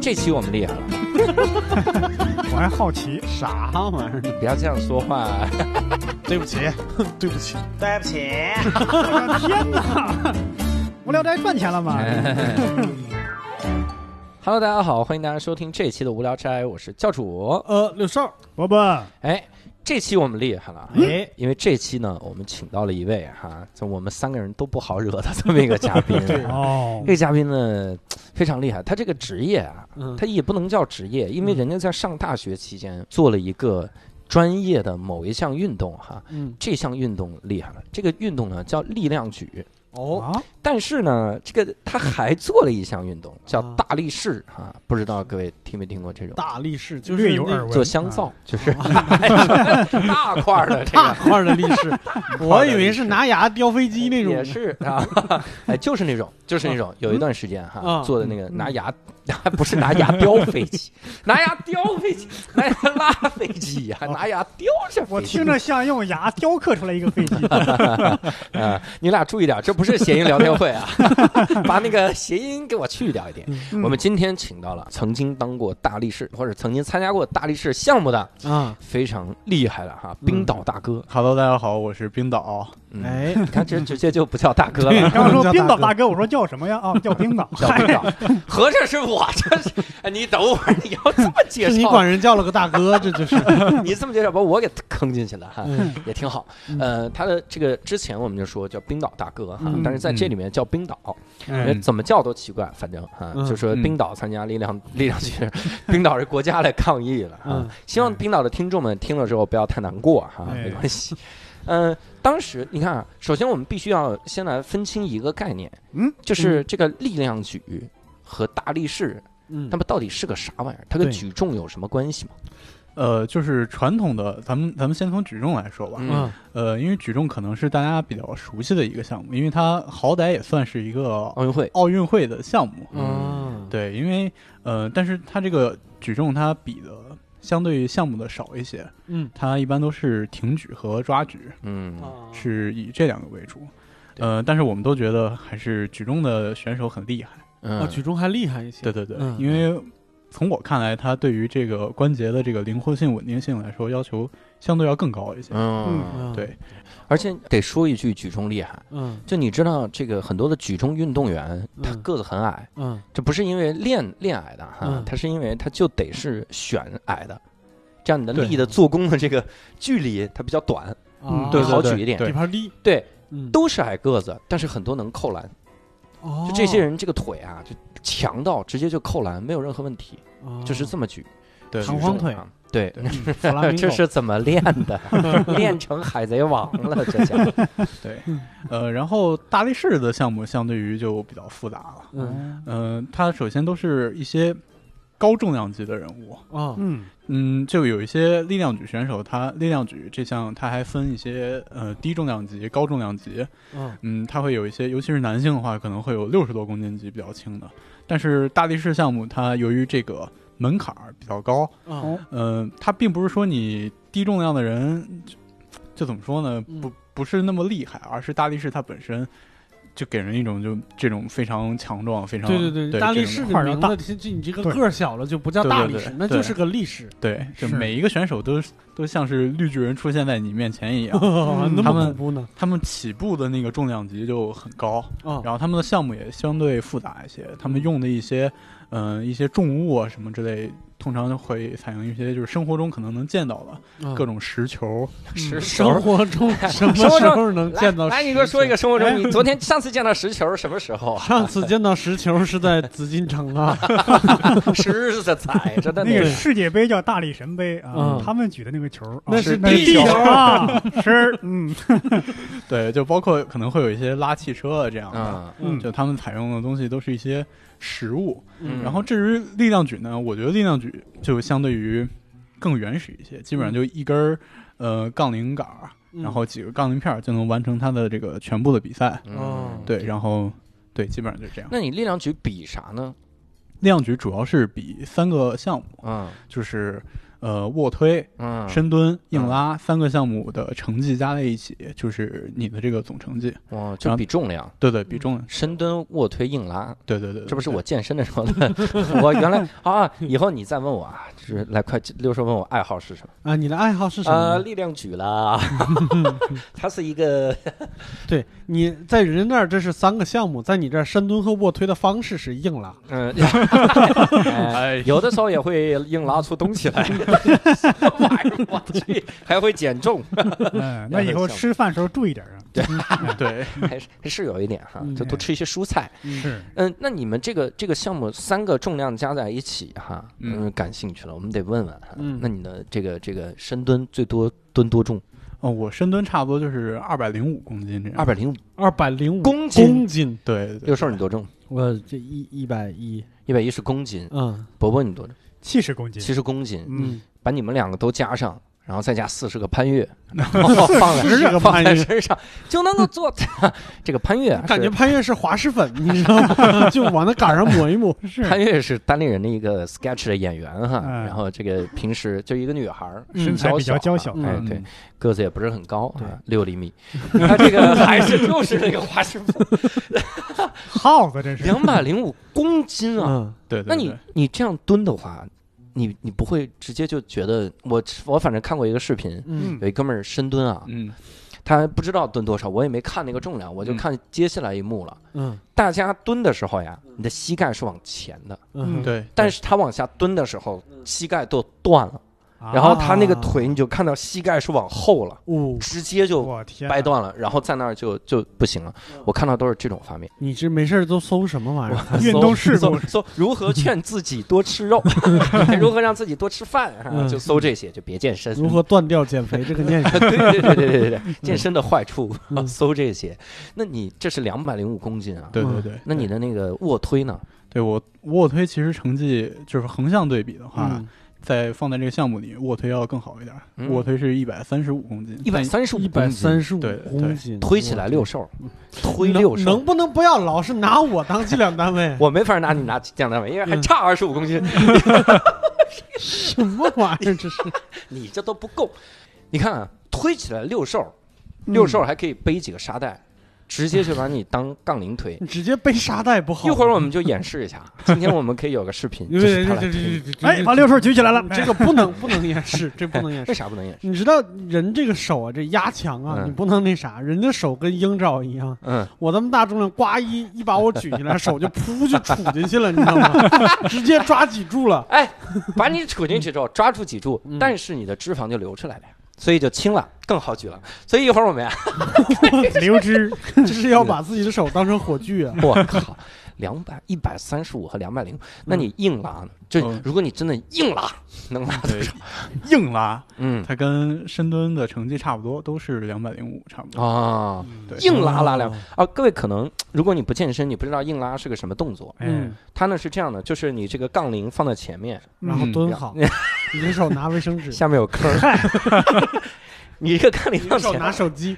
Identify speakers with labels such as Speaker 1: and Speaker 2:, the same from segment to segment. Speaker 1: 这期我们厉害了，
Speaker 2: 我还好奇，
Speaker 3: 啥玩意儿？
Speaker 1: 不要这样说话。
Speaker 4: 对不起，对不起，
Speaker 5: 对不起，
Speaker 2: 我的天哪！无聊斋赚钱了吗？
Speaker 1: Hello，大家好，欢迎大家收听这期的无聊斋，我是教主。
Speaker 4: 呃，六少，
Speaker 2: 伯伯，
Speaker 1: 哎，这期我们厉害了，
Speaker 3: 哎，
Speaker 1: 因为这期呢，我们请到了一位哈，就我们三个人都不好惹的这么一个嘉 宾。
Speaker 2: 哦
Speaker 1: 这，个嘉宾呢非常厉害，他这个职业啊，
Speaker 3: 嗯
Speaker 1: 他也不能叫职业，因为人家在上大学期间做了一个专业的某一项运动哈，
Speaker 3: 嗯，
Speaker 1: 这项运动厉害了，这个运动呢叫力量举。
Speaker 3: 哦，
Speaker 2: 啊，
Speaker 1: 但是呢，这个他还做了一项运动，叫
Speaker 3: 啊
Speaker 1: 大力士啊，不知道各位听没听过这种？
Speaker 3: 大力士就是
Speaker 2: 略有
Speaker 3: 那
Speaker 2: 耳 闻。啊
Speaker 1: 做香皂，啊就是 大块儿的这
Speaker 3: 大
Speaker 1: 个。
Speaker 3: 块儿的力士，我以为是拿牙叼飞机那种
Speaker 1: 也。是啊， 哎，就是那种，就是那种，有一段时间哈，
Speaker 3: 啊
Speaker 1: 做的那个拿
Speaker 2: 嗯
Speaker 1: 牙， 不是拿牙叼飞机， 拿牙叼飞机， 拿牙拉飞机
Speaker 3: 哦
Speaker 1: 呀，拿牙叼着
Speaker 2: 我
Speaker 1: 飞机
Speaker 2: 听。着像用牙雕刻出来一个飞机，
Speaker 1: 啊，你俩注意点，这不是谐音聊天会 啊，把那个谐音给我去掉一点。
Speaker 2: 嗯
Speaker 1: 我们今天请到了曾经当过大力士，或者曾经参加过大力士项目的
Speaker 3: 啊，
Speaker 1: 非常厉害了哈，冰岛大哥。
Speaker 4: Hello，大家好，我是冰岛。
Speaker 1: 嗯，
Speaker 3: 哎，
Speaker 1: 你看这直接就不叫大 哥了。
Speaker 2: 然后说冰岛大哥，我说叫什么呀？啊，叫冰岛。
Speaker 1: 叫冰岛，合着是我，这是哎你等会儿你要这么介
Speaker 3: 是
Speaker 1: 绍，
Speaker 3: 你管人叫了个大哥，这就是。
Speaker 1: 你这么介绍把我给坑进去了哈，
Speaker 3: 嗯
Speaker 1: 也挺好。
Speaker 3: 嗯
Speaker 1: 呃，他的这个之前我们就说叫冰岛大哥哈，
Speaker 3: 嗯
Speaker 1: 但是在这里面叫冰岛，
Speaker 3: 哎
Speaker 1: 呃怎么叫都奇怪，反正啊，
Speaker 3: 嗯
Speaker 1: 就说冰岛参加力量 力量局，冰岛是国家来抗议了啊
Speaker 3: 嗯。
Speaker 1: 希望冰岛的听众们听了之后不要太难过哈，
Speaker 2: 哎
Speaker 1: 没关系。嗯，当时你看啊，首先我们必须要先来分清一个概念，
Speaker 2: 嗯，
Speaker 1: 就是这个力量举和大力士，
Speaker 3: 嗯
Speaker 1: 那，么到底是个啥玩意儿？它跟
Speaker 3: 对
Speaker 1: 举重有什么关系吗？
Speaker 4: 呃，就是传统的，咱们咱们先从举重来说吧。
Speaker 1: 嗯
Speaker 3: 嗯，
Speaker 4: 呃，因为举重可能是大家比较熟悉的一个项目，因为它好歹也算是一个
Speaker 1: 奥运会，
Speaker 4: 奥运会的项目。
Speaker 3: 嗯，
Speaker 4: 对，因为呃，但是它这个举重它比的相对于项目的少一些，
Speaker 3: 嗯，
Speaker 4: 它一般都是挺举和抓举，
Speaker 1: 嗯，
Speaker 3: 啊，
Speaker 4: 是以这两个为主。呃，但是我们都觉得还是举重的选手很厉害。
Speaker 3: 啊，
Speaker 1: 嗯，
Speaker 3: 举重还厉害一些。
Speaker 4: 对对对，
Speaker 3: 嗯
Speaker 4: 因为从我看来，它对于这个关节的这个灵活性、稳定性来说，要求相对要更高一些。
Speaker 1: 嗯，
Speaker 3: 嗯，
Speaker 4: 对，
Speaker 1: 而且得说一句，举重厉害。
Speaker 3: 嗯
Speaker 1: 就你知道，这个很多的举重运动员，他
Speaker 3: 嗯
Speaker 1: 个子很矮，
Speaker 3: 嗯，
Speaker 1: 这不是因为练练矮的哈
Speaker 3: 嗯，
Speaker 1: 他是因为他就得是选矮的，这样你的
Speaker 4: 对
Speaker 1: 力的做工的这个距离它比较短，
Speaker 3: 啊
Speaker 4: 对
Speaker 1: 好
Speaker 4: 对
Speaker 1: 举一点。
Speaker 3: 底盘低，
Speaker 1: 嗯对，
Speaker 3: 嗯，
Speaker 1: 都是矮个子，但是很多能扣篮。
Speaker 3: 哦
Speaker 1: 就这些人这个腿啊，就强到直接就扣篮，没有任何问题，
Speaker 3: 哦嗯
Speaker 1: 就是这么举。
Speaker 4: 对，
Speaker 1: 举
Speaker 3: 弹
Speaker 1: 重
Speaker 3: 簧腿
Speaker 1: 啊，对，
Speaker 3: 弗 拉明
Speaker 1: 这
Speaker 3: 戈
Speaker 1: 是怎么练 的？练成海贼王了，这叫。
Speaker 4: 对，呃，然后大力士的项目相对于就比较复杂了。
Speaker 3: 嗯
Speaker 4: 嗯、它首先都是一些高重量级的人物，
Speaker 3: 啊
Speaker 2: 嗯，
Speaker 4: 嗯，就有一些力量举选手，他力量举这项它还分一些呃低重量级、高重量级，
Speaker 3: 嗯
Speaker 4: 嗯，它会有一些，尤其是男性的话，可能会有六十多公斤级比较轻的。但是大力士项目，它由于这个门槛儿比较高，
Speaker 3: 啊
Speaker 4: 嗯、它并不是说你低重量的人就就怎么说呢，
Speaker 3: 嗯
Speaker 4: 不不是那么厉害，而是大力士它本身就给人一种就这种非常强壮、非常
Speaker 3: 对对
Speaker 4: 对
Speaker 3: 对，大力士
Speaker 4: 这
Speaker 3: 的
Speaker 4: 种
Speaker 3: 名字，这这你这个
Speaker 2: 对
Speaker 3: 个儿小了就不叫
Speaker 4: 对对
Speaker 3: 大力
Speaker 4: 对
Speaker 3: 士，
Speaker 4: 对
Speaker 3: 那就是个力士。
Speaker 4: 对，就是每一个选手都都像是绿巨人出现在你面前 一样，
Speaker 3: 那
Speaker 4: 他
Speaker 3: 么
Speaker 4: 们
Speaker 3: 恐怖呢？
Speaker 4: 他们起步的那个重量级就很高。
Speaker 1: 哦
Speaker 3: 啊，
Speaker 4: 然后他们的项目也相对复杂一些，他们用的一些，嗯、一些重物啊什么之类，通常会采用一些就是生活中可能能见到的
Speaker 1: 嗯
Speaker 4: 各
Speaker 3: 种
Speaker 4: 种石球，
Speaker 1: 石球
Speaker 3: 生活 中什么时候能见到？
Speaker 1: 来，你给我说一个。生活
Speaker 4: 哎
Speaker 1: 中，你昨天上次见到石球什么时候 啊？
Speaker 3: 上次见到石球是在紫禁城 啊，
Speaker 1: 石子踩着的
Speaker 2: 那
Speaker 1: 那
Speaker 2: 个
Speaker 1: 个。
Speaker 2: 世界杯叫大力神杯啊
Speaker 3: 嗯，
Speaker 2: 他们举的那个球啊，
Speaker 3: 那
Speaker 2: 是
Speaker 3: 是
Speaker 2: 地
Speaker 3: 地
Speaker 2: 球
Speaker 3: 球
Speaker 2: 啊，是嗯，
Speaker 4: 对，就包括可能会有一些拉汽车啊这样的，
Speaker 1: 嗯
Speaker 2: 嗯
Speaker 4: 就他们采用的东西都是一些实物。
Speaker 1: 嗯
Speaker 4: 然后至于力量举呢，我觉得力量举就相对于更原始一些，基
Speaker 1: 嗯
Speaker 4: 本上就一根儿呃杠铃杆儿，
Speaker 3: 嗯
Speaker 4: 然后几个杠铃片儿就能完成它的这个全部的比赛。
Speaker 3: 哦
Speaker 1: 嗯，
Speaker 4: 对，然后对，基本上就是这样。
Speaker 1: 那你力量举比啥呢？
Speaker 4: 力量举主要是比三个项目。
Speaker 1: 嗯
Speaker 4: 就是呃卧推、
Speaker 1: 嗯，
Speaker 4: 深蹲、硬拉三个项目的成绩加在一起，就是你的这个总成绩。
Speaker 1: 哦，就比重量，
Speaker 4: 对对，比重，
Speaker 1: 深蹲、卧推、硬拉，
Speaker 4: 对对对，对
Speaker 1: 这不是我健身的时候 的。我原来啊，以后你再问我啊，就是来快六叔问我爱好是什么？
Speaker 3: 啊，你的爱好是什
Speaker 1: 呃，
Speaker 3: 么？
Speaker 1: 力量举 啦，它是一个呃
Speaker 3: 对，你在人那儿这是三个项目，在你这儿深蹲和卧推的方式是硬拉。
Speaker 1: 嗯， 哎有的时候也会硬拉出东西 来，什么玩意儿我去，还会减重，
Speaker 2: 嗯，那以后吃饭时候注意点啊。
Speaker 4: 对，
Speaker 1: 还是是有一点哈，
Speaker 3: 嗯
Speaker 1: 就多吃一些蔬菜。
Speaker 2: 是，
Speaker 1: 嗯，那你们这个这个项目三个重量加在一起哈，
Speaker 4: 嗯
Speaker 1: 嗯，感兴趣了，我们得问问哈。
Speaker 3: 嗯
Speaker 1: 那你的这个这个深蹲最多蹲多重？
Speaker 4: 哦，我深蹲差不多就是二百零五公斤这样。
Speaker 1: 二百零五
Speaker 3: 二百零五
Speaker 1: 嗯公斤。
Speaker 3: 公斤，
Speaker 4: 对，对对
Speaker 1: 六兽你多重？
Speaker 3: 我这一一百一，
Speaker 1: 一百一十公斤。
Speaker 3: 嗯
Speaker 1: 伯伯你多重？
Speaker 2: 七十公斤，
Speaker 1: 七十公斤。
Speaker 3: 嗯，
Speaker 1: 把你们两个都加上，然后再加四十个潘越，然后放在
Speaker 3: 40个
Speaker 1: 放在
Speaker 3: 潘越
Speaker 1: 身上，就能够做 这个潘越啊。
Speaker 3: 感
Speaker 1: 是
Speaker 3: 觉潘嗯越是滑石粉，你知道吗？ 就往那杆上抹 一抹。
Speaker 2: 是
Speaker 1: 潘越是单立人的一个 sketch 的演员哈，
Speaker 2: 嗯
Speaker 1: 然后这个平时就一个女孩儿，
Speaker 2: 身材比较娇
Speaker 1: 小
Speaker 2: 小
Speaker 1: 啊，哎对，
Speaker 4: 嗯
Speaker 1: 个子也不是很高，
Speaker 3: 对
Speaker 1: 啊，六厘米，他这个还是就是那个花师傅，
Speaker 2: 耗子这是。
Speaker 1: 两百零五公斤啊！
Speaker 3: 嗯，
Speaker 4: 对对，
Speaker 1: 那你
Speaker 4: 对
Speaker 1: 你这样蹲的话，你你不会直接就觉得我我反正看过一个视频，
Speaker 3: 嗯
Speaker 1: 有一哥们儿深蹲啊，
Speaker 4: 嗯，
Speaker 1: 他不知道蹲多少，我也没看那个重量，我就
Speaker 4: 嗯
Speaker 1: 看接下来一幕了。
Speaker 3: 嗯
Speaker 1: 大家蹲的时候呀，你的膝盖是往前的，
Speaker 3: 嗯，
Speaker 4: 对，
Speaker 1: 但是他往下蹲的时候，膝盖都断了，然后他那个腿你就看到膝盖是往后了，
Speaker 3: 哦，
Speaker 1: 直接就
Speaker 2: 我天哪，
Speaker 1: 掰断了，然后在那儿就就不行了。我看到都是这种画面。
Speaker 3: 你这没事儿都搜什么玩意儿？
Speaker 2: 运动事故
Speaker 1: 搜搜如何劝自己多吃肉，如何让自己多吃饭，啊
Speaker 3: 嗯
Speaker 1: 就搜这些，就别健身。
Speaker 3: 如何断掉减肥这个念 想？
Speaker 1: 对对对对对对，健身的坏处，搜这些。那你这是两百零五公斤啊？
Speaker 4: 对对对，
Speaker 1: 那你的那个卧推呢？
Speaker 4: 对我卧推其实成绩就是横向对比的
Speaker 3: 啊嗯
Speaker 4: 话，在放在这个项目里，卧推要更好一点儿。
Speaker 1: 嗯
Speaker 4: 卧推是一百三十五公斤，
Speaker 1: 一百
Speaker 4: 但
Speaker 1: 三十五，
Speaker 3: 一百三十五
Speaker 4: 对对
Speaker 3: 公斤，
Speaker 1: 推起来六兽，推六
Speaker 3: 能
Speaker 1: 兽？
Speaker 3: 能。不能不要老是拿我当计量单位
Speaker 1: 我没法拿你拿降单位，因为还差二十五公斤，
Speaker 3: 什么玩 意儿这是？
Speaker 1: 你这都不够。你看啊，推起来六兽，六兽还可以背几个沙袋，直接就把你当杠铃推。
Speaker 3: 你直接背沙袋不好
Speaker 1: 一
Speaker 3: 吗？
Speaker 1: 会儿我们就演示一下，今天我们可以有个视频，就是他来推。
Speaker 2: 哎，把六兽举起来了，
Speaker 3: 这个不能不能演示， 这不能演
Speaker 1: 为
Speaker 3: 示。
Speaker 1: 啥不能演示？
Speaker 3: 哎你知道人这个手啊，这压强啊，
Speaker 1: 嗯
Speaker 3: 你不能那啥，人的手跟鹰爪一样。
Speaker 1: 嗯，
Speaker 3: 我这么大重量，呱一一把我举起 来，手就噗就杵进去了，你知道 吗？直接抓脊柱 了。
Speaker 1: 哎，把你杵进去之后抓住脊柱，
Speaker 3: 嗯
Speaker 1: 但是你的脂肪就流出来了呀，所以就轻了，更好举了。所以一会儿我们呀，
Speaker 2: 流汁，
Speaker 3: 这是要把自己的手当成火炬啊！
Speaker 1: 我靠，两百一百三十五和两百
Speaker 3: 嗯
Speaker 1: 零，那你硬拉呢？就
Speaker 4: 嗯
Speaker 1: 如果你真的硬拉，能拉多
Speaker 4: 对
Speaker 1: 少？
Speaker 4: 硬拉，
Speaker 1: 嗯
Speaker 4: 它跟深蹲的成绩差不多，都是两百零五差不多。
Speaker 1: 啊，
Speaker 2: 嗯
Speaker 4: 对，
Speaker 1: 硬拉拉两
Speaker 3: 哦
Speaker 1: 啊，各位可能如果你不健身，你不知道硬拉是个什么动
Speaker 4: 哎
Speaker 2: 哎
Speaker 1: 作。
Speaker 3: 嗯，
Speaker 1: 它呢是这样的，就是你这个杠铃放在前面，
Speaker 3: 然后蹲好， 你的手拿卫生 纸，
Speaker 1: 下面有坑儿。 你这个杠铃
Speaker 3: 你
Speaker 1: 放
Speaker 3: 的
Speaker 1: 前
Speaker 3: 手拿
Speaker 1: 面，
Speaker 3: 手机，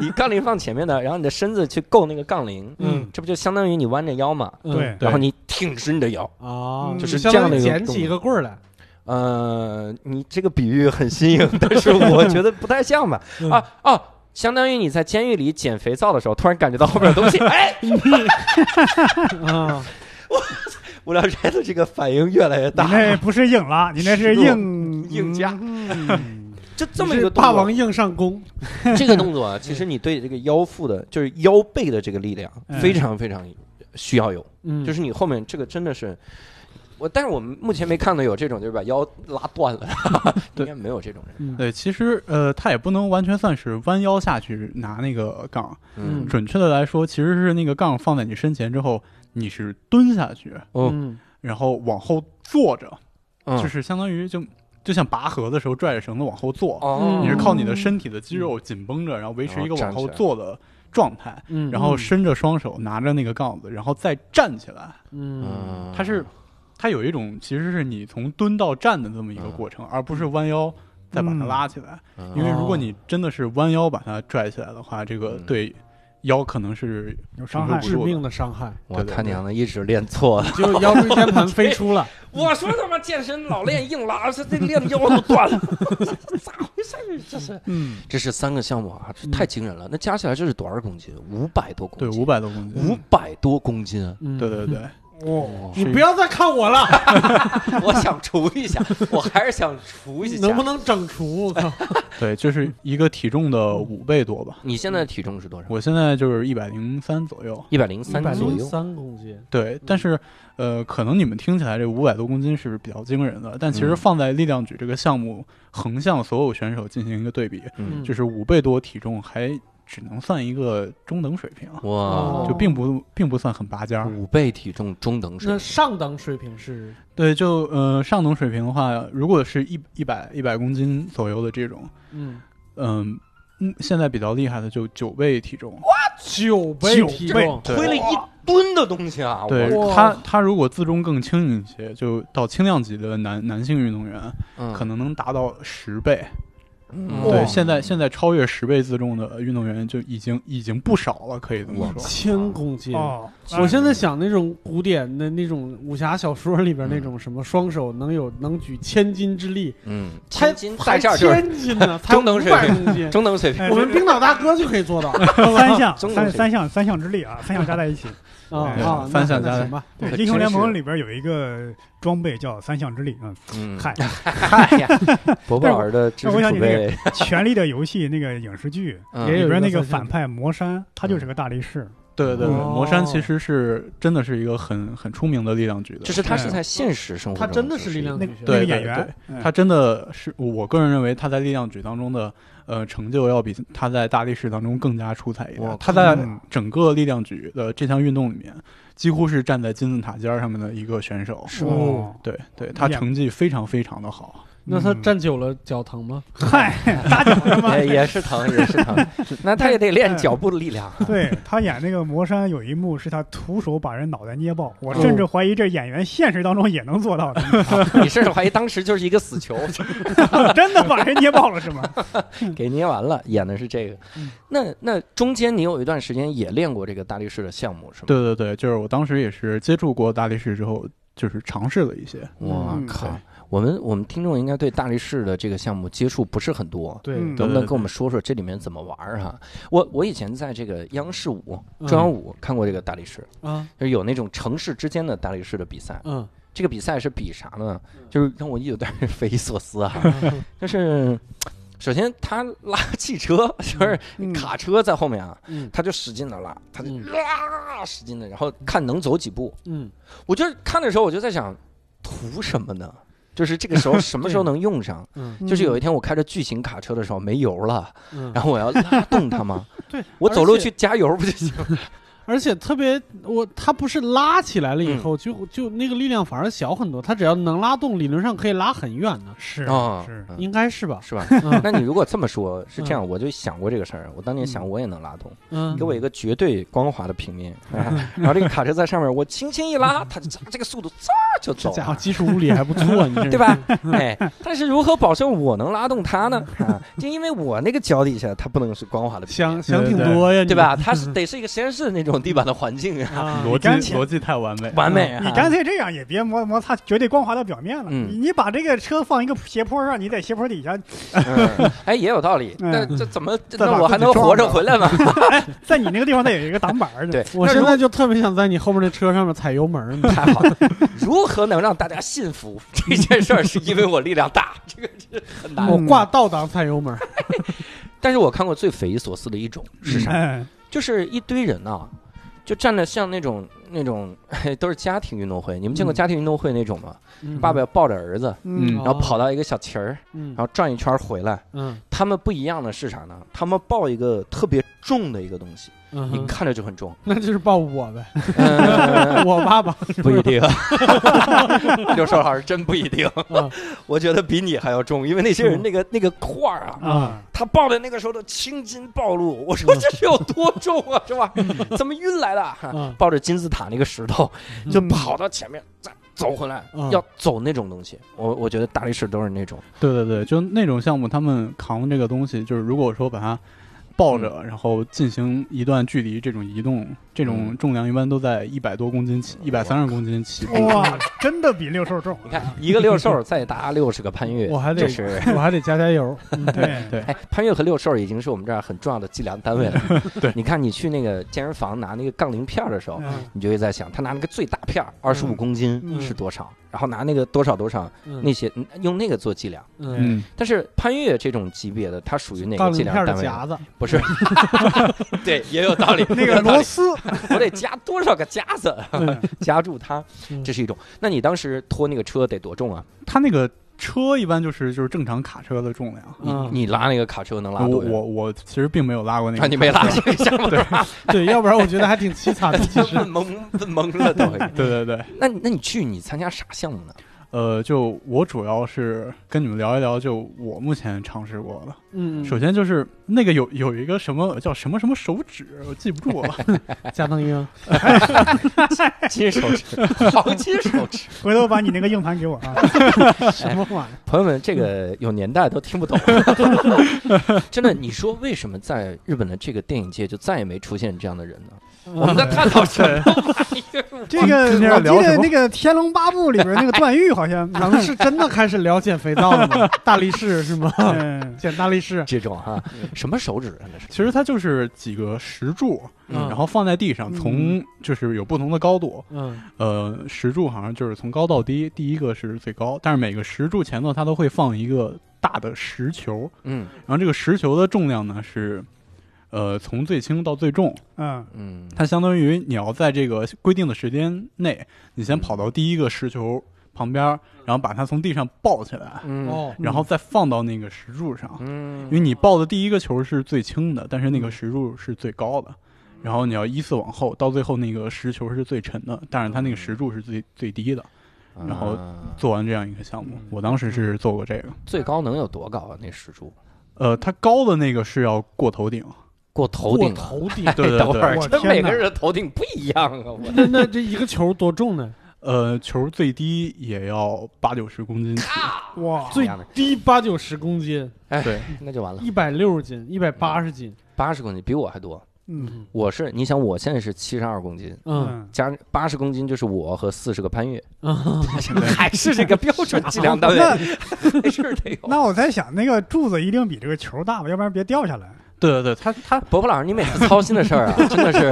Speaker 1: 你杠铃放前面的，然后你的身子去够那个杠铃，
Speaker 3: 嗯，
Speaker 1: 这不就相当于你弯着腰嘛？
Speaker 3: 嗯
Speaker 2: 对，
Speaker 4: 对
Speaker 1: 然后你挺直你的腰，
Speaker 3: 哦，
Speaker 2: 就是
Speaker 1: 这样的一个
Speaker 3: 捡
Speaker 1: 动
Speaker 3: 起一
Speaker 1: 作
Speaker 3: 个棍儿来，
Speaker 1: 呃，你这个比喻很新颖，但 是我觉得不太像吧？
Speaker 3: 嗯
Speaker 1: 啊哦，相当于你在监狱里捡肥皂的时候，突然感觉到后面有 东西，哎，
Speaker 3: 啊，
Speaker 1: 无聊斋的这个反应越来越
Speaker 2: 你
Speaker 1: 大，
Speaker 2: 那不是硬拉，你那是硬
Speaker 1: 硬加
Speaker 3: 嗯
Speaker 1: 就这么一个动
Speaker 3: 霸王
Speaker 1: 作。
Speaker 3: 硬上弓，
Speaker 1: 这个动作 啊，其实你对这个腰腹的，就是腰背的这个力量，
Speaker 2: 嗯
Speaker 1: 非常非常需要有。
Speaker 3: 嗯，
Speaker 1: 就是你后面这个真的是，我，但是我们目前没看到有这种就是把腰拉断了，应该没有这种人。
Speaker 4: 对，其实呃，它也不能完全算是弯腰下去拿那个杠，
Speaker 1: 嗯
Speaker 3: 嗯，
Speaker 4: 准确的来说，其实是那个杠放在你身前之后，你是蹲下去，
Speaker 1: 哦
Speaker 3: 嗯
Speaker 4: 然后往后坐着，
Speaker 1: 嗯
Speaker 4: 就是相当于就就像拔河的时候拽着绳子往后坐，
Speaker 1: 哦，
Speaker 4: 你是靠你的身体的肌肉紧绷着，然后维持一个往后坐的状态，
Speaker 3: 嗯，
Speaker 4: 然后伸着双手拿着那个杠子，然后再站起来。
Speaker 3: 嗯，
Speaker 1: 嗯，
Speaker 4: 它是它有一种其实是你从蹲到站的这么一个过程，而不是弯腰再把它拉起来。
Speaker 1: 嗯嗯
Speaker 4: 因为如果你真的是弯腰把它拽起来的话，这个对腰可能是
Speaker 2: 有伤害
Speaker 4: 不
Speaker 3: 嗯致
Speaker 4: 住的
Speaker 3: 命的伤害，
Speaker 1: 我
Speaker 4: 对对
Speaker 1: 他
Speaker 4: 对
Speaker 1: 娘的一直练错 了。
Speaker 3: 就腰椎间盘飞出了。
Speaker 1: 我说他妈健身老练硬拉，这这练腰都断了，咋回事？这是
Speaker 4: 嗯，
Speaker 1: 这是三个项目啊，这
Speaker 3: 嗯
Speaker 1: 太惊人了。那加起来这是多少公斤？五百多
Speaker 4: 对，
Speaker 1: 公斤，
Speaker 4: 五百嗯多公斤，
Speaker 1: 五百多公斤啊。
Speaker 3: 嗯
Speaker 4: 对对对，
Speaker 3: 哦，
Speaker 4: 是
Speaker 3: 你不要再看我了，
Speaker 1: 我想除一下，我还是想除一下。
Speaker 3: 能不能整除？我靠，
Speaker 4: 对，就是一个体重的五倍多吧。
Speaker 1: 你现在体重是多少？
Speaker 4: 我现在就是一百零三左右，嗯
Speaker 1: 一百零三左右。
Speaker 3: 三公斤，
Speaker 1: 嗯
Speaker 4: 对，但是呃，可能你们听起来这五百多公斤是比较惊人的，但其实
Speaker 1: 嗯
Speaker 4: 放在力量举这个项目，横向所有选手进行一个对比，
Speaker 1: 嗯
Speaker 4: 就是五倍多体重还只能算一个中等水平，
Speaker 1: 哇，嗯
Speaker 4: 就并不并不算很拔尖儿。
Speaker 1: 五倍体重中等水
Speaker 3: 那上等水平是
Speaker 4: 对，就呃上等水平的话，如果是一一百一百公斤左右的这种，
Speaker 3: 嗯
Speaker 4: 嗯、嗯，现在比较厉害的就九倍体重，
Speaker 3: 九倍
Speaker 4: 九
Speaker 3: 体
Speaker 4: 倍
Speaker 3: 重，
Speaker 1: 推了一吨的东西啊！
Speaker 4: 对
Speaker 3: 哇
Speaker 4: 他他如果自重更轻一些，就到轻量级的男男性运动员，
Speaker 1: 我，
Speaker 4: 可能能达到十倍。
Speaker 1: 嗯
Speaker 3: 哇
Speaker 4: 对，现在现在超越十倍自重的运动员就已经已经不少了，可以这么
Speaker 1: 哇
Speaker 4: 说。
Speaker 3: 千公斤。
Speaker 2: 哦，
Speaker 1: 哎
Speaker 3: 我现在想那种古典的那种武侠小说里边那种什么双手能有能举千斤之力，
Speaker 1: 嗯，
Speaker 3: 才
Speaker 1: 千金在
Speaker 3: 才
Speaker 1: 这儿就是
Speaker 3: 千斤呢，才
Speaker 1: 中等
Speaker 3: 五
Speaker 1: 水
Speaker 3: 百
Speaker 1: 平
Speaker 3: 公斤。
Speaker 1: 中等水平。
Speaker 2: 哎
Speaker 3: 我们冰岛大哥就可以 做到
Speaker 2: 三项
Speaker 1: 中
Speaker 2: 三
Speaker 1: 国
Speaker 2: 三项三项之力啊，三项加在一起。
Speaker 3: 啊
Speaker 1: 哎
Speaker 2: 对
Speaker 3: 啊！
Speaker 4: 翻
Speaker 3: 那
Speaker 4: 向加
Speaker 3: 那
Speaker 4: 的
Speaker 3: 行吧，
Speaker 2: 对，
Speaker 1: 可
Speaker 2: 英雄
Speaker 1: 真
Speaker 2: 联
Speaker 1: 是
Speaker 2: 盟里边有一个装备叫三项之力啊，
Speaker 1: 嗯，
Speaker 2: 嗨，
Speaker 1: 嗨呀，伯伯儿的知识
Speaker 2: 但是我
Speaker 1: 储备，
Speaker 2: 《权力的游戏》那个影视剧
Speaker 1: 嗯
Speaker 3: 也
Speaker 2: 里
Speaker 3: 有
Speaker 2: 边
Speaker 3: 一个
Speaker 2: 那个
Speaker 3: 三项
Speaker 2: 反派魔山，他就是个大力士。
Speaker 4: 对对对，
Speaker 3: 哦
Speaker 4: 魔山其实是真的是一个很很出名的力量举的，
Speaker 1: 就是他是在现实生活中，
Speaker 3: 他真的是力量
Speaker 2: 那
Speaker 3: 举
Speaker 2: 那
Speaker 3: 学。
Speaker 2: 个
Speaker 4: 对
Speaker 2: 演
Speaker 4: 对
Speaker 2: 员，
Speaker 1: 嗯
Speaker 2: 嗯
Speaker 4: 他真的是我个人认为他在力量举当中的呃成就要比他在大力士当中更加出彩一
Speaker 1: 哇
Speaker 4: 点。他在
Speaker 2: 嗯
Speaker 4: 整个力量举的这项运动里面，几乎是站在金字塔尖儿上面的一个选手。嗯
Speaker 1: 是吧？
Speaker 2: 哦，
Speaker 4: 对对，他
Speaker 2: 两
Speaker 4: 成绩非常非常的好。
Speaker 3: 那他
Speaker 1: 嗯
Speaker 3: 站久了脚疼吗？
Speaker 2: 嗨，打脚是吗？
Speaker 1: 也也是疼，也是 疼。那他也得练脚步的力量。啊
Speaker 2: 对他演那个魔山有一幕是他徒手把人脑袋捏爆，我甚至怀疑这演员现实当中也能做到的，
Speaker 1: 你甚至怀疑当时就是一个死球，
Speaker 2: 真的 把人捏爆了是吗？
Speaker 1: 给捏完了，演的是这个。
Speaker 2: 嗯
Speaker 1: 那那中间你有一段时间也练过这个大力士的项目是吗？
Speaker 4: 对对对，就是我当时也是接触过大力士之后，就是尝试了一些。
Speaker 1: 我
Speaker 2: 嗯
Speaker 1: 靠！我们我们听众应该对大力士的这个项目接触不是很多，
Speaker 3: 对
Speaker 2: 嗯
Speaker 1: 能不
Speaker 4: 对
Speaker 1: 能
Speaker 4: 对
Speaker 1: 跟我们说说这里面怎么玩儿哈？我我以前在这个央视五、
Speaker 3: 嗯
Speaker 1: 中央五看过这个大力士，
Speaker 3: 啊，
Speaker 1: 就是有那种城市之间的大力士的比赛。
Speaker 3: 嗯，
Speaker 1: 这个比赛是比啥呢？就是让我有点儿 匪夷所思啊，就是。首先，他拉 汽车，就是
Speaker 2: 嗯
Speaker 1: 卡车在后面啊，
Speaker 3: 嗯
Speaker 1: 他就使劲的拉，他就
Speaker 3: 嗯
Speaker 1: 啊使劲的，然后看能走几步。
Speaker 3: 嗯，
Speaker 1: 我就是看的时候，我就在想，图什么呢？就是这个时候什么时候能用上？
Speaker 3: 嗯
Speaker 1: 就是有一天我开着巨型卡车的时候没油了，
Speaker 3: 嗯，
Speaker 1: 然后我要拉动它吗？
Speaker 3: 对
Speaker 1: 我走路去
Speaker 3: 而且
Speaker 1: 加油不就行？
Speaker 3: 而且特别，我他不是拉起来了以
Speaker 1: 嗯
Speaker 3: 后，就就那个力量反而小很多。他只要能拉动，理论上可以拉很远呢，
Speaker 2: 是
Speaker 1: 啊，
Speaker 2: 是，
Speaker 1: 嗯
Speaker 3: 应该是吧？
Speaker 1: 是吧？
Speaker 3: 嗯
Speaker 1: 那你如果这么说，是这样，我就想过这个事儿。我当年想，我也能拉动，
Speaker 3: 嗯
Speaker 1: 给，我一个绝对光滑的平面，啊 然后这个卡车在上面，我轻轻一拉，它就这个速度嗖就
Speaker 3: 这
Speaker 1: 走
Speaker 3: 家
Speaker 1: 了
Speaker 3: 伙。基础物理还不错，你这
Speaker 1: 啊 对吧？哎，但是如何保证我能拉动它呢？啊，就因为我那个脚底下它不能是光滑的平面，
Speaker 3: 想想挺
Speaker 4: 对对
Speaker 3: 多呀，你
Speaker 1: 对吧？？它
Speaker 3: 嗯
Speaker 1: 是得是一个实验室那种地板的环境啊，
Speaker 3: 啊，
Speaker 4: 逻辑
Speaker 2: 刚才
Speaker 4: 逻辑太完美。
Speaker 1: 完美啊。
Speaker 3: 嗯
Speaker 2: 你干脆这样也别摩摩擦绝对光滑的表面了，
Speaker 1: 嗯
Speaker 2: 你你把这个车放一个斜坡上，你在斜坡底下，
Speaker 1: 嗯哎，也有道理。
Speaker 2: 嗯
Speaker 1: 那这怎么？
Speaker 2: 把
Speaker 1: 那我还能活着回 来吗？
Speaker 2: 在你那个地方它有一个挡板儿，
Speaker 1: 对，
Speaker 3: 我
Speaker 1: 那
Speaker 3: 现
Speaker 1: 如
Speaker 3: 在就特别想在你后面的车上面踩油门儿呢。
Speaker 1: 太好了，如何能让大家信服这件事儿？是因为我力量大， 这个是很难
Speaker 3: 我
Speaker 1: 的。
Speaker 2: 嗯
Speaker 3: 挂倒档踩油门儿，
Speaker 1: 但是我看过最匪夷所思的一种是
Speaker 4: 嗯
Speaker 1: 啥？
Speaker 2: 哎，
Speaker 1: 就是一堆人啊，就站着像那种那种、 哎、都是家庭运动会，你们见过
Speaker 3: 嗯哦
Speaker 1: 家庭运动会那种吗？爸爸要抱着儿子，
Speaker 2: 嗯
Speaker 1: 然后跑到一个小旗儿，
Speaker 3: 嗯，
Speaker 1: 然后转一圈儿回来。
Speaker 3: 嗯
Speaker 1: 他们不一样的是啥呢？他们抱一个特别重的一个东西，
Speaker 3: 嗯
Speaker 1: 你
Speaker 3: 哼，
Speaker 1: 看着就很 重。
Speaker 3: 那就是抱我呗，
Speaker 1: 嗯，
Speaker 3: 我爸爸
Speaker 1: 不一 定，刘硕老师真不一定
Speaker 3: 嗯。
Speaker 1: 我觉得比你还要重，因为那些人那个那个块儿啊，
Speaker 2: 啊，
Speaker 1: 他抱的那个时候都青筋暴露。我说这是有多重啊，是吧？怎么运来的
Speaker 3: 嗯？
Speaker 1: 抱着金字塔那个石头就
Speaker 2: 嗯
Speaker 1: 跑到前面，再走回来
Speaker 3: 嗯，
Speaker 1: 要走那种东西。我我觉得
Speaker 4: 嗯
Speaker 1: 大力士都是那种，
Speaker 4: 对对对，就那种项目，他们扛这个东西，就是如果说把它抱着，然后进行一段距离，这种移动，这种
Speaker 1: 嗯
Speaker 4: 重量一般都在一百多公斤起，一百三十公斤起步。
Speaker 2: 哇，真的比六兽重。
Speaker 1: 你看，一个六兽再搭六十个潘越，
Speaker 4: 我还得
Speaker 1: 这是
Speaker 3: 嗯我还得加加油。
Speaker 2: 对，
Speaker 4: 对
Speaker 1: 哎，潘越和六兽已经是我们这儿很重要的计量单位了。
Speaker 4: 对
Speaker 1: 你看你去那个健身房拿那个杠铃片儿的时候，
Speaker 2: 嗯
Speaker 1: 你就会在想，他拿那个最大片儿二十五
Speaker 4: 嗯
Speaker 1: 公斤
Speaker 3: 嗯
Speaker 1: 是多少，然后拿那个多少多少
Speaker 3: 嗯
Speaker 1: 那些嗯用那个做计量。
Speaker 3: 嗯，
Speaker 4: 嗯，
Speaker 1: 但是潘越这种级别的，它属于哪
Speaker 3: 杠
Speaker 1: 个
Speaker 3: 铃
Speaker 1: 计
Speaker 3: 片
Speaker 1: 量
Speaker 3: 儿的
Speaker 1: 单位呢？
Speaker 3: 夹子，
Speaker 1: 不是，对，也有道理。
Speaker 2: 那
Speaker 1: 也
Speaker 2: 个
Speaker 1: 有道
Speaker 2: 螺
Speaker 1: 理，
Speaker 2: 丝，
Speaker 1: 我得加多少个夹子啊夹住它，
Speaker 3: 嗯
Speaker 1: 这是一种。那你当时拖那个车得多重啊？
Speaker 4: 它那个车一般就是就是正常卡车的重量。
Speaker 1: 你
Speaker 3: 嗯
Speaker 1: 你拉那个卡车能拉
Speaker 4: 我
Speaker 1: 多远？
Speaker 4: 我我其实并没有拉过那个，
Speaker 1: 啊，你没拉，这个项目
Speaker 3: 对，要不然我觉得还挺凄惨的。其实，
Speaker 1: 问 懵问懵了都。
Speaker 4: 对对对，
Speaker 1: 那你那你去你参加啥项目呢？
Speaker 4: 呃，就我主要是跟你们聊一聊，就我目前尝试过的。
Speaker 3: 嗯，
Speaker 4: 首先就是那个有有一个什么叫什么什么手指，我记不 住了。
Speaker 3: 加藤鹰，
Speaker 1: 金手指，黄金手指。
Speaker 2: 回头把你那个硬盘给我啊。
Speaker 1: 哎
Speaker 3: 什么玩意儿？
Speaker 1: 朋友们，这个有年代都听不懂， 真的。你说为什么在日本的这个电影界就再也没出现这样的人呢？我
Speaker 3: 嗯
Speaker 1: 们在探讨什么？
Speaker 2: 这个
Speaker 4: 今天
Speaker 2: 我记
Speaker 4: 聊什
Speaker 2: 得
Speaker 4: 么
Speaker 2: 那个《天龙八部》里边那个段誉好像，
Speaker 3: 咱 们是真的开始聊减肥皂了吗？大力士是吗？
Speaker 2: 嗯，
Speaker 3: 减大力士，
Speaker 1: 这种哈、什么手指啊？那是
Speaker 4: 其实它就是几个石柱，
Speaker 3: 嗯
Speaker 4: 然后放在地上，
Speaker 2: 嗯
Speaker 4: 从就是有不同的高度。
Speaker 3: 嗯
Speaker 4: 呃，石柱好像就是从高到低，第一个是最高，但是每个石柱前头它都会放一个大的石球，
Speaker 1: 嗯
Speaker 4: 然后这个石球的重量呢是，呃，从最轻到最重，
Speaker 2: 嗯，
Speaker 1: 嗯，
Speaker 4: 它相当于你要在这个规定的时间内，你先
Speaker 1: 嗯
Speaker 4: 跑到第一个石球旁边，然后把它从地上抱起来，
Speaker 1: 嗯
Speaker 3: 哦，
Speaker 4: 然后再放到那个石柱上，
Speaker 1: 嗯
Speaker 4: 因为你抱的第一个球是最轻的，但是那个石柱是最高的，然后你要依次往后，到最后那个石球是最沉的，但是它那
Speaker 1: 嗯
Speaker 4: 个石柱是最最低的。然后
Speaker 1: 啊
Speaker 4: 做完这样一个项目
Speaker 3: 嗯，
Speaker 4: 我当时是做过这个，
Speaker 1: 最高能有多高啊？那石柱
Speaker 4: 呃，它高的那个是要过头顶，
Speaker 1: 过头顶、啊，
Speaker 3: 过头顶。
Speaker 4: 对对
Speaker 1: 等会
Speaker 4: 对，
Speaker 1: 儿，
Speaker 2: 我
Speaker 1: 这
Speaker 2: 天
Speaker 1: 每个
Speaker 2: 哪
Speaker 1: 人的头顶不一样啊！我
Speaker 3: 那那这一个球多重呢？
Speaker 4: 呃，球最低也要八九十公斤起，
Speaker 2: 哇，
Speaker 3: 最低八九十公斤，
Speaker 4: 对，
Speaker 1: 那就完了，
Speaker 3: 一百六十斤，一百八十斤。
Speaker 1: 八十公斤比我还多。
Speaker 2: 嗯
Speaker 1: 我是你想，我现在是七十二公斤，
Speaker 3: 嗯
Speaker 2: 嗯，
Speaker 1: 加八十公斤就是我和四十个潘越，
Speaker 3: 嗯，
Speaker 1: 还是这个标准啊计量单位， 没事儿得有。
Speaker 2: 那我在想，那个柱子一定比这个球大吧，要不然别掉下来。
Speaker 4: 对对对，它它
Speaker 1: 伯伯老师，你每次操心的事儿 啊，真的是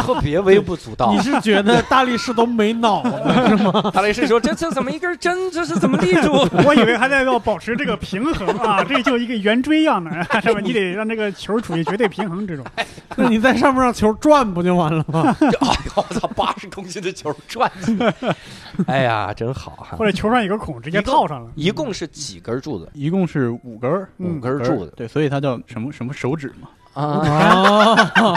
Speaker 1: 特别微不足道
Speaker 3: 你。是觉得大力士都没脑子？
Speaker 1: 大力士说：“这这怎么一根针？这是怎么立住
Speaker 2: 我以为还在要保持这个平衡啊，这就一个圆锥一样的， 是吧？你得让这个球处于绝对平衡之中。
Speaker 3: 那你在上面让球转不就完了吗？？”
Speaker 1: 哎呦，我操！八十公斤的球转起来， 哎呀，真好哈
Speaker 2: 或！者球上有个孔，直接套上了。
Speaker 1: 一共是几根柱子？
Speaker 4: 一共是五根儿，
Speaker 2: 嗯
Speaker 1: 五根柱子
Speaker 4: 对，所以它叫什么什么手指嘛。
Speaker 1: 啊，
Speaker 3: 嗯啊，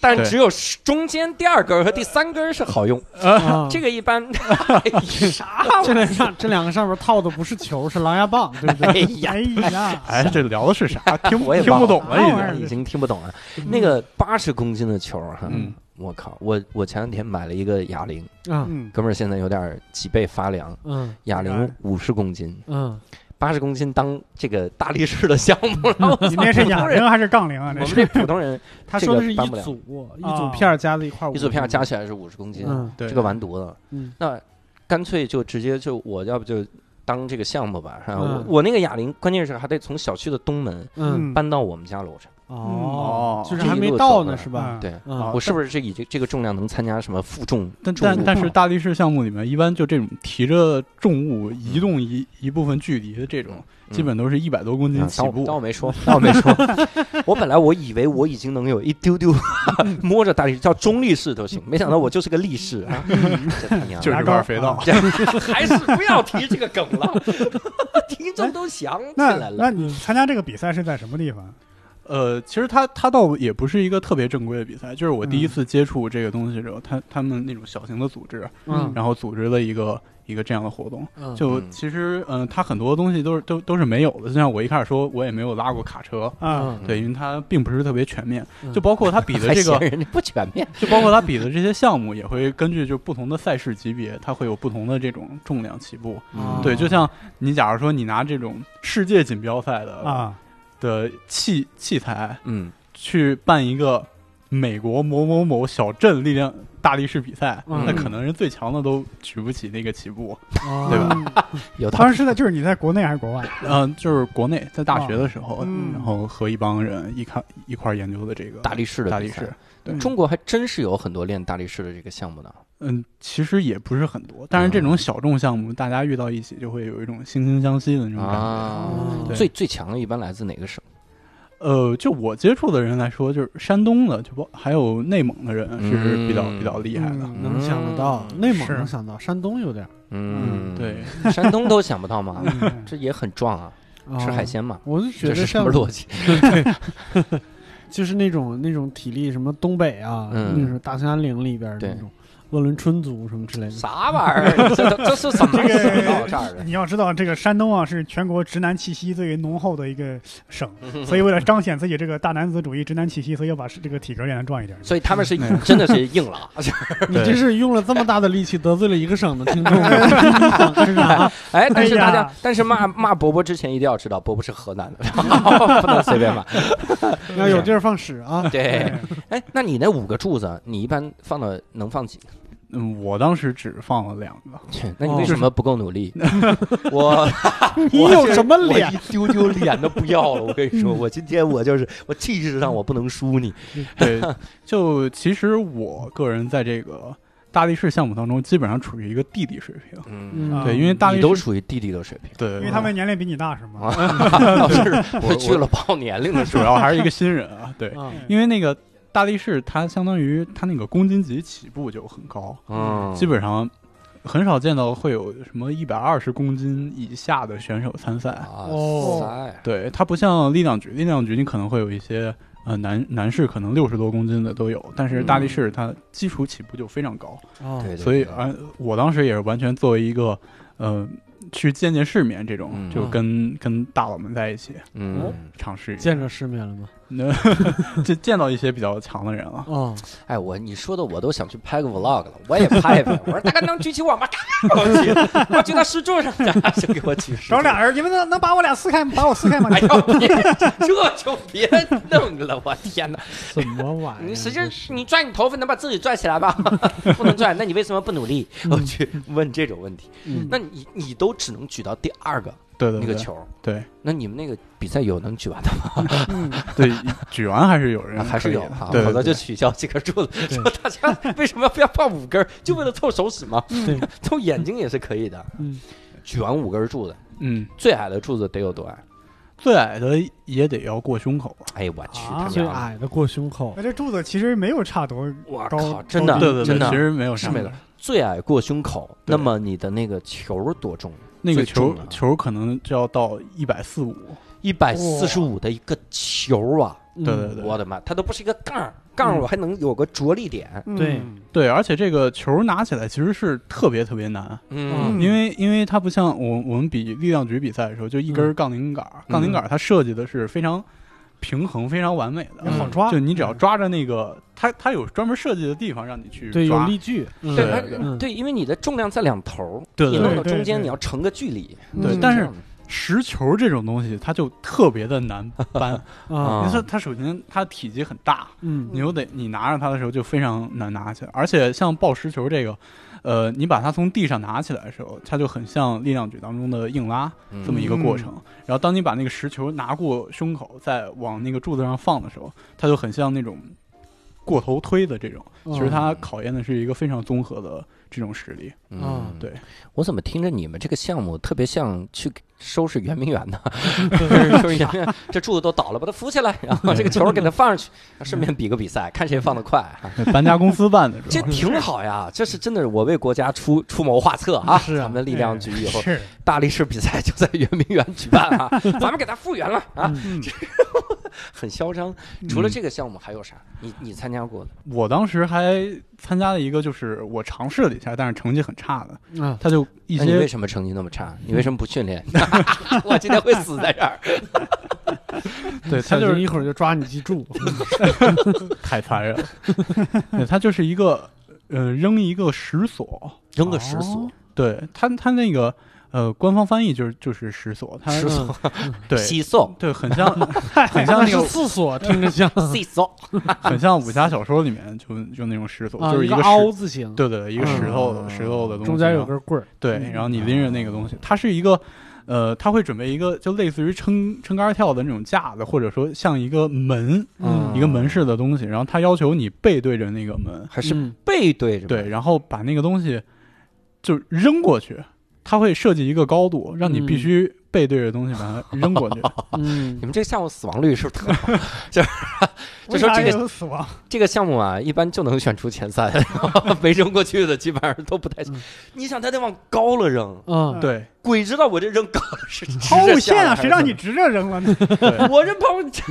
Speaker 1: 但
Speaker 4: 对
Speaker 1: 只有中间第二根和第三根是好用。
Speaker 3: 嗯
Speaker 1: 这
Speaker 3: 个
Speaker 1: 个一般，哎啥？
Speaker 3: 啊这两上这两个上面套的不是球，是狼牙棒，对不对？
Speaker 1: 哎呀，
Speaker 2: 哎呀，
Speaker 4: 哎，这聊的 是啥？听不
Speaker 1: 我也
Speaker 4: 听
Speaker 1: 忘
Speaker 4: 不
Speaker 1: 了
Speaker 4: 懂了已
Speaker 2: 哎
Speaker 4: 经。
Speaker 1: 已经听不懂了。那个八十公斤的球儿哈，
Speaker 4: 嗯
Speaker 1: 我靠！我我前两天买了一个哑铃，
Speaker 3: 啊，
Speaker 2: 嗯，
Speaker 1: 哥们儿现在有点儿脊背发凉。
Speaker 3: 嗯
Speaker 1: 哑铃五十公斤，
Speaker 3: 嗯，
Speaker 1: 八十公斤当这个大力士的项目了。我
Speaker 2: 你那是哑铃还是杠铃啊？
Speaker 1: 我
Speaker 2: 那
Speaker 1: 们
Speaker 2: 是
Speaker 1: 这普通人
Speaker 3: 他
Speaker 1: 这
Speaker 3: 说的
Speaker 1: 个
Speaker 3: 是一
Speaker 1: 搬不了
Speaker 3: 组，一
Speaker 2: 啊
Speaker 3: 组片儿加在一块儿，
Speaker 1: 一组片儿加起来是五十公斤，
Speaker 3: 嗯
Speaker 4: 对，
Speaker 1: 这个完犊子了。
Speaker 3: 嗯
Speaker 1: 那干脆就直接就我要不就当这个项目吧。哈我
Speaker 3: 嗯
Speaker 1: 我那个哑铃，关键是还得从小区的东门
Speaker 3: 嗯
Speaker 2: 嗯
Speaker 1: 搬到我们家楼上。
Speaker 3: 哦
Speaker 4: 哦，
Speaker 3: 就
Speaker 1: 嗯
Speaker 3: 是
Speaker 1: 这
Speaker 3: 还
Speaker 1: 一
Speaker 3: 没
Speaker 1: 路
Speaker 3: 到
Speaker 1: 走
Speaker 3: 呢，
Speaker 1: 过来哦
Speaker 3: 是吧？
Speaker 2: 嗯
Speaker 1: 对，
Speaker 3: 嗯
Speaker 4: 啊
Speaker 1: 我是不是这以这这个重量能参加什么负重？
Speaker 4: 但
Speaker 1: 重
Speaker 4: 但
Speaker 1: 物
Speaker 4: 但是大力士项目里面，一般就这种提着重物移动一一部分距离的这种，
Speaker 1: 嗯
Speaker 4: 基本都是一百多公斤
Speaker 1: 啊
Speaker 4: 起
Speaker 1: 当我当我
Speaker 4: 步。
Speaker 1: 没 说，当我没说。 我本来我以为我已经能有一丢 丢摸着大力士叫中力士都行，没想到我就是个力士 啊！这他娘的
Speaker 4: 就是
Speaker 2: 牙膏
Speaker 4: 玩肥皂，
Speaker 1: 还是不要提这个梗 了，
Speaker 4: 哎
Speaker 1: 听众都想起
Speaker 2: 那
Speaker 1: 来了。
Speaker 2: 那你参加这个比赛是在什么地方？
Speaker 4: 呃，其实它它倒也不是一个特别正规的比赛，就是我第一次接触这个东西的时候，他他们那种小型的组织，
Speaker 3: 嗯
Speaker 4: 然后组织了一个一个这样的活动。
Speaker 3: 嗯
Speaker 4: 就
Speaker 1: 嗯
Speaker 4: 其实，嗯、它很多东西都是都都是没有的。就像我一开始说，我也没有拉过卡车，
Speaker 2: 啊，
Speaker 1: 嗯
Speaker 4: 对，因为它并不是特别全面。
Speaker 3: 嗯
Speaker 4: 就包括它比的
Speaker 1: 还
Speaker 4: 这
Speaker 1: 嫌
Speaker 4: 个，
Speaker 1: 人家不全面，
Speaker 4: 就包括它比的这些项目，也会根据就不同的赛事级别，它会有不同的这种重量起步。
Speaker 3: 嗯
Speaker 2: 哦
Speaker 4: 对，就像你假如嗯说你拿这种世界锦标赛的
Speaker 2: 啊，
Speaker 4: 的器器材，
Speaker 1: 嗯，
Speaker 4: 去办一个美国某某某小镇力量大力士比赛，
Speaker 3: 嗯
Speaker 4: 那可能是最强的都举不起那个起步。
Speaker 3: 对
Speaker 4: 对
Speaker 3: 吧？
Speaker 1: 有
Speaker 2: 嗯当
Speaker 1: 他
Speaker 2: 时是在就是你在国内还是国外？
Speaker 4: 嗯、就是国内在大学的时候，
Speaker 2: 嗯
Speaker 4: 然后和一帮人一看一块儿研究的这个
Speaker 1: 大力士的
Speaker 4: 大
Speaker 1: 比
Speaker 4: 力
Speaker 1: 赛
Speaker 4: 士。
Speaker 2: 对
Speaker 1: 中国还真是有很多练大力士的这个项目的。
Speaker 4: 嗯，其实也不是很多，但是这种小众项目，大家遇到一起就会有一种惺惺相惜的那种感觉。
Speaker 1: 啊，
Speaker 4: 对
Speaker 1: 最最强的一般来自哪个省？
Speaker 4: 呃，就我接触的人来说，就是山东的，就包还有内蒙的人是比较、
Speaker 1: 嗯
Speaker 4: 比较厉害的。
Speaker 3: 能想得到，
Speaker 1: 嗯
Speaker 3: 内蒙
Speaker 2: 是
Speaker 3: 能想到，山东有点儿，
Speaker 1: 嗯，
Speaker 4: 对，，
Speaker 1: 山东都想不到吗？
Speaker 2: 嗯
Speaker 1: 这也很壮啊，
Speaker 3: 啊
Speaker 1: 吃海。鲜嘛，
Speaker 3: 我就
Speaker 1: 这
Speaker 3: 觉得
Speaker 1: 是什
Speaker 3: 像
Speaker 1: 么逻辑？
Speaker 3: 就是那种那种体力，什么东北啊，
Speaker 1: 嗯
Speaker 3: 就是大兴安岭里边儿那种鄂伦春族什么之类 的。
Speaker 1: 啥玩意儿？这这是怎么
Speaker 2: 这个
Speaker 1: 想到这儿的？
Speaker 2: 你要知道，这个山东啊是全国直男气息最为浓厚的一个省，所以为了彰显自己这个大男子主义、直男气息，所以要把这个体格练得壮一点。
Speaker 1: 所以他们是
Speaker 4: 嗯
Speaker 1: 真的是硬啊了。
Speaker 3: 你这是用了这么大的力气得罪了一个省的听众， 是吧？
Speaker 1: 哎，但是
Speaker 2: 哎呀
Speaker 1: 大家，但是骂骂伯伯之前一定要知道，伯伯是河南的， 不能随便骂。
Speaker 3: 要有地儿放屎啊！
Speaker 1: 对，哎，那你那五个柱子，你一般放到能放几个？
Speaker 4: 嗯，我当时只放了两个，
Speaker 1: 切那你
Speaker 3: 哦
Speaker 1: 为什么不够努力？我
Speaker 3: 你
Speaker 1: 我
Speaker 3: 有
Speaker 1: 这
Speaker 3: 什么脸
Speaker 1: 我一丢丢脸都不要了。我跟你说，我今天我就是我气势上我不能输你。
Speaker 4: 对，就其实我个人在这个大力士项目当中，基本上处于一个弟弟水平。
Speaker 1: 嗯，
Speaker 3: 嗯
Speaker 2: 啊
Speaker 4: 对，因为大力
Speaker 1: 你
Speaker 4: 士
Speaker 1: 都属于弟弟的水平。
Speaker 4: 对，
Speaker 2: 因为他们年龄比你大是吗？
Speaker 1: 啊， 倒是我去了报年龄的时
Speaker 4: 主
Speaker 1: 候，
Speaker 4: 要还是一个新人啊。对，
Speaker 1: 嗯
Speaker 3: 啊
Speaker 2: 嗯
Speaker 4: 因为那个大力士，它相当于它那个公斤级起步就很高，
Speaker 1: 嗯，
Speaker 4: 基本上很少见到会有什么一百二十公斤以下的选手参赛。
Speaker 1: 啊
Speaker 3: 哦
Speaker 1: 塞，
Speaker 4: 对，它不像力量局，力量局你可能会有一些呃男男士可能六十多公斤的都有，但是大力士它基础起步就非常高，
Speaker 3: 啊
Speaker 1: 对，对，
Speaker 4: 所以
Speaker 1: 对
Speaker 4: 啊、我当时也是完全作为一个呃去见见世面这种，
Speaker 1: 嗯
Speaker 4: 就跟跟大佬们在一起
Speaker 1: 嗯，
Speaker 4: 尝试一下，
Speaker 3: 见着世面了吗？
Speaker 4: 那 就见到一些比较强的人了。
Speaker 3: 啊，
Speaker 1: 哎，我你说的我都想去拍个 vlog 了，我也拍一拍。我说大哥能举起我吗？ 咔，我举，我举到石柱上， 就给我举。
Speaker 2: 找俩，人，你们能能把我俩撕开，把我撕开吗？
Speaker 1: 哎呦，别，这就别弄了，我天哪！
Speaker 3: 什 么
Speaker 4: 哎
Speaker 3: 玩意儿？
Speaker 1: 你使劲，你拽你头发能把自己拽起来 吧？不能拽，那你为什么不努力？
Speaker 4: 嗯
Speaker 1: 我去问这种问题，
Speaker 3: 嗯
Speaker 1: 那你你都只能举到第二个
Speaker 4: 对对
Speaker 1: 那个
Speaker 4: 对，
Speaker 1: 球。
Speaker 4: 对
Speaker 1: 那你们那个比赛有能举完的吗？
Speaker 4: 对，举完还是有人
Speaker 1: 还
Speaker 4: 嗯可
Speaker 1: 是
Speaker 4: 以
Speaker 1: 有
Speaker 4: 的
Speaker 1: 啊，
Speaker 4: 对，
Speaker 1: 否则
Speaker 4: 对
Speaker 1: 就
Speaker 4: 对
Speaker 1: 取消这个柱子。说大家为什么要放五根儿？就为了凑手指 吗？
Speaker 3: 对，
Speaker 1: 凑眼睛也是可以的。
Speaker 3: 嗯，
Speaker 1: 举完五根柱子，
Speaker 4: 嗯，
Speaker 1: 最矮的柱子得有多矮？
Speaker 4: 最矮的也得要过胸口吧？
Speaker 1: 哎我去
Speaker 2: 啊
Speaker 1: 他
Speaker 3: 最
Speaker 1: 娘！
Speaker 3: 矮的过胸口，
Speaker 2: 那这柱子其实没有差多，
Speaker 1: 我
Speaker 2: 高
Speaker 1: 靠，真
Speaker 2: 啊
Speaker 1: 的，
Speaker 4: 对对
Speaker 1: 真
Speaker 4: 对，
Speaker 1: 的
Speaker 4: 其实没有
Speaker 1: 是
Speaker 4: 啥
Speaker 1: 没了。最矮过胸口，
Speaker 4: 对
Speaker 1: 那么你的那个球多重？
Speaker 4: 那个
Speaker 1: 最重
Speaker 4: 球
Speaker 1: 的
Speaker 4: 球可能就要到一百四五，
Speaker 1: 一百四十五的一个球啊！
Speaker 3: 嗯
Speaker 4: 对对对
Speaker 1: 我的妈，它都不是一个杠儿，杠儿
Speaker 3: 嗯
Speaker 1: 我还能有个着力点。
Speaker 2: 嗯
Speaker 3: 对
Speaker 4: 对，而且这个球拿起来其实是特别特别难，
Speaker 1: 嗯
Speaker 2: 嗯
Speaker 4: 因为因为它不像我我们比力量局比赛的时候，就一根杠铃杆儿，
Speaker 1: 嗯
Speaker 4: 杠铃杆儿它设计的是非常平衡、非常完美
Speaker 2: 也
Speaker 4: 的，
Speaker 2: 好抓。
Speaker 4: 就你只要抓着那个，它它有专门设计的地方让你去
Speaker 3: 对有
Speaker 4: 抓，
Speaker 3: 力矩，嗯
Speaker 1: 对
Speaker 4: 对
Speaker 1: 它
Speaker 4: 对
Speaker 3: 嗯
Speaker 1: 对，因为你的重量在两头儿，
Speaker 4: 对
Speaker 1: 你
Speaker 4: 对
Speaker 1: 弄
Speaker 4: 对
Speaker 1: 到中
Speaker 2: 对对
Speaker 1: 间你要成个距离。
Speaker 4: 对
Speaker 2: 嗯
Speaker 4: 但是
Speaker 1: 这样的
Speaker 4: 实球这种东西它就特别的难搬，
Speaker 3: 啊，
Speaker 4: 因为它它首先它体积很大，
Speaker 3: 嗯
Speaker 4: 你又得你拿着它的时候就非常难拿起来，而且像抱石球这个，呃，你把它从地上拿起来的时候，它就很像力量举当中的硬拉
Speaker 1: 嗯
Speaker 4: 这么一个过程。然后当你把那个石球拿过胸口，再往那个柱子上放的时候，它就很像那种过头推的这种。
Speaker 1: 哦
Speaker 4: 其实它考验的是一个非常综合的这种实力。
Speaker 1: 嗯，
Speaker 4: 对，
Speaker 1: 我怎么听着你们这个项目特别像去收拾圆明园 呢？就是就是圆明园，这柱子都倒了，把它扶起来，然
Speaker 4: 嗯
Speaker 1: 后这个球给它放上去，顺便比个比赛，看谁放得快啊。
Speaker 4: 搬家公司办 的，
Speaker 1: 这挺好呀，这是真的，我为国家出出谋划策啊！
Speaker 3: 是啊
Speaker 1: 咱们力量局以后
Speaker 2: 是，
Speaker 1: 大力士比赛就在圆明园举办啊，咱们给它复原了啊，
Speaker 2: 嗯
Speaker 1: 很嚣张。除了这个项目还有啥？你你参加过的？
Speaker 4: 我当时还参加了一个，就是我尝试了一下，但是成绩很差的。
Speaker 3: 啊，
Speaker 4: 它就一
Speaker 1: 那你为
Speaker 4: 些
Speaker 1: 什么成绩那么差？你为什么不训练？ 我今天会死在这儿。
Speaker 4: 对，它
Speaker 3: 小
Speaker 4: 就是
Speaker 3: 心一会儿就抓你记住，
Speaker 4: 太 残忍了。对，它就是一个呃扔一个石锁，
Speaker 3: 哦
Speaker 1: 扔个石锁，
Speaker 4: 对它它那个呃，官方翻译就是就是石锁，它
Speaker 1: 石
Speaker 3: 锁
Speaker 4: 对
Speaker 1: 西 送
Speaker 4: 对，很像很像那
Speaker 3: 是
Speaker 4: 个
Speaker 3: 四所，听着像
Speaker 1: 西送，
Speaker 4: 很像武侠小说里面就就那种石锁，
Speaker 3: 啊
Speaker 4: 就是
Speaker 3: 一
Speaker 4: 个
Speaker 3: 个
Speaker 4: 石
Speaker 3: 凹字形，
Speaker 4: 对对对，一个石头、
Speaker 1: 嗯
Speaker 4: 石头的
Speaker 3: 啊
Speaker 4: 东西，
Speaker 3: 中间有根棍儿，嗯啊
Speaker 4: 对，然后你拎着那个东西，它是一个，呃，它会准备一个就类似于撑撑杆跳的那种架子，或者说像一个门，
Speaker 1: 嗯
Speaker 4: 一个门式的东西，然后它要求你背对着那个门，
Speaker 1: 还是
Speaker 3: 嗯
Speaker 1: 背对着
Speaker 4: 对，然后把那个东西就扔过去，它会设计一个高度，让你
Speaker 1: 嗯
Speaker 4: 必须背对着东西把它扔过去。
Speaker 3: 嗯
Speaker 1: 你，们这个项目死亡率是不是特高？就
Speaker 2: 为
Speaker 1: 说
Speaker 2: 啥
Speaker 1: 这个
Speaker 2: 也有死亡？
Speaker 1: 这个项目啊，一般就能选出前三， 没扔过去的基本上都不太行
Speaker 3: 嗯。
Speaker 1: 你想，他得往高了扔，
Speaker 3: 嗯
Speaker 4: 对
Speaker 1: 鬼知道我这扔高了是
Speaker 2: 抛物线啊，
Speaker 1: 直着下来
Speaker 2: 谁让你直着扔 了呢？
Speaker 4: 对，
Speaker 1: 我这抛物线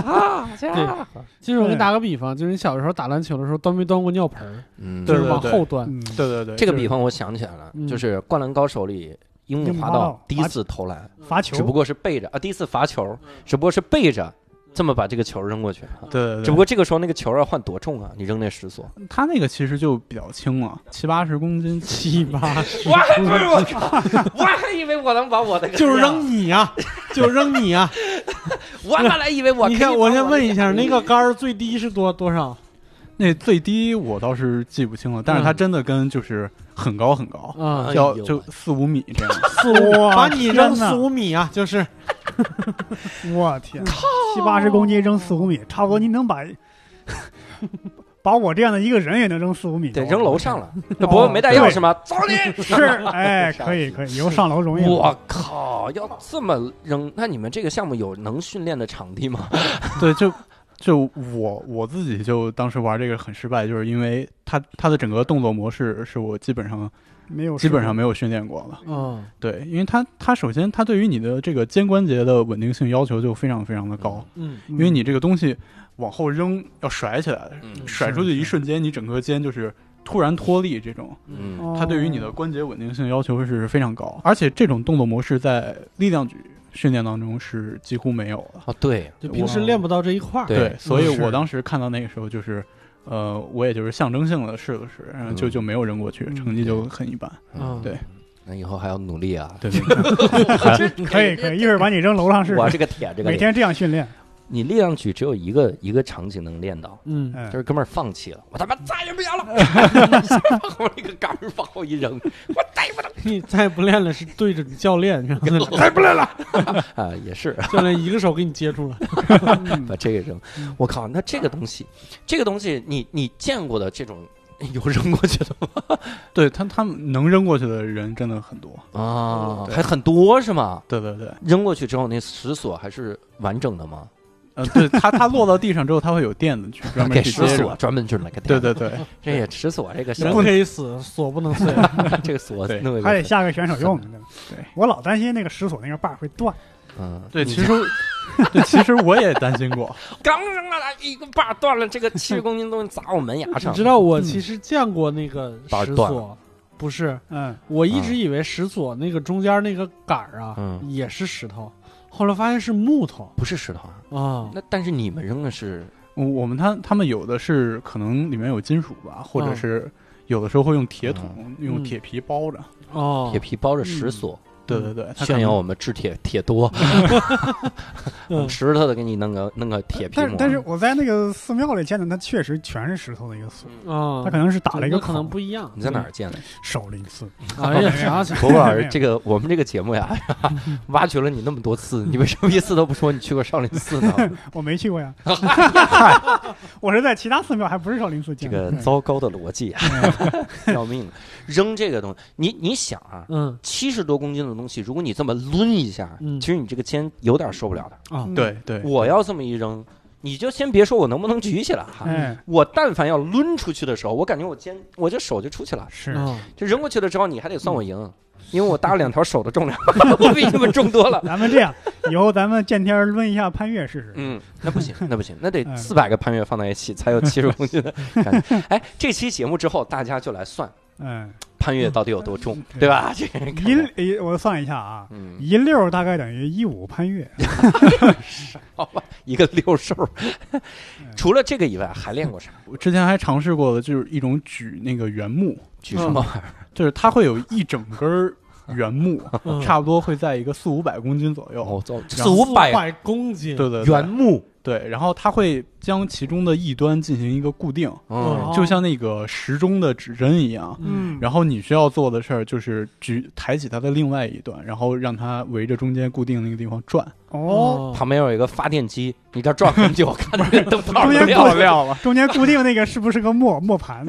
Speaker 1: 啊？家伙
Speaker 3: 其实我
Speaker 2: 对
Speaker 3: 给你打个比方，就是你小的时候打篮球的时候，端没端过尿盆儿，
Speaker 1: 嗯，
Speaker 3: 就
Speaker 4: 对
Speaker 3: 是往后端。
Speaker 2: 嗯，
Speaker 4: 对对对，
Speaker 1: 这个
Speaker 4: 就是
Speaker 1: 比方我想起来了，
Speaker 3: 嗯
Speaker 1: 就是《灌篮高手》里樱木花
Speaker 2: 樱木花
Speaker 1: 道
Speaker 2: 道
Speaker 1: 第一次投篮，
Speaker 2: 罚
Speaker 1: 只不
Speaker 2: 球，
Speaker 1: 过是背着啊，第一次罚球，只不过是背着这么把这个球扔过去啊。
Speaker 4: 对对对，
Speaker 1: 只不过这个时候那个球要换多重啊？你扔那十锁，
Speaker 4: 它那个其实就比较轻了，七八十公斤，
Speaker 3: 七八十
Speaker 1: 我还不是我靠，我还以为我能把我的
Speaker 3: 就是扔你
Speaker 4: 啊
Speaker 3: 呀，就扔你呀！
Speaker 1: 我本来以为我
Speaker 3: 你
Speaker 1: 可以把
Speaker 3: 看，我先问 一
Speaker 1: 的
Speaker 3: 下，那个杆儿最低是多多少？
Speaker 4: 那最低我倒是记不清了，但是它
Speaker 3: 嗯
Speaker 4: 真的跟就是很高很高，
Speaker 3: 啊
Speaker 1: 哎，
Speaker 4: 要
Speaker 1: 呦
Speaker 4: 就四五米 这样。
Speaker 3: 四五，
Speaker 2: 哇
Speaker 3: 把你扔
Speaker 2: 天哪
Speaker 3: 四五米啊，就是
Speaker 2: 我天，七八十公斤扔四五米，差不多你能把 把我这样的一个人也能扔四五米高，
Speaker 1: 对扔楼上了，那
Speaker 2: 哦
Speaker 1: 不会没带
Speaker 2: 对
Speaker 1: 钥匙吗？走你！
Speaker 2: 是， 哎，可以可以，以后上楼容易了。
Speaker 1: 我靠，要这么扔，那你们这个项目有能训练的场地吗？
Speaker 4: 对，就就我我自己就当时玩这个很失败，就是因为它它的整个动作模式是我基本上
Speaker 2: 没有，
Speaker 4: 基本上没有训练过的。
Speaker 3: 嗯
Speaker 4: 对，因为它它首先它对于你的这个肩关节的稳定性要求就非常非常的高，
Speaker 3: 嗯
Speaker 2: 嗯，
Speaker 4: 因为你这个东西往后扔要甩起来，
Speaker 1: 嗯
Speaker 4: 甩出去一瞬间，你整个肩就是突然脱力这种。
Speaker 1: 嗯
Speaker 2: 哦
Speaker 4: 它对于你的关节稳定性要求是非常高，而且这种动作模式在力量举训练当中是几乎没有的。
Speaker 1: 哦，对，
Speaker 3: 就平时练不到这一块儿。
Speaker 1: 对
Speaker 4: 所以
Speaker 2: 嗯
Speaker 4: 我
Speaker 2: 是
Speaker 4: 当时看到那个时候就是，呃，我也就是象征性的试了试，然后就
Speaker 1: 嗯
Speaker 4: 就没有扔过去，
Speaker 2: 嗯
Speaker 4: 成绩就很一般。
Speaker 3: 嗯
Speaker 4: 对
Speaker 1: 那以后还要努力啊！
Speaker 4: 对对对
Speaker 2: 可以可以，一会儿把你扔楼上试
Speaker 1: 我
Speaker 2: 试。
Speaker 1: 这个铁，这个
Speaker 2: 每
Speaker 1: 脸，
Speaker 2: 天这样训练，
Speaker 1: 你力量举只有一个一个场景能练到，
Speaker 3: 嗯，
Speaker 2: 嗯
Speaker 1: 就是哥们儿放弃了，我他妈再也不想了，把我那个杆儿往后一 扔，我再也不能
Speaker 3: 你再不练了，是对着你教练，然 后呢
Speaker 1: 再不来了啊！也是
Speaker 3: 教练一个手给你接住了。
Speaker 4: 嗯
Speaker 1: 把这个扔，我靠，那这个东西，这个东西你你见过的这种有扔过去的吗？
Speaker 4: 对，他他们能扔过去的人真的很多。
Speaker 1: 啊，
Speaker 4: 对
Speaker 1: 还很多是吗？
Speaker 4: 对对对，
Speaker 1: 扔过去之后，那石锁还是完整的吗？
Speaker 4: 呃，对他他落到地上之后，他会有垫子去专门
Speaker 1: 给
Speaker 4: 去
Speaker 1: 石
Speaker 4: 接
Speaker 1: 锁
Speaker 4: 住。
Speaker 1: 专门就是那个
Speaker 4: 对
Speaker 1: 地方
Speaker 4: 对对，
Speaker 3: 哦
Speaker 1: 这也石锁这个小
Speaker 3: 人可以死，锁不能碎。
Speaker 1: 这个锁
Speaker 4: 对
Speaker 1: 弄一个
Speaker 2: 还得下个选手用呢。
Speaker 4: 对，
Speaker 2: 我老担心那个石锁那个把儿会断。
Speaker 1: 嗯，
Speaker 4: 对，
Speaker 1: 你
Speaker 4: 其实对，其实我也担心过。
Speaker 1: 刚扔了来哎一个把断了，这个七十公斤东西砸我门牙
Speaker 3: 你
Speaker 1: 上，
Speaker 3: 知道我其实见过那个
Speaker 1: 板儿
Speaker 3: 石
Speaker 1: 嗯断
Speaker 3: 锁，不是，
Speaker 2: 嗯，
Speaker 3: 我一直以为石锁那个中间那个杆儿啊、
Speaker 1: 嗯
Speaker 3: 也是石头，后来发现是木头
Speaker 1: 不是石头啊？
Speaker 3: 啊。
Speaker 1: 那但是你们扔的是
Speaker 4: 我我们他他们有的是可能里面有金属吧，或者
Speaker 3: 嗯
Speaker 4: 是有的时候会用铁桶、用
Speaker 3: 嗯
Speaker 4: 铁皮包着。
Speaker 3: 哦，
Speaker 1: 铁皮包着石锁，
Speaker 4: 对对对，他可
Speaker 1: 炫耀
Speaker 4: 能
Speaker 1: 我们制铁铁多，
Speaker 3: 嗯
Speaker 1: 石头的给你弄个弄个铁皮
Speaker 2: 但
Speaker 1: 膜
Speaker 2: 是，但是我在那个寺庙里见的，它确实全是石头的一个锁，
Speaker 1: 嗯
Speaker 3: 啊，
Speaker 2: 它可能是打了一个
Speaker 3: 那可
Speaker 2: 孔，
Speaker 3: 能不一样。
Speaker 1: 你在哪儿见的？
Speaker 2: 手了一次。
Speaker 3: 哎呀，想起来
Speaker 1: 伯伯老师，这个我们这个节目呀， 挖掘了你那么多次，你为什么一次都不说你去过少林寺呢？
Speaker 2: 我没去过呀， 我是在其他寺庙，还不是少林寺
Speaker 1: 这
Speaker 2: 见
Speaker 1: 个
Speaker 2: 的。
Speaker 1: 糟糕的逻辑啊， 要命了！扔这个东西，你你想啊，
Speaker 3: 嗯
Speaker 1: 七十多公斤的东西，如果你这么抡一下，
Speaker 3: 嗯
Speaker 1: 其实你这个肩有点受不了的。
Speaker 3: 啊，
Speaker 4: 对对，
Speaker 1: 我要这么一扔，你就先别说我能不能举起来哈。
Speaker 2: 哎，
Speaker 1: 我但凡要抡出去的时候，我感觉我肩，我这手就出去了。
Speaker 2: 是
Speaker 3: 啊
Speaker 1: 这扔过去了之后，你还得算我赢，因为我搭了两条手的重量，嗯 我比你们重多了。
Speaker 2: 咱们这样，以后咱们见天儿抡一下潘越试试。
Speaker 1: 嗯，那不行，那不行，那得
Speaker 2: 嗯
Speaker 1: 四百个潘越放在一起才有七十公斤的感觉。哎，这期节目之后，大家就来算
Speaker 2: 嗯，
Speaker 1: 潘越到底有多重，
Speaker 2: 嗯
Speaker 1: 对吧？这 个人看看
Speaker 2: 一呃我算一下啊，
Speaker 1: 嗯，
Speaker 2: 一溜儿大概等于一五潘越。
Speaker 1: 好吧，一个六兽。嗯除了这个以外，还练过啥？
Speaker 4: 我之前还尝试过的就是一种举那个原木，
Speaker 1: 嗯举什么玩意儿？
Speaker 4: 就是它会有一整根儿原木，
Speaker 3: 嗯
Speaker 4: 差不多会在一个四五百公斤左右。
Speaker 1: 哦，走
Speaker 4: 然
Speaker 1: 四
Speaker 4: 后
Speaker 1: 五百
Speaker 3: 400公斤，
Speaker 4: 对对对
Speaker 1: 原木，
Speaker 4: 对，然后它会将其中的一端进行一个固定，
Speaker 1: 嗯
Speaker 3: 哦
Speaker 4: 就像那个时钟的指针一样。
Speaker 3: 嗯，
Speaker 4: 然后你需要做的事儿就是举抬起它的另外一端，然后让它围着中间固定那个地方转。
Speaker 2: 哦，
Speaker 1: 旁边有一个发电机，你这转很 久，看那个灯泡
Speaker 2: 中
Speaker 1: 儿
Speaker 2: 间
Speaker 1: 亮
Speaker 2: 过
Speaker 1: 亮。
Speaker 4: 料了，
Speaker 2: 中间固定那个是不是个磨磨盘？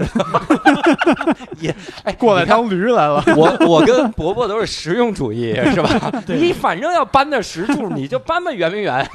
Speaker 1: 哎，
Speaker 4: 过来
Speaker 1: 你看
Speaker 4: 当驴来了。
Speaker 1: 我我跟伯伯都是实用主义，是吧？
Speaker 3: 对
Speaker 1: 你反正要搬的实处，你就搬搬圆明 园，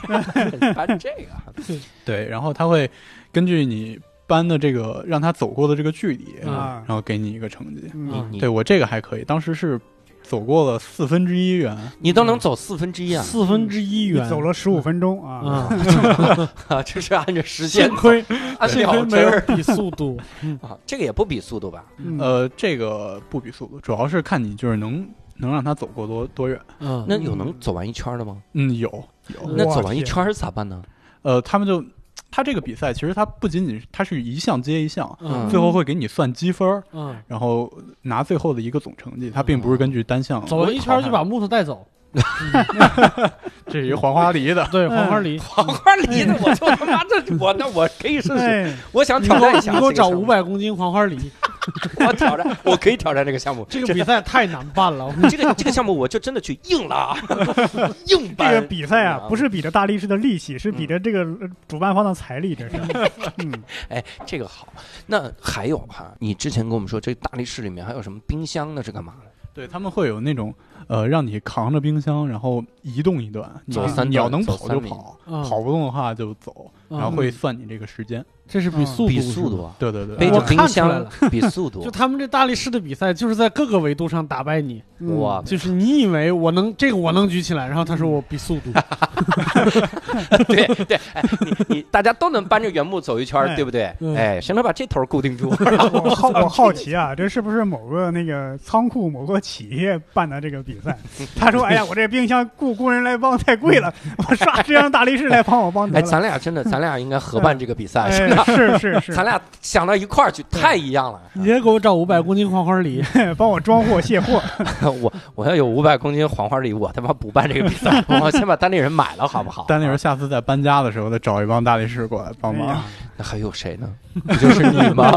Speaker 1: 搬这个。
Speaker 4: 对，然后它会根据你搬的这个让它走过的这个距离，
Speaker 3: 嗯
Speaker 2: 啊
Speaker 4: 然，后给你一个成绩。
Speaker 1: 你
Speaker 2: 嗯，
Speaker 1: 你
Speaker 4: 对我这个还可以，当时是走过了四分之一元，
Speaker 1: 你都能走四分之一啊！
Speaker 3: 四分之一
Speaker 2: 你
Speaker 3: 元，
Speaker 2: 走了十五分钟啊，
Speaker 3: 啊，
Speaker 1: 啊，这是按照时间
Speaker 3: 幸亏
Speaker 1: 按
Speaker 3: 幸
Speaker 1: 秒
Speaker 3: 亏
Speaker 1: 针
Speaker 3: 没有
Speaker 1: 儿
Speaker 3: 比速度，
Speaker 1: 啊，这个也不比速度吧？
Speaker 2: 嗯，
Speaker 4: 呃，这个不比速度，主要是看你就是能能让它走过多多远。
Speaker 3: 嗯，
Speaker 1: 那有能走完一圈儿的吗？
Speaker 4: 嗯，有有，
Speaker 3: 嗯
Speaker 1: 那
Speaker 2: 我
Speaker 1: 走完一
Speaker 2: 天
Speaker 1: 圈儿咋办呢？
Speaker 4: 呃，他们就他这个比赛其实它不仅仅是它是一项接一项，
Speaker 1: 嗯
Speaker 4: 最后会给你算积分儿，
Speaker 3: 嗯，
Speaker 4: 然后拿最后的一个总成绩，它并不是根据单项
Speaker 3: 嗯走完一圈就把木头带走，
Speaker 4: 这是一个黄花梨的。
Speaker 2: 哎
Speaker 3: 对，黄花梨，
Speaker 1: 黄花梨的，我就他妈这我那我可以试试，
Speaker 2: 哎，
Speaker 1: 我想
Speaker 3: 你
Speaker 1: 挑战
Speaker 3: 给我
Speaker 1: 一
Speaker 3: 你
Speaker 1: 下。
Speaker 3: 给我找五
Speaker 1: 百，
Speaker 3: 百公斤黄花梨，
Speaker 1: 我挑战，我可以挑战这个项目。
Speaker 3: 这个比赛太难办了，
Speaker 1: 这个这个项目我就真的去硬拉，硬
Speaker 2: 这
Speaker 1: 搬。
Speaker 2: 个比赛啊，不是比着大力士的力气，是比着这个呃主办方的财力，这是。嗯，
Speaker 1: 哎，这个好。那还有哈，你之前跟我们说这大力士里面还有什么冰箱呢？是干嘛的？
Speaker 4: 对他们会有那种呃，让你扛着冰箱，然后移动一段，你
Speaker 1: 走三
Speaker 4: 你要
Speaker 1: 段
Speaker 4: 能
Speaker 1: 走
Speaker 4: 跑
Speaker 1: 三
Speaker 4: 就
Speaker 1: 米
Speaker 4: 跑，
Speaker 3: 嗯
Speaker 4: 跑不动的话就走，然后
Speaker 3: 嗯
Speaker 4: 会算你这个时间。
Speaker 3: 这是比
Speaker 2: 嗯
Speaker 3: 速度，
Speaker 1: 比速度，啊，
Speaker 4: 对对对，
Speaker 1: 背
Speaker 3: 我
Speaker 1: 着
Speaker 3: 看
Speaker 1: 冰
Speaker 3: 出来
Speaker 1: 箱
Speaker 3: 了
Speaker 1: 比速度
Speaker 3: 就。他们这大力士的比赛，就是在各个维度上打败你。
Speaker 2: 嗯
Speaker 1: 哇，
Speaker 3: 就是你以为我能这个我能举起来，然后他说我比速 度，
Speaker 1: 对对，哎，你你大家都能搬着原木走一圈儿，
Speaker 2: 哎
Speaker 1: 对不对？
Speaker 3: 嗯
Speaker 1: 哎，谁能把这头儿固定 住？
Speaker 2: 我好我好奇啊，这是不是某个那个仓库某个企业办的这个比赛？他说：“哎呀，我这冰箱雇工人来帮太贵了，我刷这让大力士来帮我帮得
Speaker 1: 哎，
Speaker 2: 了。
Speaker 1: 咱俩真的，咱俩应该合办这个比”赛，
Speaker 2: 哎
Speaker 1: 真的，，
Speaker 2: 是是是
Speaker 1: 咱，俩想到一块儿去，太一样了。
Speaker 3: 你也给我找五百公斤黄 花梨，
Speaker 2: 帮我装货卸货。
Speaker 1: 我我要有五百公斤黄花梨，我他妈不办这个比 赛，我先把单立人买了，好不好？
Speaker 4: 丹尼尔下次在搬家的时候，再找一帮大力士过来帮
Speaker 2: 哎
Speaker 4: 忙
Speaker 2: 呀，
Speaker 1: 那还有谁呢？不就是你 吗？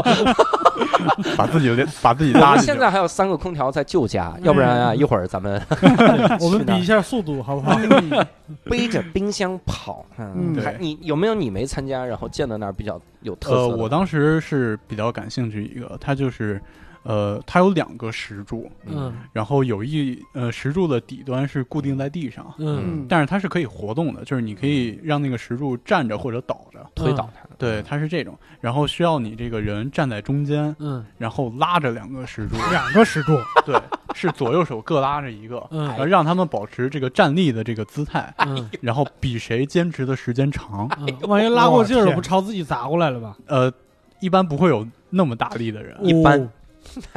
Speaker 4: 把自己的把自己
Speaker 1: 我
Speaker 4: 拉
Speaker 1: 们
Speaker 4: 进
Speaker 1: 现
Speaker 4: 去。
Speaker 1: 在还有三个空调在旧家，要不然啊，
Speaker 3: 嗯
Speaker 1: 一会儿咱们
Speaker 3: 我们比一下速度好不好？
Speaker 1: 背着冰箱跑。嗯，
Speaker 2: 嗯
Speaker 1: 还你有没有你没参加，然后见到那儿比较有特
Speaker 4: 呃，
Speaker 1: 色的？
Speaker 4: 我当时是比较感兴趣一个，它就是，呃，它有两个石柱，
Speaker 1: 嗯
Speaker 3: 嗯
Speaker 4: 然后有一呃石柱的底端是固定在地上，
Speaker 3: 嗯，
Speaker 2: 嗯，
Speaker 4: 但是它是可以活动的，就是你可以让那个石柱站着或者倒着，
Speaker 1: 推倒它。
Speaker 4: 对，它是这种。然后需要你这个人站在中间，
Speaker 3: 嗯
Speaker 4: 然后拉着两个石柱，
Speaker 2: 两个石柱，
Speaker 4: 对，是左右手各拉着一个，
Speaker 3: 嗯
Speaker 1: 哎
Speaker 4: 然后让他们保持这个站立的这个姿态，
Speaker 3: 嗯
Speaker 4: 然后比谁坚持的时间长。
Speaker 3: 嗯，万一拉过劲儿了，不朝自己砸过来了吧？
Speaker 4: 呃，一般不会有那么大力的人，
Speaker 1: 一般
Speaker 3: 哦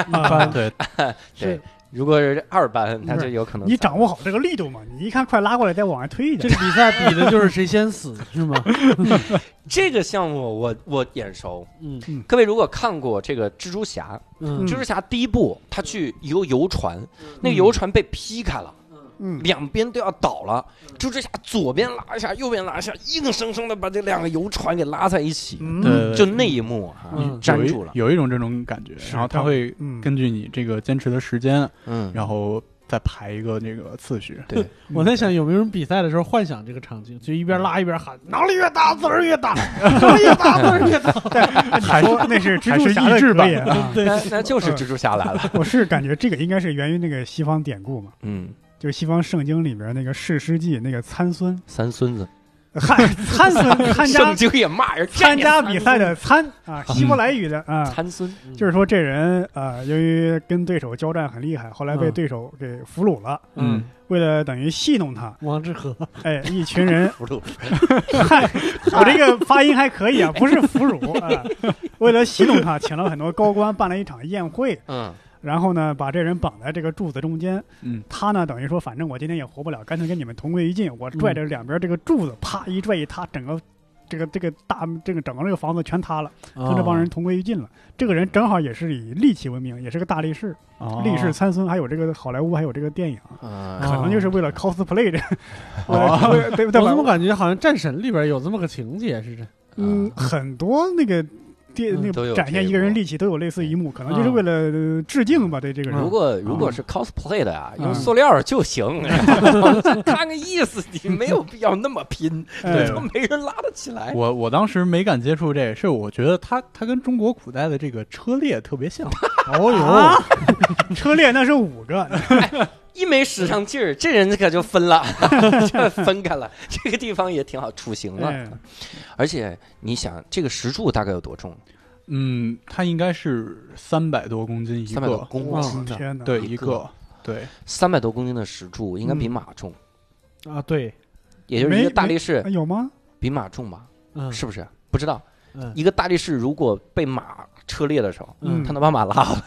Speaker 2: 一般
Speaker 4: 对，
Speaker 1: 对
Speaker 3: 是，
Speaker 1: 如果是二班，那
Speaker 2: 不
Speaker 1: 就是有可能
Speaker 2: 你掌握好这个力度嘛，你一看快拉过来，再往外推一
Speaker 3: 这
Speaker 2: 点。
Speaker 3: 个比赛比的就是谁先死，是 吗？
Speaker 1: 这个项目我，我眼熟。
Speaker 3: 嗯
Speaker 1: 各位如果看过这个蜘蛛侠，
Speaker 3: 嗯
Speaker 1: 蜘蛛侠第一部他去一个游船，那个游船被劈开了。
Speaker 2: 嗯，
Speaker 1: 两边都要倒了，蜘蛛侠左边拉一下，右边拉一下，硬生生的把这两个游船给拉在一起，
Speaker 2: 嗯
Speaker 1: 就那一幕啊
Speaker 3: 嗯，
Speaker 1: 粘住了。
Speaker 4: 呃有一有一种这种感觉，
Speaker 2: 是
Speaker 4: 然后它会
Speaker 2: 嗯，
Speaker 4: 根据你这个坚持的时间，
Speaker 1: 嗯，
Speaker 4: 然后再排一个这个次序。
Speaker 1: 对，
Speaker 3: 我在想有没有人比赛的时候幻想这个场景，就一边拉一边喊，脑力越大字儿 越大，脑力越大字儿越大。
Speaker 2: 还说哦那是蜘
Speaker 4: 还
Speaker 2: 蛛
Speaker 4: 是
Speaker 2: 侠的
Speaker 4: 益智
Speaker 2: 格
Speaker 4: 版
Speaker 2: 言啊。
Speaker 1: 那那就是蜘蛛侠来 了。
Speaker 2: 我是感觉这个应该是源于那个西方典故嘛，
Speaker 1: 嗯，
Speaker 2: 就是西方圣经里面那个《士师记》那个参孙，
Speaker 1: 三孙子，
Speaker 2: 汉参孙参加
Speaker 1: 圣经也骂人，
Speaker 2: 参加比赛的参啊，希伯来语的啊，
Speaker 1: 参孙，，
Speaker 2: 就是说这人啊，由于跟对手交战很厉害，后来被
Speaker 3: 嗯
Speaker 2: 对手给俘虏了。
Speaker 3: 嗯，
Speaker 2: 为了等于戏弄他，
Speaker 3: 王致和，
Speaker 2: 哎，一群人
Speaker 1: 不录
Speaker 2: 嗨，我这个发音还可以啊，不是俘虏啊。为了戏弄他，请了很多高官，办了一场宴会，
Speaker 1: 嗯，
Speaker 2: 然后呢，把这人绑在这个柱子中间。
Speaker 4: 嗯，
Speaker 2: 他呢，等于说，反正我今天也活不了，干脆跟你们同归于尽。我拽着两边这个柱子，啪一拽一塌，整个这个这个大这个整个这个房子全塌了，
Speaker 3: 跟
Speaker 2: 跟这帮人同归于尽了。这个人正好也是以力气闻名，也是个大力士，
Speaker 1: 哦
Speaker 3: 啊
Speaker 2: 力士参孙，还有这个好莱坞，还有这个电影，
Speaker 4: 啊
Speaker 1: 嗯
Speaker 2: 可能就是为了 cosplay 这，
Speaker 4: 哦
Speaker 2: 为了对对
Speaker 3: 啊
Speaker 2: 吧
Speaker 3: 我怎么？感觉好像《战神》里边有这么个情节似的？
Speaker 2: 嗯，很多那个电
Speaker 3: 啊嗯
Speaker 2: 那
Speaker 1: 都有
Speaker 2: 个展现
Speaker 1: 这一
Speaker 2: 一个人
Speaker 1: 幕
Speaker 2: 力气都有类似一幕，可能就是
Speaker 3: 啊
Speaker 2: 为了呃致敬吧，对这个
Speaker 1: 如
Speaker 2: 人。
Speaker 4: 嗯
Speaker 1: 果如果是 cosplay 的呀，
Speaker 2: 嗯
Speaker 1: 用塑料儿就 行，看个意思，你没有必要那么 拼，
Speaker 2: 哎
Speaker 1: 就没人拉得起来。
Speaker 4: 我我当时没敢接触这个，是我觉得它它跟中国古代的这个车裂特别 像。
Speaker 3: 哦
Speaker 2: 啊，
Speaker 3: 嗯
Speaker 2: 车裂那是五个，
Speaker 1: 一没使上劲儿，这人可就分了， 这分开了。这个地方也挺好，处刑
Speaker 3: 嗯
Speaker 2: 哎
Speaker 1: 了。而且你想，这个石柱大概有多重？
Speaker 4: 嗯，它应该是三百多公斤一
Speaker 1: 三百多
Speaker 4: 个，
Speaker 1: 公
Speaker 3: 嗯
Speaker 1: 斤的，
Speaker 2: 天哪！
Speaker 4: 对
Speaker 1: 一
Speaker 4: 一
Speaker 1: 个
Speaker 4: 个，对，
Speaker 1: 三百多公斤的石柱应该比
Speaker 2: 嗯
Speaker 1: 马重，
Speaker 3: 有啊，对，
Speaker 1: 也就是一个
Speaker 2: 没
Speaker 1: 大力士
Speaker 2: 哎有吗？
Speaker 1: 比马重吧？
Speaker 3: 嗯
Speaker 1: 是不是？不知道。
Speaker 3: 嗯
Speaker 1: 一个大力士如果被马车裂的时候，
Speaker 3: 嗯
Speaker 1: 他能把马拉了。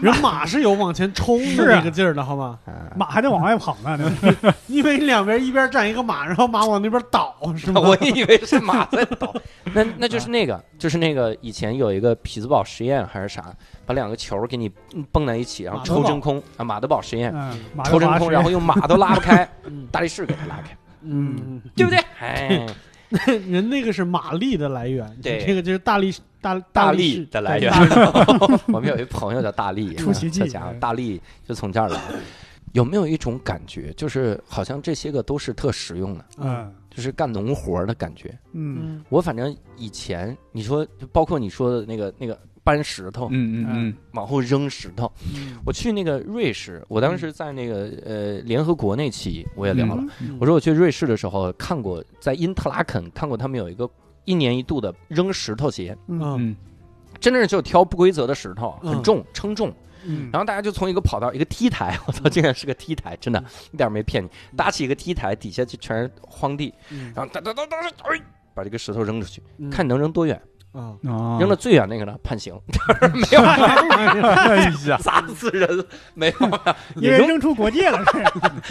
Speaker 3: 人马是有往前冲
Speaker 2: 是
Speaker 3: 的
Speaker 2: 啊
Speaker 3: 那个劲儿的，好吗？
Speaker 1: 啊
Speaker 2: 马还得往外跑呢，那
Speaker 1: 嗯
Speaker 3: 因为两边一边站一个马，然后马往那边倒，是吗？
Speaker 1: 我以为是马在倒，那那就是那个，就是那个以前有一个匹兹堡实验还是啥，把两个球给你嗯蹦在一起，然后
Speaker 3: 马德
Speaker 1: 抽
Speaker 3: 堡
Speaker 1: 真空啊，马德堡实验，
Speaker 2: 嗯，马
Speaker 1: 抽
Speaker 2: 德
Speaker 1: 真
Speaker 2: 华
Speaker 1: 空，
Speaker 2: 是
Speaker 1: 然后用马都拉不开，
Speaker 3: 嗯
Speaker 1: 大力士给他拉开，
Speaker 3: 嗯，
Speaker 1: 对不对？哎，
Speaker 3: 人那个是马力的来源，
Speaker 1: 对
Speaker 3: 这个就是大力大
Speaker 1: 大
Speaker 3: 力
Speaker 1: 力
Speaker 3: 士
Speaker 1: 的来源
Speaker 3: 大力。
Speaker 1: 我们有一朋友叫大力，
Speaker 2: 出奇迹
Speaker 1: 这家伙
Speaker 2: 哎
Speaker 1: 大力就从这儿来。有没有一种感觉，就是好像这些个都是特实用的，
Speaker 2: 嗯
Speaker 1: 就是干农活儿的感觉？
Speaker 2: 嗯
Speaker 3: 嗯，
Speaker 1: 我反正以前你说，就包括你说的那个那个搬石头，
Speaker 4: 嗯嗯嗯，
Speaker 1: 往后扔石头。
Speaker 3: 嗯
Speaker 1: 我去那个瑞士，我当时在那个呃联合国那期我也聊了，
Speaker 2: 嗯
Speaker 1: 我说我去瑞士的时候看过，在因特拉肯看过他们有一个一年一度的扔石头节，
Speaker 3: 嗯
Speaker 4: 嗯
Speaker 1: 真的是就挑不规则的石头，
Speaker 3: 嗯
Speaker 1: 很重，称重，
Speaker 2: 嗯，
Speaker 1: 然后大家就从一个跑道，一个 T 台，我操，竟然是个 T 台，真的，一点没骗你，搭起一个 T 台，底下就全是荒地，
Speaker 3: 嗯
Speaker 1: 然后哒哒哒哒，哎，把这个石头扔出去，
Speaker 3: 嗯
Speaker 1: 看你能扔多远，
Speaker 3: 啊，
Speaker 4: 啊，
Speaker 1: 嗯 扔到最远那个呢判 刑，没有，
Speaker 4: 一下
Speaker 1: 砸死人了，没有啊，
Speaker 2: 因
Speaker 1: 也
Speaker 2: 为
Speaker 1: 扔
Speaker 2: 扔出国界了，是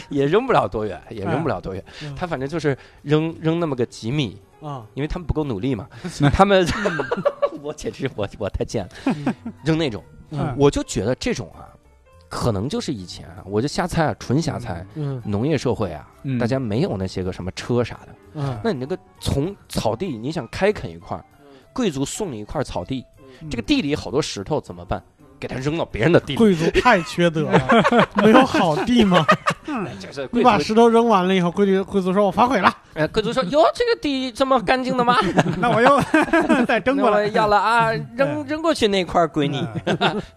Speaker 1: 也扔不了多远，也扔不了多远
Speaker 3: 嗯。
Speaker 1: 他反正就是扔扔那么个几米，
Speaker 3: 啊，
Speaker 1: 因为他们不够努力嘛。
Speaker 3: 嗯
Speaker 1: 他 们， 我简直我我太贱了，扔那种，
Speaker 2: 嗯
Speaker 1: 我就觉得这种啊，可能就是以前啊，我就瞎猜啊，纯瞎猜。
Speaker 3: 嗯
Speaker 1: 农业社会啊，
Speaker 4: 嗯
Speaker 1: 大家没有那些个什么车啥的，
Speaker 3: 嗯，
Speaker 1: 那你那个从草地，你想开垦一块儿，贵族送你一块草地，嗯这
Speaker 2: 嗯
Speaker 1: 个地里好多石头怎么办？给它扔到别人的地里，
Speaker 3: 嗯贵族太缺德了， 没有好地吗？
Speaker 1: 这是
Speaker 3: 你
Speaker 1: 贵族
Speaker 3: 把石头扔完了以后，贵族贵族说：“我反悔了。
Speaker 1: 哎，贵族说：“哟，这个地这么干净的吗？
Speaker 2: 那我又 再 扔过
Speaker 1: 那我
Speaker 2: 来，嗯
Speaker 1: 要了 啊，扔扔过去那块儿归你。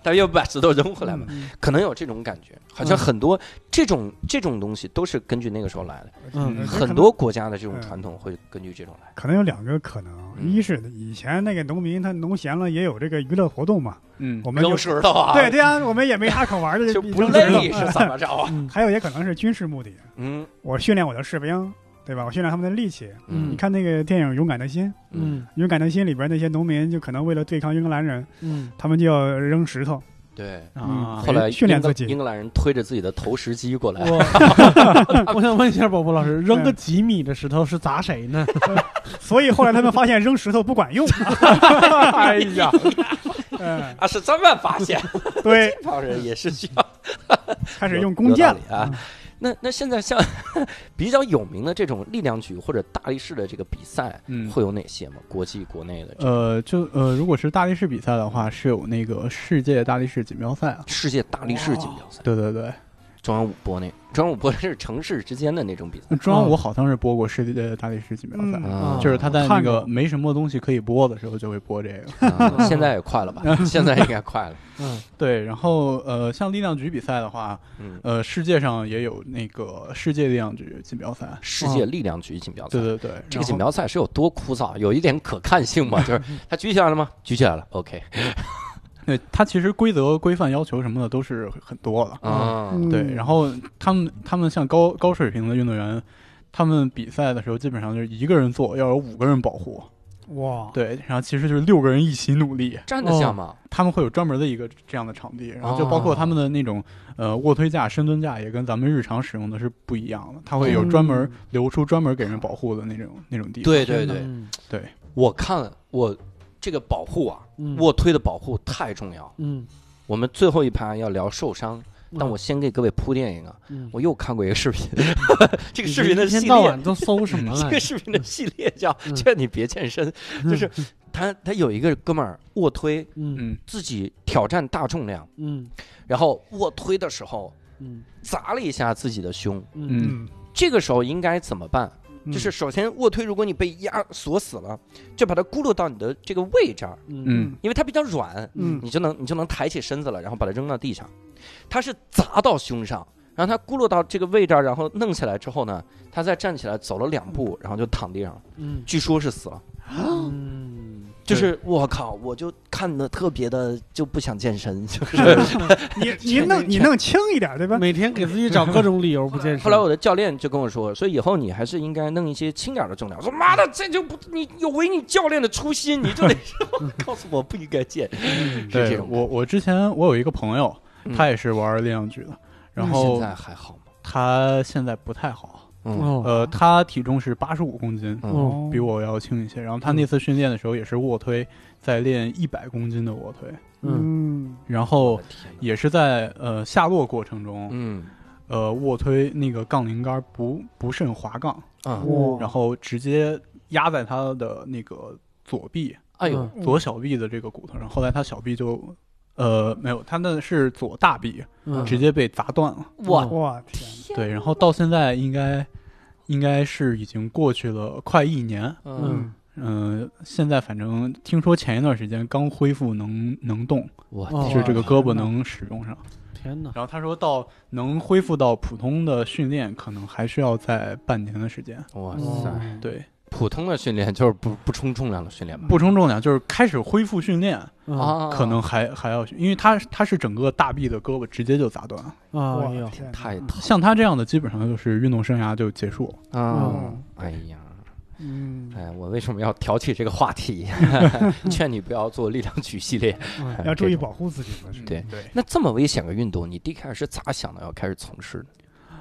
Speaker 1: 他又把石头扔回来嘛，
Speaker 3: 嗯
Speaker 1: 可能有这种感觉，好
Speaker 2: 嗯
Speaker 1: 像很多这种这种东西都是根据那个时候来的，
Speaker 2: 嗯
Speaker 3: 嗯
Speaker 1: 很多国家的这种
Speaker 2: 嗯
Speaker 1: 传统会根据这种来。
Speaker 2: 可能有两个可能，
Speaker 1: 嗯
Speaker 2: 一是以前那个农民他农闲了也有这个娱乐活动嘛，
Speaker 4: 嗯
Speaker 2: 我们
Speaker 1: 扔
Speaker 2: 就
Speaker 1: 石头啊，
Speaker 2: 对对啊，我们也没啥可玩的，
Speaker 1: 就
Speaker 2: 一
Speaker 1: 不
Speaker 2: 扔石头
Speaker 1: 累是怎么着 啊？
Speaker 3: 嗯
Speaker 2: 还有也可能是军事目的，
Speaker 1: 嗯
Speaker 2: 我训练我的士兵，对吧？我训练他们的力气。你
Speaker 1: 嗯
Speaker 2: 看那个电影《勇敢的心》，
Speaker 1: 嗯，
Speaker 3: 嗯
Speaker 2: 《勇敢的心》里边那些农民就可能为了对抗英格兰人，
Speaker 3: 嗯
Speaker 2: 他们就要扔石头，
Speaker 1: 对。
Speaker 4: 啊
Speaker 2: 嗯
Speaker 1: 后来
Speaker 2: 训练
Speaker 1: 英格
Speaker 2: 自己
Speaker 1: 英格兰人推着自己的投石机过来，
Speaker 3: 我我想问一下宝宝老师，
Speaker 1: 嗯
Speaker 3: 扔个几米的石头是砸谁呢？
Speaker 2: 所以后来他们发现扔石头不管用。啊
Speaker 4: 哎呀，
Speaker 2: 嗯，
Speaker 1: 啊，是这么发现，
Speaker 2: 对，
Speaker 1: 这帮人也是需要
Speaker 2: 开始用弓箭
Speaker 1: 有道理啊。那那现在像 比较有名的这种力量举或者大力士的这个比赛，
Speaker 4: 嗯
Speaker 1: 会有哪些吗？国际、国内的这
Speaker 4: 呃，就呃，如果是大力士比赛的话，是有那个世界大力士锦标赛啊。
Speaker 1: 世界大力士锦标赛，
Speaker 4: 对对对，
Speaker 1: 中央五播那中央五播是城市之间的那种比赛，
Speaker 4: 那中央五好像是播过世界大力士锦标赛，
Speaker 2: 嗯
Speaker 1: 啊
Speaker 4: 就是他在那
Speaker 2: 看
Speaker 4: 个
Speaker 2: 过
Speaker 4: 没什么东西可以播的时候就会播这个。
Speaker 1: 啊现在也快了吧？现在应该快了。
Speaker 3: 嗯
Speaker 4: 对，然后呃，像力量举比赛的话，
Speaker 1: 嗯，
Speaker 4: 呃，世界上也有那个世界力量举锦标赛。
Speaker 1: 世界力量举锦标赛
Speaker 4: 对。对对，
Speaker 1: 这个锦
Speaker 4: 然后
Speaker 1: 标赛是有多枯燥，有一点可看性吗？就是他举起来了吗？举起来了，OK
Speaker 4: 对它其实规则规范要求什么的都是很多的。
Speaker 1: 啊，
Speaker 2: 嗯
Speaker 4: 对，然后他们他们像高高水平的运动员，他们比赛的时候基本上就是一个人做，要有五个人保护。
Speaker 2: 哇，
Speaker 4: 对，然后其实就是六个人一起努力，
Speaker 1: 站得下吗？
Speaker 4: 他们会有专门的一个这样的场地，然后就包括他们的那种呃卧推架、深蹲架也跟咱们日常使用的是不一样的，它会有专门
Speaker 3: 嗯
Speaker 4: 留出专门给人保护的那种那种地方。
Speaker 1: 对对对，
Speaker 3: 嗯
Speaker 1: 我看我这个保护啊，
Speaker 3: 嗯
Speaker 1: 卧推的保护太重要。
Speaker 3: 嗯，
Speaker 1: 我们最后一盘要聊受伤，但我先给各位铺垫一个，
Speaker 3: 嗯
Speaker 1: 我又看过一个视 频，这
Speaker 3: 这
Speaker 1: 个视频的
Speaker 3: 一天
Speaker 1: 系
Speaker 3: 到
Speaker 1: 列
Speaker 3: 晚都搜什么
Speaker 1: 这个
Speaker 3: 来着？
Speaker 1: 视频的系列叫
Speaker 3: 嗯
Speaker 1: “劝你别健身”，就是他他有一个哥们儿卧推，
Speaker 3: 嗯
Speaker 4: 嗯，
Speaker 1: 自己挑战大重量，
Speaker 3: 嗯
Speaker 1: 然后卧推的时候
Speaker 3: 嗯
Speaker 1: 砸了一下自己的胸，
Speaker 3: 嗯
Speaker 2: 嗯，
Speaker 1: 这个时候应该怎么办？
Speaker 2: 嗯
Speaker 1: 就是首先卧推，如果你被压锁死了，就把它咕噜到你的这个胃这儿，
Speaker 3: 嗯
Speaker 1: 因为它比较软，
Speaker 2: 嗯
Speaker 1: 你就能你就能抬起身子了，然后把它扔到地上。它是砸到胸上，然后它咕噜到这个位置，然后弄起来之后呢，他再站起来走了两步，然后就躺地上了，
Speaker 3: 嗯
Speaker 1: 据说是死了。哦
Speaker 3: 嗯，
Speaker 1: 就是我靠，我就看的特别的就不想健 身，就是。
Speaker 2: 你你弄你弄轻一点，对吧？
Speaker 3: 每天给自己找各种理由不健身。
Speaker 1: 后来我的教练就跟我说，说以后你还是应该弄一些轻点儿的重量。我说妈的，这就不你有违你教练的初心，你就得 告诉我不应该健，嗯是这
Speaker 4: 对
Speaker 1: 种。
Speaker 4: 我我之前我有一个朋友，
Speaker 1: 嗯
Speaker 4: 他也是玩力量举的，然
Speaker 1: 现
Speaker 4: 后
Speaker 1: 在啊还好吗？
Speaker 4: 他现在不太好，
Speaker 1: 嗯
Speaker 3: 哦
Speaker 4: 呃，他体重是八十五公斤，
Speaker 1: 嗯
Speaker 3: 哦
Speaker 4: 比我要轻一些。然后他那次训练的时候也是卧推，在练一百公斤的卧推，
Speaker 3: 嗯
Speaker 2: 嗯，
Speaker 4: 然后
Speaker 1: 我的天哪
Speaker 4: 也是在呃下落过程中，
Speaker 1: 嗯
Speaker 4: 呃卧推那个杠铃杆不不慎滑杠，
Speaker 1: 啊，
Speaker 3: 嗯
Speaker 2: 哇
Speaker 4: 然后直接压在他的那个左臂
Speaker 1: 哎呦
Speaker 3: 嗯，
Speaker 4: 左小臂的这个骨头上，后来他小臂就。呃，没有，他那是左大臂，
Speaker 3: 嗯
Speaker 4: 直接被砸断了。
Speaker 1: 我
Speaker 2: 我天，
Speaker 4: 对，然后到现在应该应该是已经过去了快一年。
Speaker 1: 嗯，
Speaker 4: 嗯、现在反正听说前一段时间刚恢复能能动，
Speaker 1: 我
Speaker 3: 哦
Speaker 4: 就是这个胳膊
Speaker 2: 天哪
Speaker 4: 能使用上。
Speaker 3: 天哪，
Speaker 4: 然后他说到能恢复到普通的训练，可能还需要再半年的时间。
Speaker 1: 哇
Speaker 3: 哦
Speaker 1: 塞，
Speaker 4: 对，
Speaker 1: 普通的训练就是不不冲重量的训练吧？
Speaker 4: 不称重量就是开始恢复训练，
Speaker 3: 啊
Speaker 1: 嗯啊，
Speaker 4: 可能还还要，因为他他是整个大臂的胳膊直接就砸断了。
Speaker 3: 啊
Speaker 2: 我
Speaker 3: 呀，
Speaker 2: 天，
Speaker 1: 太疼
Speaker 4: 像他这样的，基本上就是运动生涯就结束了。
Speaker 1: 啊
Speaker 2: 嗯！
Speaker 1: 哎呀，
Speaker 2: 嗯，
Speaker 1: 哎，我为什么要挑起这个话 题？劝你不要做力量举系列，哎
Speaker 2: 要注意
Speaker 1: 这种
Speaker 2: 保护自己了，是
Speaker 1: 对
Speaker 4: 对，
Speaker 1: 那这么危险的运动，你第一开始是咋想的要开始从事的？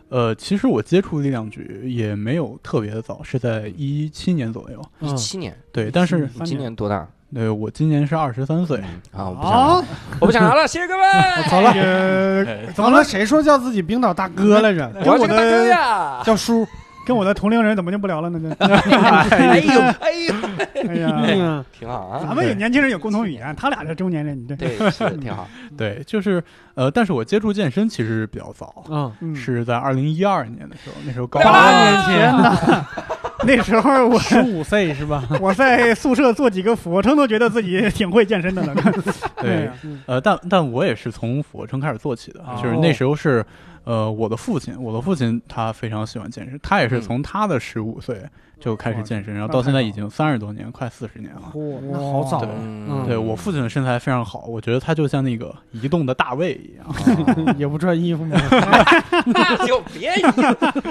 Speaker 4: 呃，其实我接触力量举也没有特别的早，是在一七年左右。
Speaker 1: 一
Speaker 3: 嗯
Speaker 1: 七年，
Speaker 4: 对，但是
Speaker 1: 你今年多大？
Speaker 4: 对我今年是二十三岁，
Speaker 1: 啊，我不想聊
Speaker 2: 啊
Speaker 1: 了，，我不想聊了，谢谢 各位。
Speaker 3: 走了，
Speaker 2: 呃，
Speaker 4: 哎
Speaker 3: 怎么了？谁说叫自己冰岛大哥来着？
Speaker 1: 我
Speaker 2: 跟
Speaker 1: 是个
Speaker 2: 我
Speaker 1: 大哥
Speaker 2: 的
Speaker 1: 呀！
Speaker 3: 叫叔。
Speaker 2: 跟我的同龄人怎么就不聊了呢？
Speaker 1: 哎呦，哎呦，
Speaker 2: 这，哎 呀，
Speaker 3: 嗯
Speaker 1: 挺好啊
Speaker 2: 咱。们有年轻人有共同语言，他俩是中年人，你这，
Speaker 1: 对，是的挺好。
Speaker 4: 对，就是呃，但是我接触健身其实比较早，
Speaker 3: 嗯，
Speaker 2: 嗯，
Speaker 4: 是在二零一二年的时候，那时候高
Speaker 1: 八
Speaker 4: 二，
Speaker 1: 年前
Speaker 3: 呢，
Speaker 2: 那时候我
Speaker 3: 十五岁是吧？
Speaker 2: 我在宿舍做几个俯卧撑都觉得自己挺会健身的了，
Speaker 4: 对，
Speaker 3: 嗯
Speaker 4: 呃，但但我也是从俯卧撑开始做起的，就是那时候是，呃，我的父亲，我的父亲他非常喜欢健身，他也是从他的十五岁就开始健身，然后到现在已经三十多年，快四十年了。
Speaker 3: 嚯，那好早
Speaker 4: 对
Speaker 3: 啊，
Speaker 1: 嗯
Speaker 4: 对我父亲的身材非常好，我觉得他就像那个移动的大卫一样。
Speaker 1: 啊
Speaker 3: 也不穿衣服吗？
Speaker 1: 那啊就别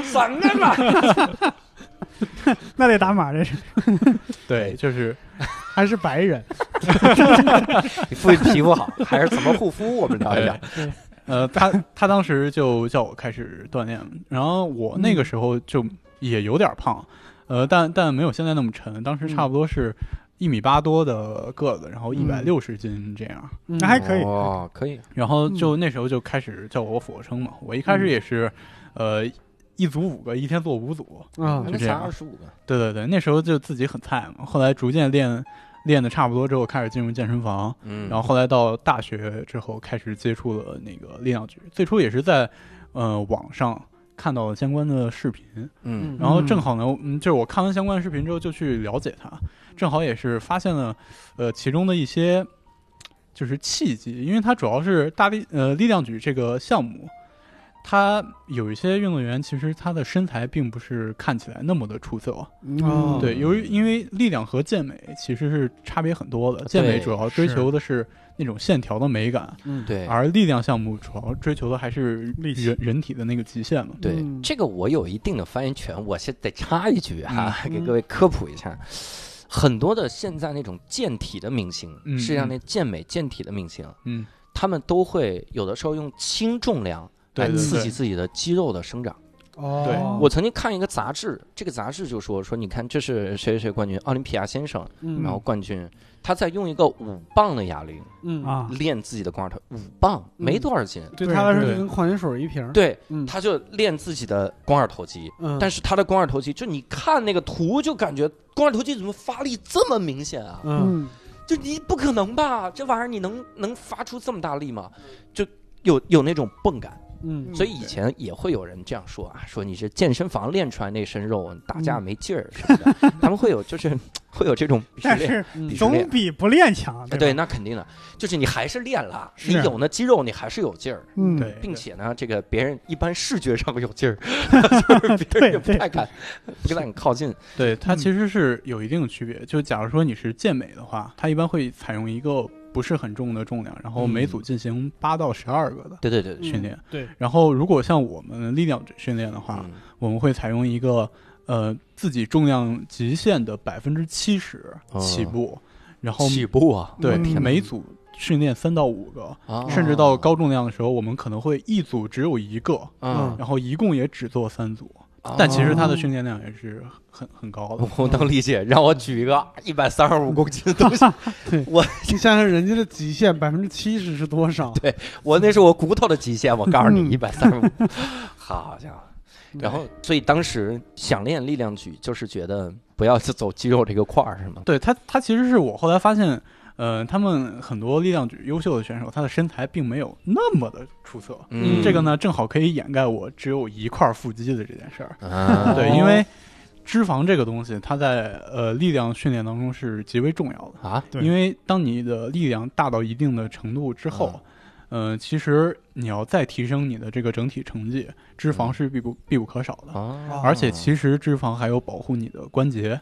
Speaker 1: 省着吧。
Speaker 2: 那得打码，这是
Speaker 4: 对，就是
Speaker 3: 还是白人？
Speaker 1: 你父亲皮肤好，还是怎么护肤？我们聊一聊。
Speaker 4: 呃，他他当时就叫我开始锻炼，然后我那个时候就也有点胖，呃，但但没有现在那么沉，当时差不多是一米八多的个子，然后一百六十斤这样，
Speaker 2: 那还
Speaker 3: 嗯
Speaker 2: 可以
Speaker 1: 哦，可以。
Speaker 4: 然后就那时候就开始叫我俯卧撑嘛，我一开始也是，呃。一组五个，一天做五组。
Speaker 3: 啊
Speaker 1: 那
Speaker 4: 嗯就这
Speaker 1: 才
Speaker 4: 样
Speaker 1: 二十五个。
Speaker 4: 对对对，那时候就自己很菜嘛。后来逐渐练，练的差不多之后，开始进入健身房，
Speaker 1: 嗯
Speaker 4: 然后后来到大学之后，开始接触了那个力量举。最初也是在呃网上看到了相关的视频，
Speaker 1: 嗯
Speaker 4: 然后正好呢，嗯，就是我看完相关的视频之后就去了解它，正好也是发现了呃其中的一些就是契机，因为它主要是大力呃力量举这个项目。它有一些运动员，其实他的身材并不是看起来那么的出色，
Speaker 3: 哦
Speaker 1: 嗯
Speaker 4: 对，由于因为力量和健美其实是差别很多
Speaker 1: 啊
Speaker 4: 的，健美主要追求的是那种线条的美感，
Speaker 3: 嗯，
Speaker 1: 对
Speaker 4: 而力量项目主要追求的还是
Speaker 2: 力气
Speaker 4: 人人体的那个极限嘛。
Speaker 1: 对
Speaker 2: 嗯，
Speaker 1: 这个我有一定的发言权，我先得插一句哈，啊
Speaker 2: 嗯
Speaker 1: 给各位科普一下。很多的现在那种健体的明星，
Speaker 4: 嗯
Speaker 1: 世界上
Speaker 4: 嗯
Speaker 1: 那健美健体的明星，
Speaker 4: 嗯，
Speaker 1: 他们都会有的时候用轻重量
Speaker 4: 对
Speaker 1: 来
Speaker 4: 对
Speaker 1: 刺
Speaker 4: 对
Speaker 1: 激自己的肌肉的生长。
Speaker 4: 对
Speaker 3: 哦，
Speaker 1: 我曾经看一个杂志，这个杂志就说说，你看这是谁谁谁冠军，奥林匹亚先生，
Speaker 3: 嗯
Speaker 1: 然后冠军，他在用一个五磅的哑铃
Speaker 3: 嗯，
Speaker 2: 啊，
Speaker 1: 练自己的肱二头，五磅没多少斤，
Speaker 3: 对
Speaker 2: 对
Speaker 3: 他来说
Speaker 4: 对
Speaker 3: 就跟矿泉水一瓶儿。
Speaker 1: 对，
Speaker 3: 嗯，
Speaker 1: 他就练自己的肱二头肌，
Speaker 3: 嗯，
Speaker 1: 但
Speaker 3: 是
Speaker 1: 是他的肱二头肌，就你看那个图就感觉肱二头肌怎么发力这么明显啊？
Speaker 3: 嗯
Speaker 2: 嗯，
Speaker 1: 就你不可能吧？这玩意儿你能能发出这么大力吗？就有有那种泵感，
Speaker 3: 嗯
Speaker 1: 所以以前也会有人这样说啊，说你是健身房练出来那身肉，打
Speaker 2: 嗯
Speaker 1: 架没劲儿什么的，他们会有就是会有这种鄙视
Speaker 2: 但
Speaker 1: 链。
Speaker 2: 是
Speaker 3: 嗯
Speaker 1: 比
Speaker 2: 总比不练强，
Speaker 1: 啊对，
Speaker 2: 对吧，
Speaker 1: 那肯定的，就是你还是练了，
Speaker 2: 是
Speaker 1: 你有那肌肉，你还是有劲儿，
Speaker 2: 嗯，
Speaker 4: 哎对，
Speaker 1: 并且呢，这个别人一般视觉上有劲儿， 就是别人也不太敢不敢靠近。
Speaker 4: 对它
Speaker 2: 嗯
Speaker 4: 其实是有一定的区别。就假如说你是健美的话，它一般会采用一个不是很重的重量，然后每
Speaker 1: 嗯
Speaker 4: 组进行八到十二个的
Speaker 1: 对对对对，
Speaker 4: 训练。
Speaker 3: 对，
Speaker 4: 然后如果像我们力量训练的话，
Speaker 1: 嗯
Speaker 4: 我们会采用一个呃自己重量极限的百分之七十
Speaker 1: 哦
Speaker 4: 起步，然后
Speaker 1: 起步啊，
Speaker 4: 对
Speaker 2: 嗯
Speaker 4: 每组训练三到五个，
Speaker 1: 啊
Speaker 4: 甚至到高重量的时候，我们可能会一组只有一个，
Speaker 1: 嗯，
Speaker 4: 然后一共也只做三组。但其实
Speaker 1: 他。
Speaker 4: 它的训练量也是很很高的。
Speaker 1: 我能理解，让我举一个一百三十五公斤的东西，
Speaker 3: 你想想人家的极限百分之七十是多少？
Speaker 1: 我那是我骨头的极限。我告诉你，
Speaker 2: 嗯
Speaker 1: 一百三十五， 好家伙！
Speaker 3: 对
Speaker 1: 然后，所以当时想练力量举，就是觉得不要去走肌肉这个块儿，是吗？
Speaker 4: 对他，他其实是我后来发现，呃，他们很多力量举优秀的选手，他的身材并没有那么的出色。
Speaker 3: 嗯
Speaker 4: 这个呢，正好可以掩盖我只有一块腹肌的这件事儿。
Speaker 1: 啊，
Speaker 4: 对，
Speaker 3: 哦
Speaker 4: 因为脂肪这个东西，它在呃力量训练当中是极为重要的。
Speaker 1: 啊，
Speaker 2: 对
Speaker 4: 因为当你的力量大到一定的程度之后，呃，其实你要再提升你的这个整体成绩，脂肪
Speaker 1: 嗯
Speaker 4: 是必不必不可少的。
Speaker 1: 啊
Speaker 4: 而且其实脂肪还有保护你的关节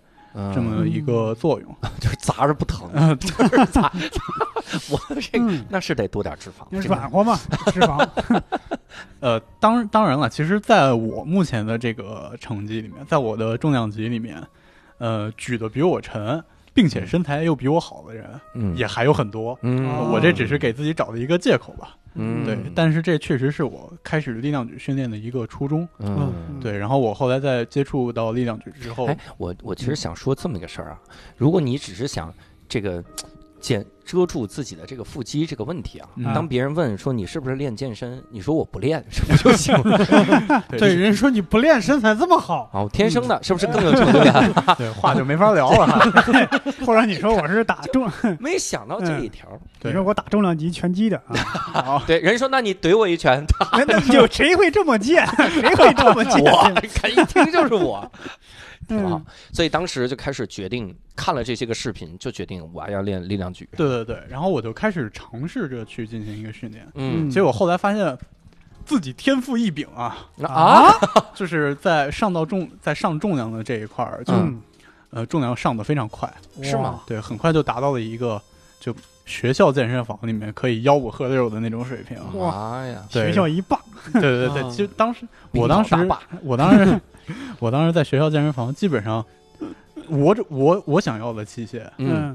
Speaker 4: 这么一个作用。
Speaker 1: 嗯就是砸着不疼，
Speaker 2: 嗯
Speaker 1: 就是砸，我这个
Speaker 3: 嗯，
Speaker 1: 那是得多点脂肪，
Speaker 2: 那
Speaker 1: 这个
Speaker 2: 软和嘛，脂肪，
Speaker 4: 呃，当当然了，其实在我目前的这个成绩里面，在我的重量级里面，呃，举的比我沉，并且身材又比我好的人
Speaker 1: 嗯
Speaker 4: 也还有很多。
Speaker 2: 哦
Speaker 1: 嗯，
Speaker 4: 我这只是给自己找的一个借口吧，
Speaker 1: 嗯
Speaker 4: 对，但是这确实是我开始力量举训练的一个初衷，
Speaker 1: 嗯
Speaker 2: 嗯
Speaker 4: 对。然后我后来在接触到力量举之后
Speaker 1: 哎，，我我
Speaker 4: 嗯
Speaker 1: 其实想说这么一个事儿啊，如果你只是想这个减遮住自己的这个腹肌这个问题啊，
Speaker 4: 嗯
Speaker 1: 当别人问说你是不是练健身，你说我不练，是 不是就行了？
Speaker 3: 对，人家说你不练身材这么好，
Speaker 1: 啊，我天生的，是
Speaker 2: 嗯
Speaker 1: 不是更有成就 感？
Speaker 4: 对话就没法聊了。
Speaker 2: 或者你说我是打 重，
Speaker 1: 没想到这
Speaker 2: 嗯
Speaker 1: 一条儿。
Speaker 2: 你
Speaker 4: 对
Speaker 2: 说，我打重量级拳击的啊，
Speaker 1: 对，人说那你怼我一拳，
Speaker 2: 那那有谁会这么贱？谁会这么贱？
Speaker 1: 我看一听就是 我，挺好
Speaker 2: 嗯。
Speaker 1: 所以当时就开始决定看了这些个视频，就决定我还要练力量举。
Speaker 4: 对对对。然后我就开始尝试着去进行一个训练，
Speaker 1: 嗯
Speaker 3: 嗯
Speaker 4: 结果后来发现自己天赋异禀啊，
Speaker 1: 啊，
Speaker 4: 就是在上到重在上重量的这一块儿，就、
Speaker 1: 嗯
Speaker 2: 嗯，
Speaker 4: 呃重量上的非常快，
Speaker 1: 是吗？
Speaker 4: 对，很快就达到了一个就学校健身房里面可以吆五喝六的那种水平。
Speaker 2: 哇
Speaker 1: 妈呀！
Speaker 4: 对
Speaker 2: 学校一霸，
Speaker 4: 对 对对，
Speaker 3: 啊
Speaker 4: 其实当时
Speaker 1: 嗯比
Speaker 4: 我
Speaker 1: 老
Speaker 4: 当时
Speaker 1: 大爸
Speaker 4: 我当时我当时在学校健身房，基本上我这我我想要的器械，
Speaker 1: 嗯，，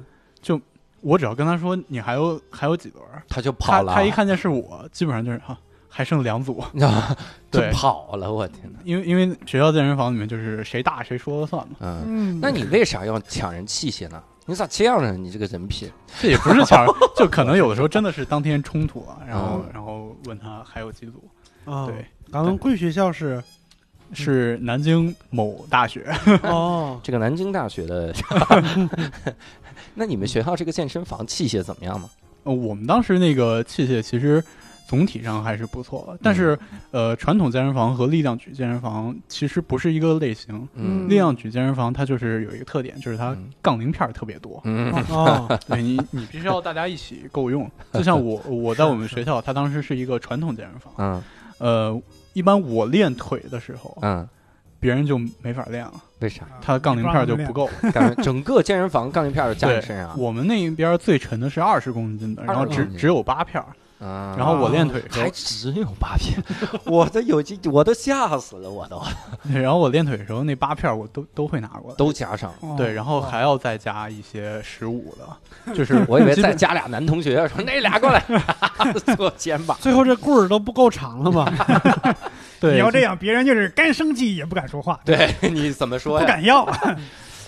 Speaker 4: 我只要跟他说你还有还有几轮儿，
Speaker 1: 他就跑
Speaker 4: 他
Speaker 1: 了。啊
Speaker 4: 他一看见是我，基本上就是啊还剩两组，
Speaker 1: 你知道吗？ 就
Speaker 4: 对
Speaker 1: 跑了，我天哪！
Speaker 4: 因为因为学校健身房里面就是谁大谁说了算嘛，
Speaker 1: 嗯，
Speaker 2: 嗯，
Speaker 1: 那你为啥要抢人器械呢？你咋这样呢？你这个人品，
Speaker 4: 这也不是 强，就可能有的时候真的是当天冲突了，然后
Speaker 1: 嗯
Speaker 4: 然后问他还有几组，
Speaker 3: 啊，
Speaker 4: 对，，
Speaker 3: 咱们贵学校是
Speaker 4: 是南京某大学，
Speaker 3: 哦，
Speaker 1: 这个南京大学 的， 那你们学校这个健身房器械怎么样吗？
Speaker 4: 呃我们当时那个器械其实。总体上还是不错的，但是，呃，传统健身房和力量举健身房其实不是一个类型。
Speaker 1: 嗯
Speaker 4: 力量举健身房它就是有一个特点，就是它
Speaker 1: 嗯
Speaker 4: 杠铃片儿特别多，
Speaker 1: 嗯
Speaker 3: 哦，
Speaker 4: 对你，你必须要大家一起 够用。就像我，我在我们学校，它当时是一个传统健身房。
Speaker 1: 嗯
Speaker 4: 呃，一般我练腿的时候，
Speaker 1: 嗯，
Speaker 4: 别人就没法练了，
Speaker 1: 为
Speaker 2: 啊
Speaker 1: 啥？
Speaker 4: 他的杠铃片儿就不够。
Speaker 1: 感觉整个健身房杠铃片儿都加你
Speaker 4: 对
Speaker 1: 身，上，
Speaker 4: 我们那一边儿最沉的是二十公斤的，然后
Speaker 1: 20
Speaker 4: 只
Speaker 1: 公斤
Speaker 4: 只有八片儿，
Speaker 1: 嗯，
Speaker 4: 然后我练腿的时候
Speaker 1: 还，只有八片， 我的有机我都吓死了，我都
Speaker 4: 对然后我练腿的时候那八片儿我都都会拿过来，
Speaker 1: 都加上。
Speaker 4: 对，
Speaker 2: 哦
Speaker 4: 然后还要再加一些十五 的，就是
Speaker 1: 我以为
Speaker 4: 基
Speaker 1: 再
Speaker 4: 本
Speaker 1: 加俩男同学，说那俩过 来做肩膀。
Speaker 3: 最后这棍儿都不够长了吧？
Speaker 4: 对
Speaker 2: 你要这样，别人就是该生气也不敢说话，
Speaker 1: 对，啊你怎么说
Speaker 2: 不
Speaker 1: 呀？
Speaker 2: 敢要。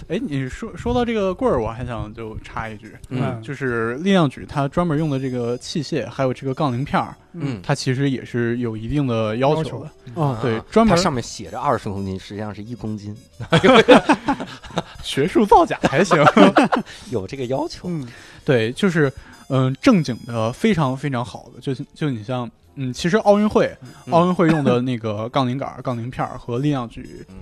Speaker 4: 哎，你说说到这个棍儿，我还想就插一句，
Speaker 1: 嗯
Speaker 4: 就是力量举它专门用的这个器械，还有这个杠铃片儿，
Speaker 1: 嗯，
Speaker 4: 它其实也是有一定的要
Speaker 2: 要求
Speaker 4: 的。
Speaker 3: 啊，
Speaker 4: 嗯对
Speaker 1: 啊，
Speaker 4: 专门
Speaker 1: 它上面写着二十公斤，实际上是一公斤，
Speaker 4: 学术造假 还行。
Speaker 1: 有这个要求。
Speaker 2: 嗯，
Speaker 4: 对，就是嗯、正经的非常非常好的，就是就你像嗯，其实奥运会
Speaker 1: 嗯
Speaker 4: 奥运会用的那个杠铃杆儿、杠铃片儿和力量举
Speaker 1: 嗯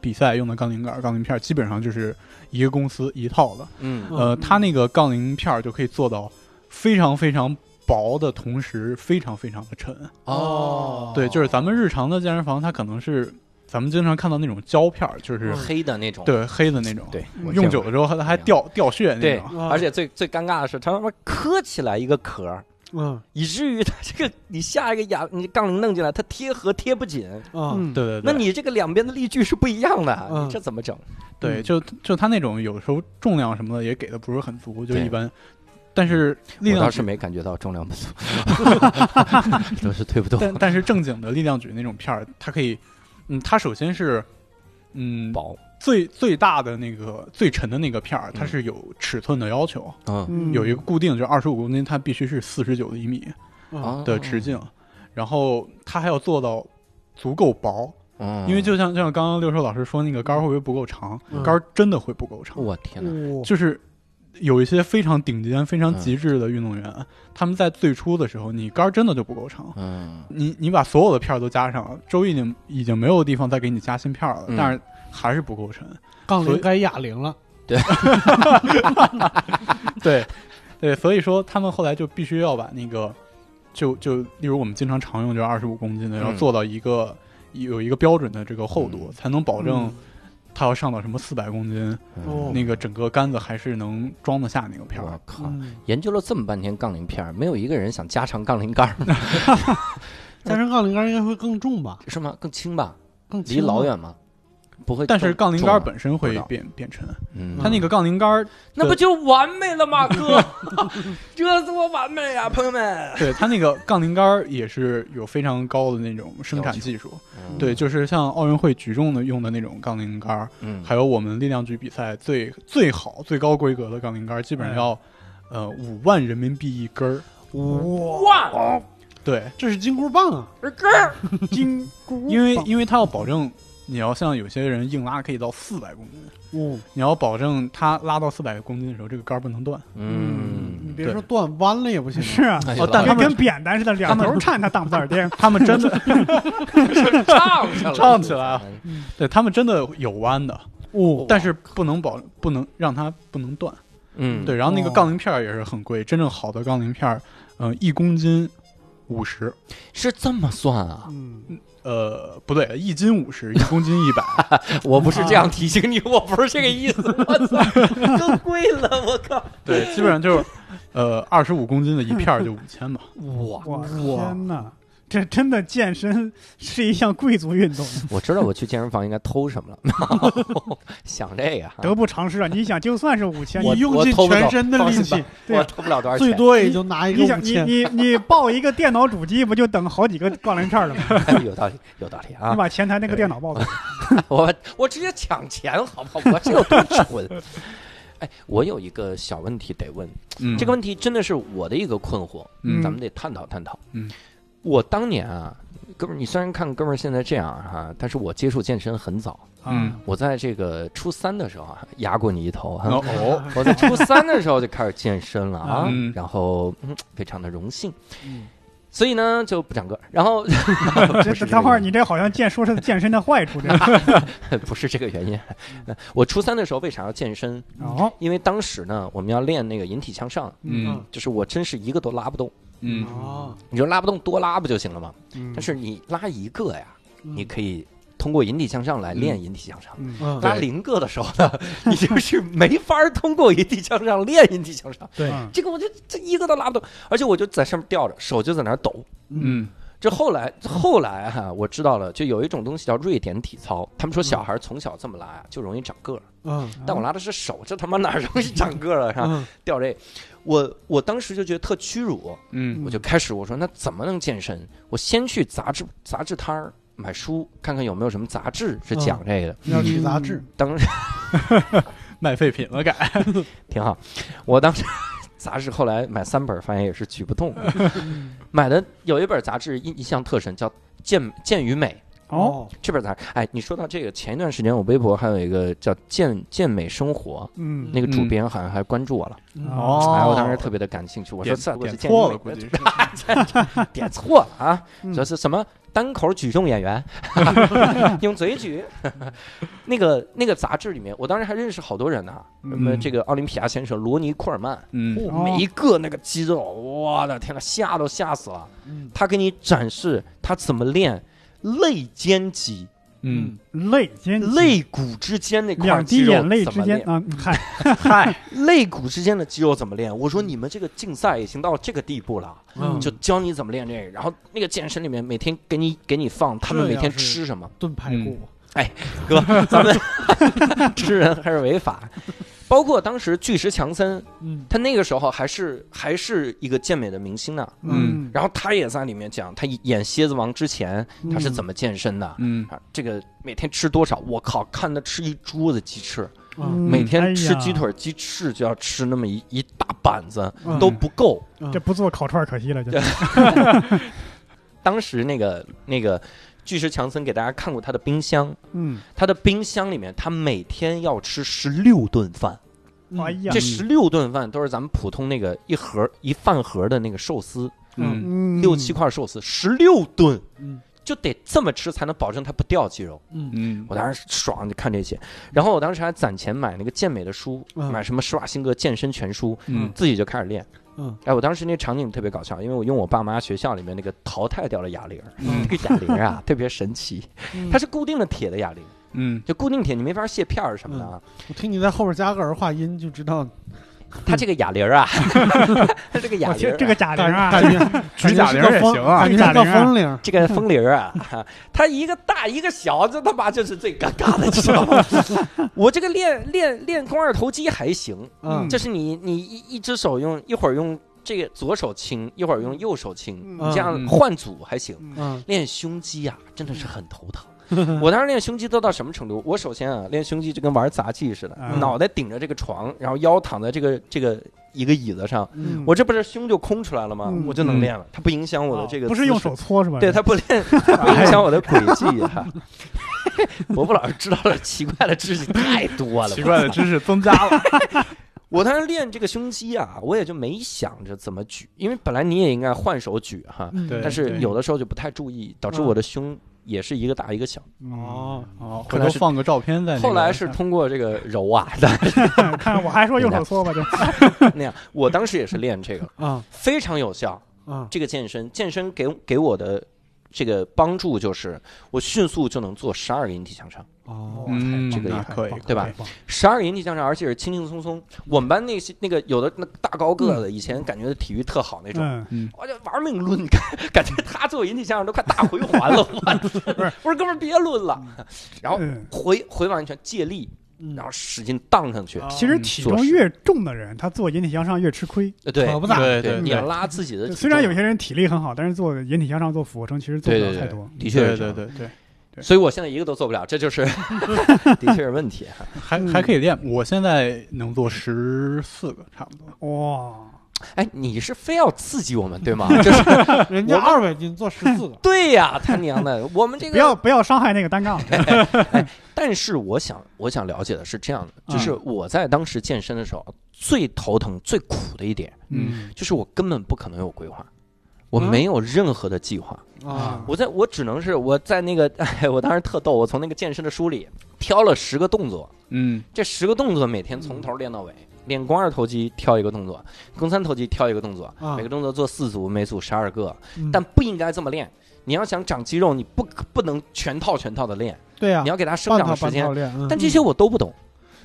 Speaker 4: 比赛用的杠铃杆儿、杠铃片儿，基本上就是一个公司一套的。
Speaker 1: 嗯
Speaker 4: 呃，
Speaker 3: 嗯
Speaker 4: 它那个杠铃片儿就可以做到非常非常薄的同时，非常非常的沉。
Speaker 1: 哦，
Speaker 4: 对，就是咱们日常的健身房，它可能是咱们经常看到那种胶片儿，就是、
Speaker 1: 黑的那种。
Speaker 4: 对黑的那种，
Speaker 1: 嗯对，
Speaker 2: 嗯
Speaker 1: 我
Speaker 4: 用
Speaker 1: 见
Speaker 4: 久
Speaker 1: 过嗯
Speaker 4: 了之后它还掉掉屑那
Speaker 1: 对
Speaker 4: 种。，
Speaker 3: 啊
Speaker 1: 而且最最尴尬的是，它他妈磕起来一个壳儿，
Speaker 3: 嗯
Speaker 1: 以至于它这个你下一个哑你杠铃弄进来，它贴合贴不紧，
Speaker 3: 啊，
Speaker 2: 嗯
Speaker 4: 对对对，
Speaker 1: 那你这个两边的力矩是不一样的，
Speaker 3: 嗯
Speaker 1: 你这怎么整？
Speaker 4: 对
Speaker 1: 嗯
Speaker 4: 就就它那种有时候重量什么的也给的不是很足，就
Speaker 1: 对嗯
Speaker 4: 一般。但是力
Speaker 1: 我
Speaker 4: 量
Speaker 1: 倒是
Speaker 4: 举，
Speaker 1: 没感觉到重量不 足， 都是推不动，
Speaker 4: 但但是正经的力量举那种片儿，它可以，嗯，它首先是，嗯，
Speaker 1: 薄，
Speaker 4: 最最大的那个最沉的那个片儿，它
Speaker 1: 嗯
Speaker 4: 是有尺寸的要求，
Speaker 1: 嗯
Speaker 2: 嗯
Speaker 4: 有一个固定，就二十五公斤，它必须是四十九厘米
Speaker 1: 嗯
Speaker 3: 啊
Speaker 1: 哦
Speaker 4: 的直径，然后它还要做到足够薄，
Speaker 1: 哦，
Speaker 4: 因为就像就像刚刚六兽老师说，那个杆儿会不会不够长？
Speaker 3: 嗯
Speaker 4: 杆儿真的会不够长，
Speaker 1: 我天哪，
Speaker 3: 哦
Speaker 4: 就是有一些非常顶尖、非
Speaker 1: 嗯
Speaker 4: 常极致的运动员，他们在最初的时候，你杆儿真的就不够长。
Speaker 1: 嗯，
Speaker 4: 你你把所有的片儿都加上了，周易已经已经没有地方再给你加新片儿了，
Speaker 1: 嗯
Speaker 4: 但是还是不够沉。
Speaker 3: 杠
Speaker 4: 所
Speaker 3: 铃
Speaker 4: 以
Speaker 3: 该哑铃了。
Speaker 4: 对，对，所以说他们后来就必须要把那个，就就例如我们经常常用就是二十五公斤的，
Speaker 1: 嗯
Speaker 4: 然后做到一个有一个标准的这个厚度，
Speaker 1: 嗯
Speaker 4: 才能保证它要上到什么四百公斤，
Speaker 3: 哦
Speaker 4: 那个整个杆子还是能装得下那个片儿
Speaker 1: 嗯我。靠！
Speaker 3: 嗯，
Speaker 1: 研究了这么半天杠铃片儿，没有一个人想加长杠铃杆儿，
Speaker 3: 加上杠铃杆应该会更重吧？
Speaker 1: 是吗？更轻吧，
Speaker 3: 更
Speaker 1: 离
Speaker 3: 轻
Speaker 1: 老
Speaker 3: 吗，
Speaker 1: 远吗？不会重，
Speaker 4: 但是杠铃杆儿
Speaker 1: 重啊，
Speaker 4: 本身
Speaker 1: 不知
Speaker 4: 会
Speaker 1: 道
Speaker 4: 变变沉，
Speaker 1: 嗯，
Speaker 4: 它那个杠铃杆儿，
Speaker 1: 那不就完美了吗，哥？ 这多完美呀，朋友们！
Speaker 4: 对它那个杠铃杆儿也是有非常高的那种生产技术。对，，就是像奥运会举重的用的那种杠铃杆儿，
Speaker 1: 嗯，
Speaker 4: 还有我们力量举比赛最最好最高规格的杠铃杆儿，基本上要、呃五万人民币一根儿。
Speaker 1: 哇，
Speaker 4: 对，
Speaker 3: 这是金箍棒啊！
Speaker 1: 哥，
Speaker 2: 金箍，
Speaker 4: 因为因为它要保证你要像有些人硬拉可以到四百公斤，
Speaker 3: 哦，
Speaker 4: 你要保证他拉到四百公斤的时候，这个杆儿不能断。
Speaker 1: 嗯
Speaker 3: 你，别说断弯了也不行。
Speaker 2: 是啊，
Speaker 1: 哎
Speaker 4: 哦
Speaker 1: 呦
Speaker 4: 但
Speaker 2: 跟
Speaker 4: 他们
Speaker 2: 跟扁担似的，两头颤，他 当不当颠。
Speaker 4: 他们真的
Speaker 1: 唱起来了，嗯
Speaker 4: 唱起来了，对他们真的有弯的，
Speaker 3: 哦，
Speaker 4: 但是不能保不能让它不能断。
Speaker 1: 嗯，
Speaker 4: 对，然后那个
Speaker 3: 哦
Speaker 4: 杠铃片儿也是很贵，真正好的杠铃片儿，嗯、一公斤五十，
Speaker 1: 是这么算啊？
Speaker 3: 嗯，
Speaker 4: 呃，不对，一斤五十，一公斤一百。
Speaker 1: 我不是这样提醒你，我不是这个意 思。我操，更贵了，我靠！
Speaker 4: 对，基本上就是，呃，二十五公斤的一片儿就五千吧。
Speaker 1: 哇，
Speaker 2: 我
Speaker 3: 哇
Speaker 2: 天哪，这真的健身是一项贵族运动，
Speaker 1: 我知道我去健身房应该偷什么了， 想这个哈，
Speaker 2: 得不偿失啊！你想，就算是五千，
Speaker 1: 我
Speaker 3: 你
Speaker 2: 你
Speaker 3: 用
Speaker 1: 我
Speaker 3: 尽
Speaker 1: 偷不
Speaker 3: 全
Speaker 1: 走
Speaker 3: 身的
Speaker 1: 放
Speaker 3: 力
Speaker 1: 心
Speaker 3: 气
Speaker 1: 吧，
Speaker 2: 对
Speaker 1: 我偷不了多少
Speaker 3: 最
Speaker 1: 钱。
Speaker 3: 多也就拿一
Speaker 2: 你
Speaker 3: 个
Speaker 2: 想
Speaker 3: 五
Speaker 2: 你
Speaker 3: 千。
Speaker 2: 你你抱一个电脑主机，不就等好几个杠铃片了吗？
Speaker 1: 有道理，有道理啊
Speaker 2: 你！ 把前台那个电脑抱走，
Speaker 1: 我我直接抢钱好不好？我这有多蠢？ 哎，我有一个小问题得问，
Speaker 4: 嗯，
Speaker 1: 这个问题真的是我的一个困惑，
Speaker 4: 嗯
Speaker 1: 咱们得探讨探讨。
Speaker 4: 嗯，
Speaker 1: 我当年啊，哥们儿，你虽然看哥们儿现在这样哈、但是我接触健身很早，
Speaker 2: 啊
Speaker 4: 嗯，
Speaker 1: 我在这个初三的时候啊，压过你一头哈、
Speaker 4: 哦哦，
Speaker 1: 我在初三的时候就开始健身了啊，
Speaker 4: 嗯
Speaker 1: 然后、嗯、非常的荣幸，
Speaker 3: 嗯
Speaker 1: 所以呢就不长个儿，然后
Speaker 2: 这
Speaker 1: 不是这个
Speaker 2: 等会儿
Speaker 1: 原
Speaker 2: 你这好像健说是健身的坏 处，这样。
Speaker 1: 因不是这个原 因，我初三的时候为啥要健身？
Speaker 2: 哦，
Speaker 1: 因为当时呢我们要练那个引体向上，
Speaker 4: 嗯
Speaker 1: 就是我真是一个都拉不动，
Speaker 4: 嗯
Speaker 3: 啊，
Speaker 1: 你说拉不动多拉不就行了吗？
Speaker 2: 嗯
Speaker 1: 但是你拉一个呀，你可以通过引体向上来练
Speaker 4: 嗯
Speaker 1: 引体向上。
Speaker 2: 嗯
Speaker 3: 嗯
Speaker 1: 拉林哥的时候呢，你就是没法儿通过引体向上练引体向上，
Speaker 3: 对
Speaker 2: 嗯
Speaker 1: 这个我就这一个都拉不动，而且我就在上面吊着，手就在那儿抖。
Speaker 4: 嗯
Speaker 1: 这后来后来哈、我知道了，就有一种东西叫瑞典体操，他们说小孩儿从小这么拉呀，就容易长个儿。
Speaker 3: 嗯
Speaker 1: 但我拉的是手，这他妈哪儿容易长个儿啊？是吧？
Speaker 3: 嗯
Speaker 1: 吊这，我我当时就觉得特屈辱，
Speaker 4: 嗯
Speaker 1: 我就开始我说那怎么能健身？我先去杂志杂志摊儿买书，看看有没有什么杂志是讲这个的。
Speaker 3: 要取杂志，
Speaker 1: 当
Speaker 4: 卖废品了改，
Speaker 1: 挺好。我当时杂志后来买三本，发现也是举不动。 买的有一本杂志印印象特深，叫《健健与美》。
Speaker 2: 哦，
Speaker 1: 这本杂志，哎，你说到这个，前一段时间我微博还有一个叫“健健美生活”，
Speaker 2: 嗯
Speaker 1: 那个主
Speaker 4: 嗯
Speaker 1: 编好像还关注我了，
Speaker 3: 嗯啊
Speaker 2: 哦
Speaker 1: 哎，我当时特别的感兴趣，我说
Speaker 4: 点
Speaker 1: 这
Speaker 4: 点错了，估计是
Speaker 1: 点错了啊，
Speaker 2: 嗯
Speaker 1: 这是什么单口举重演 员，用嘴举。 那个那个杂志里面，我当时还认识好多人呢、什么
Speaker 4: 嗯
Speaker 1: 这个奥林匹亚先生罗尼库尔曼，
Speaker 4: 嗯
Speaker 1: 哦每一个那个肌肉，我的天呐，吓都吓死了。
Speaker 3: 嗯
Speaker 1: 他给你展示他怎么练肋间肌、
Speaker 4: 嗯
Speaker 2: 肋间肌
Speaker 1: 肋骨之间那块
Speaker 2: 两
Speaker 1: 肌
Speaker 2: 滴
Speaker 1: 肉
Speaker 2: 眼泪
Speaker 1: 怎
Speaker 2: 之
Speaker 1: 么
Speaker 2: 间
Speaker 1: 练，
Speaker 2: 啊，嗨，
Speaker 1: 嗨， 肋骨之间的肌肉怎么练？我说你们这个竞赛已经到这个地步了，
Speaker 3: 嗯
Speaker 1: 就教你怎么练这个。然后那个健身里面每天给你给你放，他们
Speaker 3: 这
Speaker 1: 每
Speaker 3: 要
Speaker 1: 天
Speaker 3: 是啊
Speaker 1: 吃什么？
Speaker 3: 炖排骨，
Speaker 1: 哥，咱们吃人还是违法。包括当时巨石强森，
Speaker 3: 嗯
Speaker 1: 他那个时候还是还是一个健美的明星呢。
Speaker 4: 嗯
Speaker 1: 然后他也在里面讲，他演《蝎子王》之前他是怎么健身的、
Speaker 4: 嗯
Speaker 1: 啊？这个每天吃多少？我靠，看他吃一桌子鸡翅，
Speaker 3: 嗯
Speaker 2: 嗯
Speaker 1: 每天
Speaker 2: 哎
Speaker 1: 吃
Speaker 2: 呀
Speaker 1: 鸡腿、鸡翅就要吃那么一一大板子，
Speaker 3: 嗯
Speaker 1: 都不够。
Speaker 2: 这不做烤串儿可惜了，就
Speaker 1: 对当时那个那个巨石强森给大家看过他的冰箱，
Speaker 2: 嗯，
Speaker 1: 他的冰箱里面他每天要吃十六顿饭，
Speaker 3: 嗯
Speaker 2: 哎呀
Speaker 1: 这，十六顿饭都是咱们普通那个一盒一饭盒的那个寿司，
Speaker 4: 嗯
Speaker 2: 嗯，
Speaker 1: 六七块寿司，十六顿
Speaker 3: 嗯
Speaker 1: 就得这么吃才能保证他不掉肌肉。
Speaker 3: 嗯
Speaker 4: 嗯，
Speaker 1: 我当时爽就看这些，然后我当时还攒钱买那个健美的书，
Speaker 3: 嗯
Speaker 1: 买什么施瓦辛格健身全书，
Speaker 4: 嗯
Speaker 1: 自己就开始练。
Speaker 3: 嗯，
Speaker 1: 哎，我当时那场景特别搞笑，因为我用我爸妈学校里面那个淘汰掉的哑铃儿，
Speaker 4: 嗯
Speaker 1: 那个哑铃儿啊特别神奇，
Speaker 2: 嗯
Speaker 1: 它是固定的铁的哑铃，
Speaker 4: 嗯
Speaker 1: 就固定铁，你没法卸片儿什么的啊。
Speaker 2: 嗯
Speaker 3: 我听你在后边加个儿化音就知道，
Speaker 1: 它这个哑铃儿啊， 它这个哑
Speaker 2: 我
Speaker 1: 铃
Speaker 2: 去
Speaker 1: 儿啊，
Speaker 2: 这个贾玲啊，
Speaker 3: 感觉
Speaker 4: 举哑铃也行啊
Speaker 3: 感，觉是 个哎风铃，
Speaker 1: 这个风铃儿
Speaker 2: 嗯
Speaker 1: 啊， 它一个大一个小，这他妈就是最尴尬的，知道吗？ 我这个练练练肱二头肌还行，
Speaker 3: 嗯
Speaker 1: 这是你你一一只手用一会儿用这个左手轻，一会儿用右手轻，
Speaker 2: 嗯
Speaker 1: 你这样
Speaker 4: 嗯
Speaker 1: 换组还行。
Speaker 2: 嗯
Speaker 3: 嗯
Speaker 1: 练胸肌啊，真的是很头 疼。我当时练胸肌都到什么程度？我首先啊，练胸肌就跟玩杂技似的，
Speaker 2: 嗯
Speaker 1: 脑袋顶着这个床，然后腰躺在这个这个一个椅子上，
Speaker 3: 嗯
Speaker 1: 我这不是胸就空出来了吗？
Speaker 2: 嗯哦
Speaker 1: 我就能练了，它不影响我的这个、
Speaker 2: 啊不是用手。搓是吧？
Speaker 1: 对，它不练，它不影响我的轨迹 哈、伯伯老师知道了奇怪的知识太多了，
Speaker 4: 奇怪的知识增加了，
Speaker 1: 我当时练这个胸肌啊，我也就没想着怎么举，因为本来你也应该换手举哈，
Speaker 4: 嗯对嗯
Speaker 1: 但是有的时候就不太注意，导致我的胸也是一个大一个小。
Speaker 2: 哦，
Speaker 3: 哦，
Speaker 4: 哦，回头放个照片在那个。
Speaker 1: 后来是通过这个揉啊，但
Speaker 2: 看我还说用手搓吧，就
Speaker 1: 那样，我当时也是练这 个，
Speaker 3: 啊
Speaker 1: 非常有效。
Speaker 3: 啊，
Speaker 1: 这个健身，健身给给我的这个帮助就是，我迅速就能做十二个引体向上，
Speaker 3: 哦，
Speaker 4: 嗯，
Speaker 1: 这个
Speaker 4: 那
Speaker 1: 也
Speaker 4: 可以，
Speaker 1: 对吧？十二个引体向上，而且是轻轻松松。我们班那些那个有的那大高个子，以前感觉体育特好那种，
Speaker 2: 嗯，
Speaker 1: 我就玩命抡， 感感觉他做引体向上都快大回环了， 我我说哥们儿别抡了，然后
Speaker 2: 嗯
Speaker 1: 回回完全借力，然后使劲荡上去，
Speaker 2: 其实体重越重的人，他做引体向上越吃亏。
Speaker 1: 呃对
Speaker 3: 可不咋，
Speaker 4: 对
Speaker 1: 对，
Speaker 4: 对
Speaker 1: 你要拉自己的体重，
Speaker 2: 虽然有些人体力很好，但是做引体向上、做俯卧撑其实做
Speaker 1: 对
Speaker 2: 不
Speaker 1: 对
Speaker 2: 了太
Speaker 1: 对
Speaker 2: 多。，
Speaker 1: 的确
Speaker 4: 对
Speaker 1: 是这
Speaker 4: 对
Speaker 1: 样，
Speaker 4: 对对，
Speaker 1: 所以我现在一个都做不了，这就是 的确是问题 哈。
Speaker 4: 还还可以练。我现在能做十四个，差不多。
Speaker 2: 哇，
Speaker 1: 哎，你是非要刺激我们对吗？ 就是
Speaker 3: 人家二百斤做十 四个，
Speaker 1: 对呀，他娘的，我们这
Speaker 2: 不
Speaker 1: 个
Speaker 2: 要不要伤害那个 单杠。
Speaker 1: 但是我想，我想了解的是这样的，
Speaker 4: 嗯
Speaker 1: 就是我在当时健身的时候，最头疼、最苦的一点，
Speaker 4: 嗯
Speaker 1: 就是我根本不可能有规划，我
Speaker 3: 嗯
Speaker 1: 没有任何的计划。
Speaker 3: 啊，
Speaker 1: 我在我只能是我在那个， 哎，我当时特逗，我从那个健身的书里挑了十个动作，
Speaker 4: 嗯，
Speaker 1: 这十个动作每天从头练到尾。
Speaker 3: 嗯
Speaker 1: 练肱二头肌挑一个动作，肱三头肌挑一个动作，
Speaker 3: 啊
Speaker 1: 每个动作做四组，每组十二个，
Speaker 3: 嗯
Speaker 1: 但不应该这么练。你要想长肌肉，你不不能全套全套的练，
Speaker 3: 对呀
Speaker 1: 你，要给它生
Speaker 3: 半
Speaker 1: 长
Speaker 3: 套
Speaker 1: 的时
Speaker 3: 啊半
Speaker 1: 间
Speaker 3: 套。练，嗯
Speaker 1: 但这些我都不懂，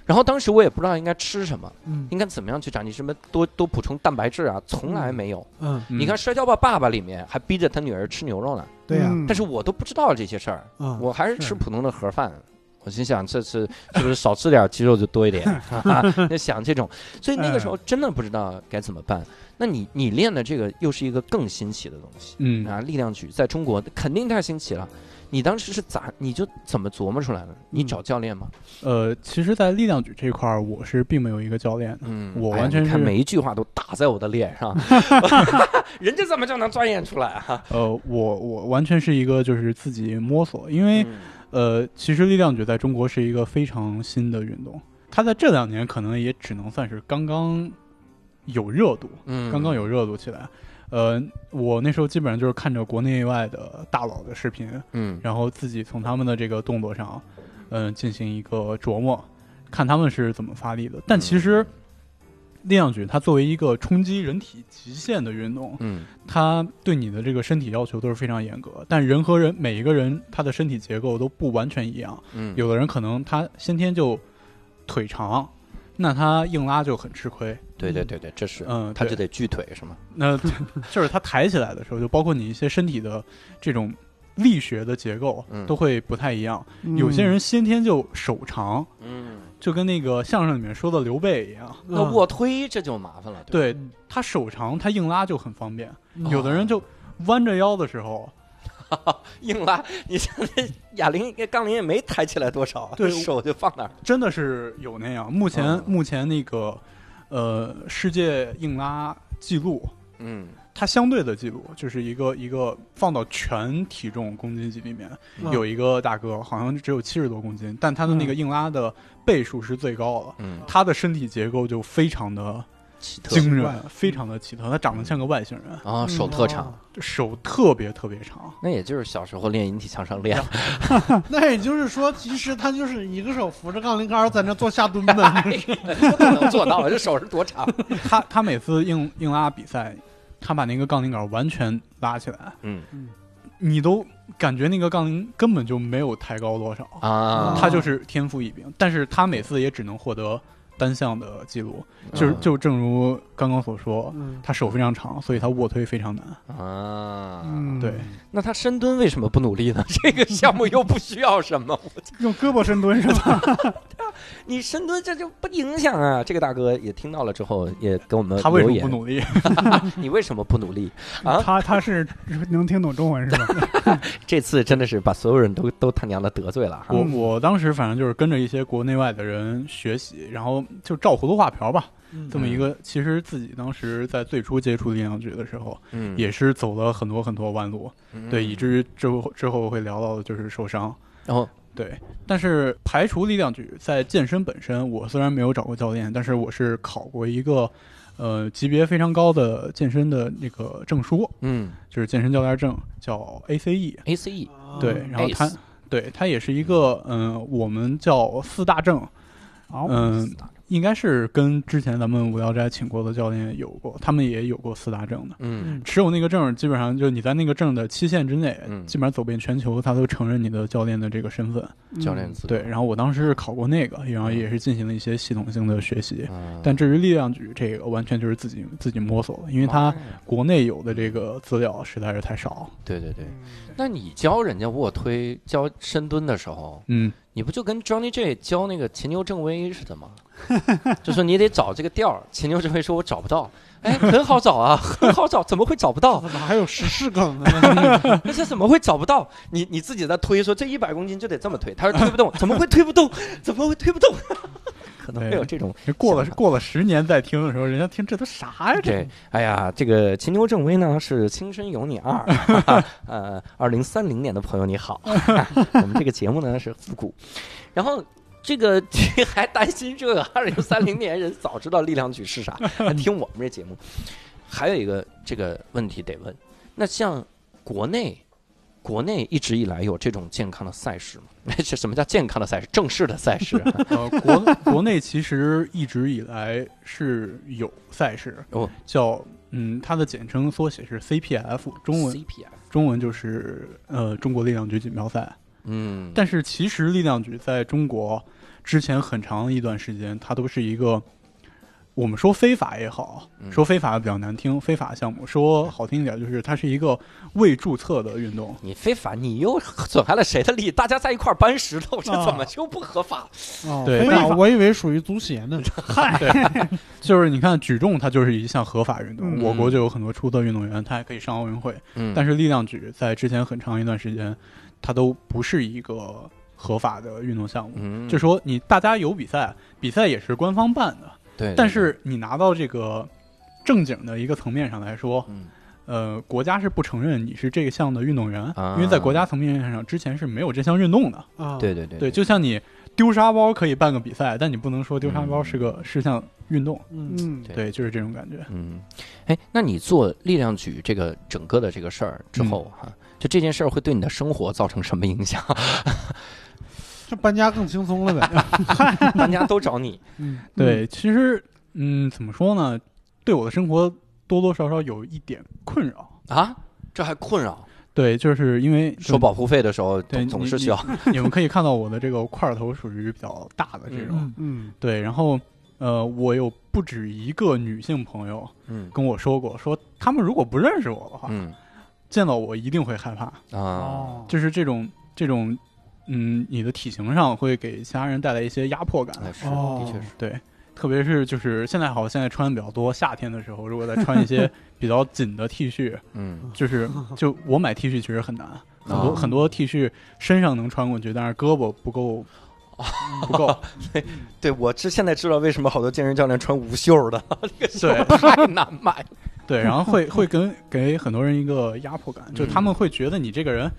Speaker 1: 然后当时我也不知道应该吃什么，
Speaker 3: 嗯
Speaker 1: 应该怎么样去长，你什么多多补充蛋白质啊，从来没有。
Speaker 3: 嗯，
Speaker 1: 你看《摔跤吧，爸爸》里面还逼着他女儿吃牛肉呢，
Speaker 3: 对呀，
Speaker 2: 嗯
Speaker 1: 但是我都不知道这些事儿，
Speaker 3: 啊，
Speaker 1: 我还是
Speaker 3: 是
Speaker 1: 吃普通的盒饭。我心想，这次是不是少吃点鸡肉就多一 点？哈哈，就想这种，所以那个
Speaker 3: 嗯
Speaker 1: 时候真的不知道该怎么办。那你你练的这个又是一个更新奇的东西
Speaker 4: 嗯
Speaker 1: 啊！力量举在中国肯定太新奇了。你当时是咋？你就怎么琢磨出来的？
Speaker 3: 嗯
Speaker 1: 你找教练吗？
Speaker 4: 呃，其实，在力量举这块儿，我是并没有一个教练的。
Speaker 1: 嗯，
Speaker 4: 我
Speaker 1: 哎呀
Speaker 4: 完全
Speaker 1: 你看
Speaker 4: 是
Speaker 1: 每一句话都打在我的脸 上，人家怎么就能钻研出来啊？
Speaker 4: 呃，我我完全是一个就是自己摸索，因为
Speaker 1: 嗯
Speaker 4: 呃，其实力量举在中国是一个非常新的运动，它在这两年可能也只能算是刚刚有热度，
Speaker 1: 嗯
Speaker 4: 刚刚有热度起来。呃，我那时候基本上就是看着国内外的大佬的视频，
Speaker 1: 嗯
Speaker 4: 然后自己从他们的这个动作上，嗯、进行一个琢磨，看他们是怎么发力的。但
Speaker 1: 嗯
Speaker 4: 其实，力量举它作为一个冲击人体极限的运动，
Speaker 1: 嗯
Speaker 4: 它对你的这个身体要求都是非常严格。但人和人每一个人他的身体结构都不完全一样，
Speaker 1: 嗯
Speaker 4: 有的人可能他先天就腿长，那他硬拉就很吃亏。
Speaker 1: 对对对对，这是
Speaker 4: 嗯
Speaker 1: 他
Speaker 4: 对
Speaker 1: 就得锯腿是吗？
Speaker 4: 那就是他抬起来的时候，就包括你一些身体的这种力学的结构
Speaker 1: 嗯
Speaker 4: 都会不太一样。有些人先天就手长，
Speaker 1: 嗯，
Speaker 4: 就跟那个相声里面说的刘备一样。
Speaker 1: 那卧推这就麻烦了。吧，
Speaker 4: 对
Speaker 3: 嗯
Speaker 4: 他手长，他硬拉就很方便。
Speaker 3: 嗯
Speaker 4: 有的人就弯着腰的时候，
Speaker 1: 硬拉，你像那哑铃、杠铃也没抬起来多少啊，
Speaker 4: 对
Speaker 1: 手就放那儿。
Speaker 4: 真的是有那样。目前、
Speaker 1: 嗯
Speaker 4: 目前那个呃世界硬拉记录，
Speaker 1: 嗯，
Speaker 4: 它相对的记录就是一个一个放到全体重公斤级里面，
Speaker 1: 嗯
Speaker 4: 有一个大哥好像只有七十多公斤，但他的那个硬拉的倍数是最高的。
Speaker 1: 嗯，
Speaker 4: 他的身体结构就非常的
Speaker 1: 奇特
Speaker 4: 惊
Speaker 3: 怪
Speaker 4: 人，非常的奇特。他长得像个外星人，
Speaker 3: 嗯
Speaker 1: 啊，手特长，，
Speaker 4: 就手特别特别长。
Speaker 1: 那也就是小时候练引体向上 练。
Speaker 3: 嗯那也就是说，其实他就是一个手扶着杠铃杆儿在那做下蹲呗。
Speaker 1: 不可能做到，这手是多长？
Speaker 4: 他他每次硬硬拉比赛，他把那个杠铃杆完全拉起来，
Speaker 1: 嗯
Speaker 4: 你都感觉那个杠铃根本就没有抬高多少，
Speaker 1: 啊，
Speaker 4: 他就是天赋异禀。但是他每次也只能获得单项的记录，
Speaker 1: 嗯
Speaker 4: 就是就正如刚刚所说，
Speaker 3: 嗯，
Speaker 4: 他手非常长，所以他卧推非常难。
Speaker 1: 啊，
Speaker 2: 嗯
Speaker 4: 对，
Speaker 1: 那他深蹲为什么不努力呢？ 这个项目又不需要什么，
Speaker 2: 用胳膊深蹲是吧？
Speaker 1: 你深蹲这就不影响啊。这个大哥也听到了之后，也给我们
Speaker 4: 他为什
Speaker 1: 留
Speaker 4: 么不
Speaker 1: 言，
Speaker 4: 努力？
Speaker 1: 你为什么不努力？啊
Speaker 2: 他他是能听懂中文是吧？
Speaker 1: 这次真的是把所有人都都他娘的得罪了哈。
Speaker 3: 嗯
Speaker 4: 我我当时反正就是跟着一些国内外的人学习，然后就照葫芦画瓢吧。
Speaker 3: 嗯
Speaker 4: 这么一个，其实自己当时在最初接触力量举的时候，
Speaker 1: 嗯
Speaker 4: 也是走了很多很多弯路，对，以
Speaker 1: 一
Speaker 4: 至于之后之后会聊到的就是受伤，
Speaker 1: 然后
Speaker 4: 对。但是排除力量举在健身本身，我虽然没有找过教练，但是我是考过一个，呃，级别非常高的健身的那个证书，
Speaker 1: 嗯 E，
Speaker 4: 就是健身教练证，叫 E ACE，
Speaker 1: ，ACE
Speaker 4: 对，然后它
Speaker 1: 嗯 ACE，
Speaker 4: 对它也是一个，嗯、我们叫四大
Speaker 1: 哦
Speaker 4: 证，
Speaker 2: 好，
Speaker 4: 嗯、应该是跟之前咱们无聊斋请过的教练有过，他们也有过四大证的。
Speaker 1: 嗯
Speaker 4: 持有那个证儿，基本上就你在那个证的期限之内，
Speaker 1: 嗯
Speaker 4: 基本上走遍全球，他都承认你的教练的这个身份。
Speaker 2: 嗯
Speaker 1: 教练资格
Speaker 4: 嗯对，，然后我当时是考过那个，然后也是进行了一些系统性的学习。
Speaker 1: 嗯
Speaker 4: 但至于力量举这个，完全就是自己自己摸索的，因
Speaker 1: 哦
Speaker 4: 为它国内有的这个资料实在是太少。
Speaker 1: 对对对，那你教人家卧推、教深蹲的时候，
Speaker 4: 嗯，
Speaker 1: 你不就跟 Johnny J 教那个秦牛正威似的吗？ 就说你得找这个调儿，秦牛正威说我找不到，哎，很好找啊，很好找，怎么会找不到？
Speaker 3: 怎么还有时事梗呢？
Speaker 1: 那这怎么会找不到？你你自己在推说这一百公斤就得这么推，他说推不动，怎么会推不动？怎么会推不动？ 可能会有这种
Speaker 4: 过了
Speaker 1: 想法
Speaker 4: 过了十年再听的时候，人家听这都 啥呀？这
Speaker 1: 对，哎呀，这个秦牛正威呢是《青春有你二》 哈 哈，呃，二零三零年的朋友你好， 我们这个节目呢是复古，然后。这个 还担心这个二零三零年人早知道力量举是啥，还听我们这节目。还有一个这个问题得问，那像国内，国内一直以来有这种健康的赛事吗？ 这什么叫健康的赛事？正式的赛事啊、
Speaker 4: 呃，国国内其实一直以来是有赛事，
Speaker 1: 哦
Speaker 4: 叫嗯，它的简称缩写是 CPF，中文
Speaker 1: CPF
Speaker 4: 中文就是呃中国力量举锦标赛。
Speaker 1: 嗯，
Speaker 4: 但是其实力量举在中国之前很长一段时间，它都是一个我们说非法也好，
Speaker 1: 嗯
Speaker 4: 说非法比较难听，非法项目说好听一点，就是它是一个未注册的运动。
Speaker 1: 你非法，你又损害了谁的利益？大家在一块儿搬石头，这
Speaker 4: 啊
Speaker 1: 怎么就不合法？
Speaker 3: 哦，
Speaker 4: 对
Speaker 3: 非
Speaker 2: 非
Speaker 3: 法
Speaker 2: 法
Speaker 3: 我以为属于足协呢。
Speaker 4: 就是你看举重，它就是一项合法运动，
Speaker 2: 嗯
Speaker 4: 我国就有很多出色运动员，他还可以上奥运会。
Speaker 1: 嗯
Speaker 4: 但是力量举在之前很长一段时间，它都不是一个合法的运动项目。
Speaker 1: 嗯
Speaker 4: 就说你大家有比赛，比赛也是官方办的，
Speaker 1: 对，对
Speaker 4: 但是你拿到这个正经的一个层面上来说，
Speaker 1: 嗯
Speaker 4: 呃，国家是不承认你是这项的运动员，
Speaker 1: 啊
Speaker 4: 因为在国家层面上之前是没有这项运动的。
Speaker 3: 啊，
Speaker 1: 对对对
Speaker 4: 对，就像你丢沙包可以办个比赛，但你不能说丢沙包是个、是项运动。
Speaker 3: 嗯，
Speaker 2: 嗯，
Speaker 1: 嗯对
Speaker 4: 对，就是这种感觉。
Speaker 1: 嗯，哎，那你做力量举这个整个的这个事儿
Speaker 4: 嗯
Speaker 1: 之后哈、就这件事儿会对你的生活造成什么影响？
Speaker 3: 这搬家更轻松了呗。
Speaker 1: 大家都找你，
Speaker 3: 嗯，
Speaker 4: 对，其实嗯，怎么说呢，对我的生活多多少少有一点困扰。
Speaker 1: 啊，这还困扰。
Speaker 4: 对，就是因为
Speaker 1: 收保护费的时候，
Speaker 4: 对
Speaker 1: 总总
Speaker 4: 你
Speaker 1: 是需要。
Speaker 4: 你们可以看到我的这个块头属于比较大的这种。
Speaker 3: 嗯
Speaker 2: 嗯，
Speaker 4: 对，然后呃，我有不止一个女性朋友
Speaker 1: 嗯
Speaker 4: 跟我说过，说他们如果不认识我的话，
Speaker 1: 嗯
Speaker 4: 见到我一定会害怕，
Speaker 1: 啊，
Speaker 2: 哦，
Speaker 4: 就是这种这种，嗯，你的体型上会给其他人带来一些压迫感，
Speaker 1: 哎是
Speaker 3: 哦
Speaker 1: 的确是。
Speaker 4: 对。特别是就是现在好，现在穿的比较多，夏天的时候如果再穿一些比较紧的 T 恤，
Speaker 1: 嗯
Speaker 4: 就是就我买 T 恤其实很难，很多、
Speaker 1: 啊
Speaker 4: 很多 T 恤身上能穿过去，但是胳膊不 够，不够，
Speaker 1: 对，我知现在知道为什么好多健身教练穿无袖的，这个袖
Speaker 4: 对
Speaker 1: 太难买了。
Speaker 4: 对，然后会会跟给很多人一个压迫感，就他们会觉得你这个人，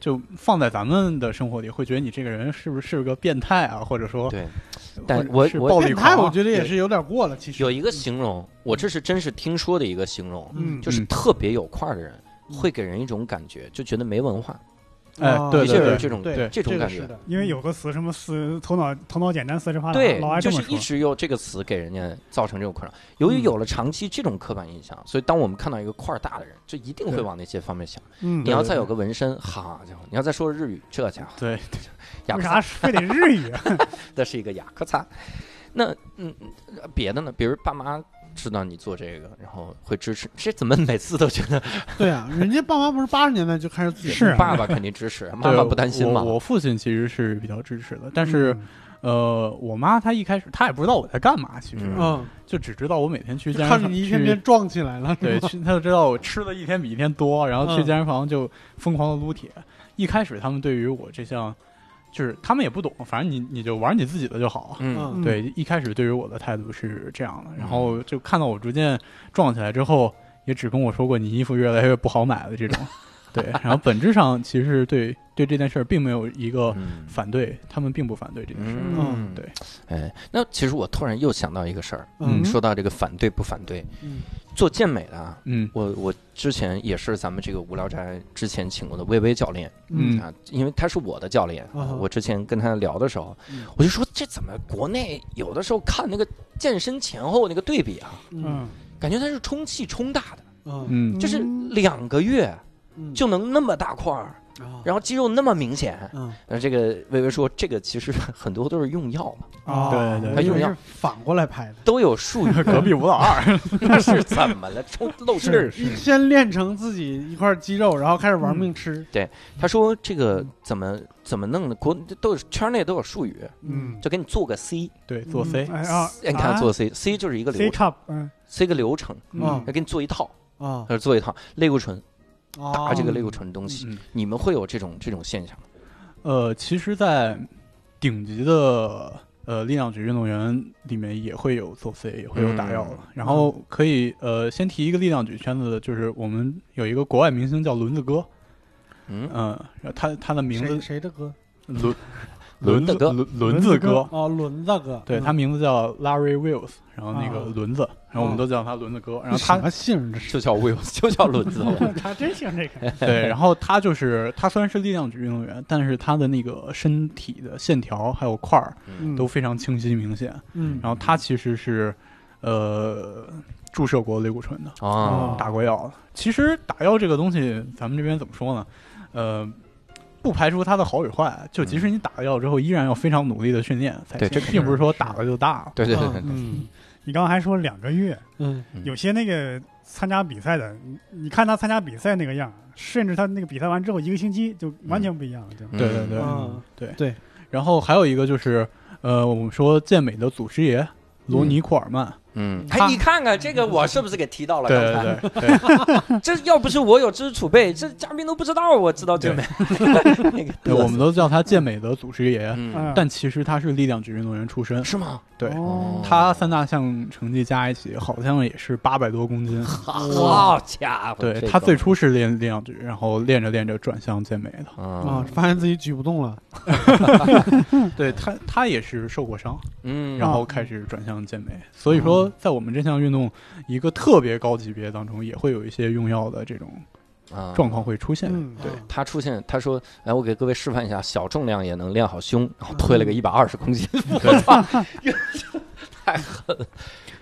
Speaker 4: 就放在咱们的生活里，会觉得你这个人是不是是个变态啊，或者说，
Speaker 1: 对，
Speaker 4: 或者
Speaker 1: 但我
Speaker 4: 是
Speaker 1: 我
Speaker 4: 暴力
Speaker 3: 变态
Speaker 4: 狂啊，
Speaker 3: 我觉得也
Speaker 4: 对
Speaker 3: 是有点过了，其实
Speaker 1: 有一个形容，我这是真是听说的一个形容，
Speaker 2: 嗯，
Speaker 1: 就是
Speaker 4: 嗯
Speaker 1: 特别有块儿的人，会给人一种感觉，就觉得没文化，
Speaker 4: 哎
Speaker 3: 啊
Speaker 1: 的
Speaker 4: 对对
Speaker 1: 确
Speaker 4: 对
Speaker 1: 是这种
Speaker 4: 对
Speaker 1: 这种
Speaker 3: 个
Speaker 1: 感
Speaker 3: 是
Speaker 1: 觉。
Speaker 3: 的，嗯
Speaker 2: 因为有个词什么思头脑头脑简单思维发达，
Speaker 1: 对
Speaker 2: 啊老爱，这
Speaker 1: 就
Speaker 2: 么
Speaker 1: 是一
Speaker 2: 说。
Speaker 1: 直有这个词给人家造成这种困扰。由
Speaker 4: 嗯
Speaker 1: 于有了长期这种刻板印象，所以当我们看到一个块儿大的人，就一定会
Speaker 4: 对
Speaker 1: 往那些方面想。
Speaker 2: 嗯
Speaker 1: 你，要再有个纹身，好家伙，你要再说日语，这家伙
Speaker 4: 对，
Speaker 1: 雅
Speaker 2: 为
Speaker 1: 克
Speaker 2: 啥
Speaker 1: 萨
Speaker 2: 非得日语？啊
Speaker 1: 那是一个雅克萨。那嗯，嗯别的呢？比如爸妈知道你做这个，然后会支持，这怎么每次都觉得
Speaker 3: 对啊，人家爸妈不是八十年代就开始自己
Speaker 2: 是啊
Speaker 1: 爸爸肯定支 持，妈妈不担心吗
Speaker 4: 我？？我父亲其实是比较支持的，但是、
Speaker 3: 嗯
Speaker 4: 呃，我妈她一开始她也不知道我在干嘛，其实、
Speaker 1: 嗯
Speaker 3: 嗯，
Speaker 4: 就只知道我每天去
Speaker 3: 就
Speaker 4: 健身
Speaker 3: 看
Speaker 4: 房
Speaker 3: 着你一天
Speaker 4: 嗯去
Speaker 3: 天壮起来了，
Speaker 4: 对，去他就知道我吃的一天比一天多，然后去
Speaker 3: 嗯
Speaker 4: 健身房就疯狂的撸铁。一开始他们对于我这项，就是他们也不懂，反正你你就玩你自己的就好。
Speaker 1: 嗯
Speaker 3: 嗯，
Speaker 4: 对，一开始对于我的态度是这样的，然后就看到我逐渐壮起来之后，也只跟我说过你衣服越来越不好买了这种。对，然后本质上其实对对这件事儿并没有一个
Speaker 1: 嗯
Speaker 4: 反对，他们并不反对这件事儿。
Speaker 1: 嗯，
Speaker 4: 对，
Speaker 1: 哎，那其实我突然又想到一个事儿，
Speaker 3: 嗯
Speaker 1: 说到这个反对不反对，
Speaker 3: 嗯
Speaker 1: 做健美的啊，
Speaker 4: 嗯
Speaker 1: 我我之前也是咱们这个无聊斋之前请过的薇薇教练，
Speaker 4: 嗯
Speaker 1: 啊，因为他是我的教练，
Speaker 3: 啊哈
Speaker 1: 我之前跟他聊的时候，
Speaker 3: 嗯
Speaker 1: 我就说这怎么国内有的时候看那个健身前后那个对比啊，
Speaker 3: 嗯
Speaker 2: 嗯，
Speaker 1: 感觉他是充气充大的，
Speaker 3: 嗯
Speaker 4: 嗯
Speaker 1: 就是
Speaker 2: 嗯
Speaker 1: 两个月
Speaker 3: 嗯，
Speaker 1: 就能那么大块儿，
Speaker 3: 啊
Speaker 1: 然后肌肉那么明显。
Speaker 3: 嗯
Speaker 1: 呃，这个薇薇说，这个其实 很多都是用药嘛，
Speaker 3: 啊，
Speaker 4: 对对，
Speaker 3: 我以
Speaker 1: 对
Speaker 3: 为是反过来拍的，
Speaker 1: 都有术语
Speaker 4: 隔壁
Speaker 1: 嗯
Speaker 4: 吴老二，
Speaker 1: 那是怎么了？充漏气儿。
Speaker 3: 一先练成自己一块肌肉，然后开始玩命吃，
Speaker 1: 他说这个怎么怎么弄的？国都有圈内都有术语，
Speaker 2: 嗯，
Speaker 1: 就给你做个 C，
Speaker 4: 对，做 C，
Speaker 2: 哎啊，
Speaker 1: 你看做 C，C 就是一个
Speaker 2: C
Speaker 1: 流程
Speaker 2: cup，嗯
Speaker 1: ，C 个流程，
Speaker 3: 嗯
Speaker 1: 要给你做一套，
Speaker 3: 啊
Speaker 1: 要做一套类固醇，
Speaker 3: 啊
Speaker 1: 打这个类固醇的东西，
Speaker 4: 嗯。
Speaker 1: 你们会有这种这种现象吗？
Speaker 4: 呃，其实，在顶级的呃力量举运动员里面，也会有做 C，也会有打药
Speaker 1: 嗯
Speaker 4: 的。然后可以呃，先提一个力量举圈子的，就是我们有一个国外明星叫轮子哥，
Speaker 1: 嗯，
Speaker 4: 嗯、然后他他的名
Speaker 3: 谁
Speaker 4: 字
Speaker 3: 谁的歌？
Speaker 4: 轮
Speaker 1: 轮子哥
Speaker 4: 轮轮子哥，
Speaker 3: 哦，轮子哥，
Speaker 4: 对他名字叫 Larry Wills，然后那个
Speaker 3: 啊
Speaker 4: 轮子，然后我们都叫他轮子哥。然后
Speaker 3: 什
Speaker 4: 他
Speaker 3: 么姓这是？
Speaker 1: 就叫 Will，就叫轮子。
Speaker 2: 他真喜欢这 个，
Speaker 4: 对，然后他就是他虽然是力量举运动员，但是他的那个身体的线条还有块儿
Speaker 1: 嗯
Speaker 4: 都非常清晰明显。
Speaker 3: 嗯
Speaker 4: 然后他其实是，呃，注射过类固醇的，
Speaker 1: 啊
Speaker 3: 哦
Speaker 4: 打过药的。其实打药这个东西，咱们这边怎么说呢？呃，不排除它的好与坏，就即使你打了药之后，依然要非常努力的训练才
Speaker 1: 对
Speaker 4: 行
Speaker 1: 这肯，定
Speaker 4: 并不是说打了就大了。
Speaker 1: 对对对对对，
Speaker 3: 嗯
Speaker 2: 你刚刚还说两个月，
Speaker 3: 嗯
Speaker 1: 嗯
Speaker 2: 有些那个参加比赛的，你你看他参加比赛那个样，甚至他那个比赛完之后一个星期就完全不一样了，对吧？
Speaker 1: 嗯
Speaker 4: 对对对
Speaker 3: 嗯
Speaker 4: 对
Speaker 3: 对。
Speaker 4: 然后还有一个就是，呃，我们说健美的祖师爷罗尼·库尔曼，
Speaker 1: 嗯，
Speaker 4: 他
Speaker 1: 哎，你看看这个，我是不是给提到了？
Speaker 4: 对
Speaker 1: 刚才
Speaker 4: 对对对，
Speaker 1: 这要不是我有知识储备，这嘉宾都不知道我知道这美那个
Speaker 4: 对
Speaker 1: 嘚瑟
Speaker 4: 我们都叫他健美的祖师爷，
Speaker 1: 嗯
Speaker 2: 嗯，
Speaker 4: 但其实他是力量级运动员出身，
Speaker 1: 是吗？
Speaker 4: 对
Speaker 2: 哦
Speaker 4: 他三大项成绩加一起好像也是八百多公斤。
Speaker 1: 好家伙，
Speaker 4: 对
Speaker 1: 这
Speaker 4: 他
Speaker 1: 个
Speaker 4: 最初是练力量举，然后练着练着转向健美的。
Speaker 3: 啊
Speaker 1: 啊，，
Speaker 3: 发现自己举不动了，
Speaker 4: 对他，他也是受过伤，
Speaker 1: 嗯，
Speaker 4: 然后开始转向健美。所以说，在我们这项运动一个特别高级别当中，也会有一些用药的这种
Speaker 1: 啊
Speaker 4: 状况。会出现。
Speaker 3: 嗯，
Speaker 4: 对
Speaker 3: 啊
Speaker 1: 他出现，他说：“来，我给各位示范一下，小重量也能练好胸。”然后推了个一百二十公斤，我 操，太狠了！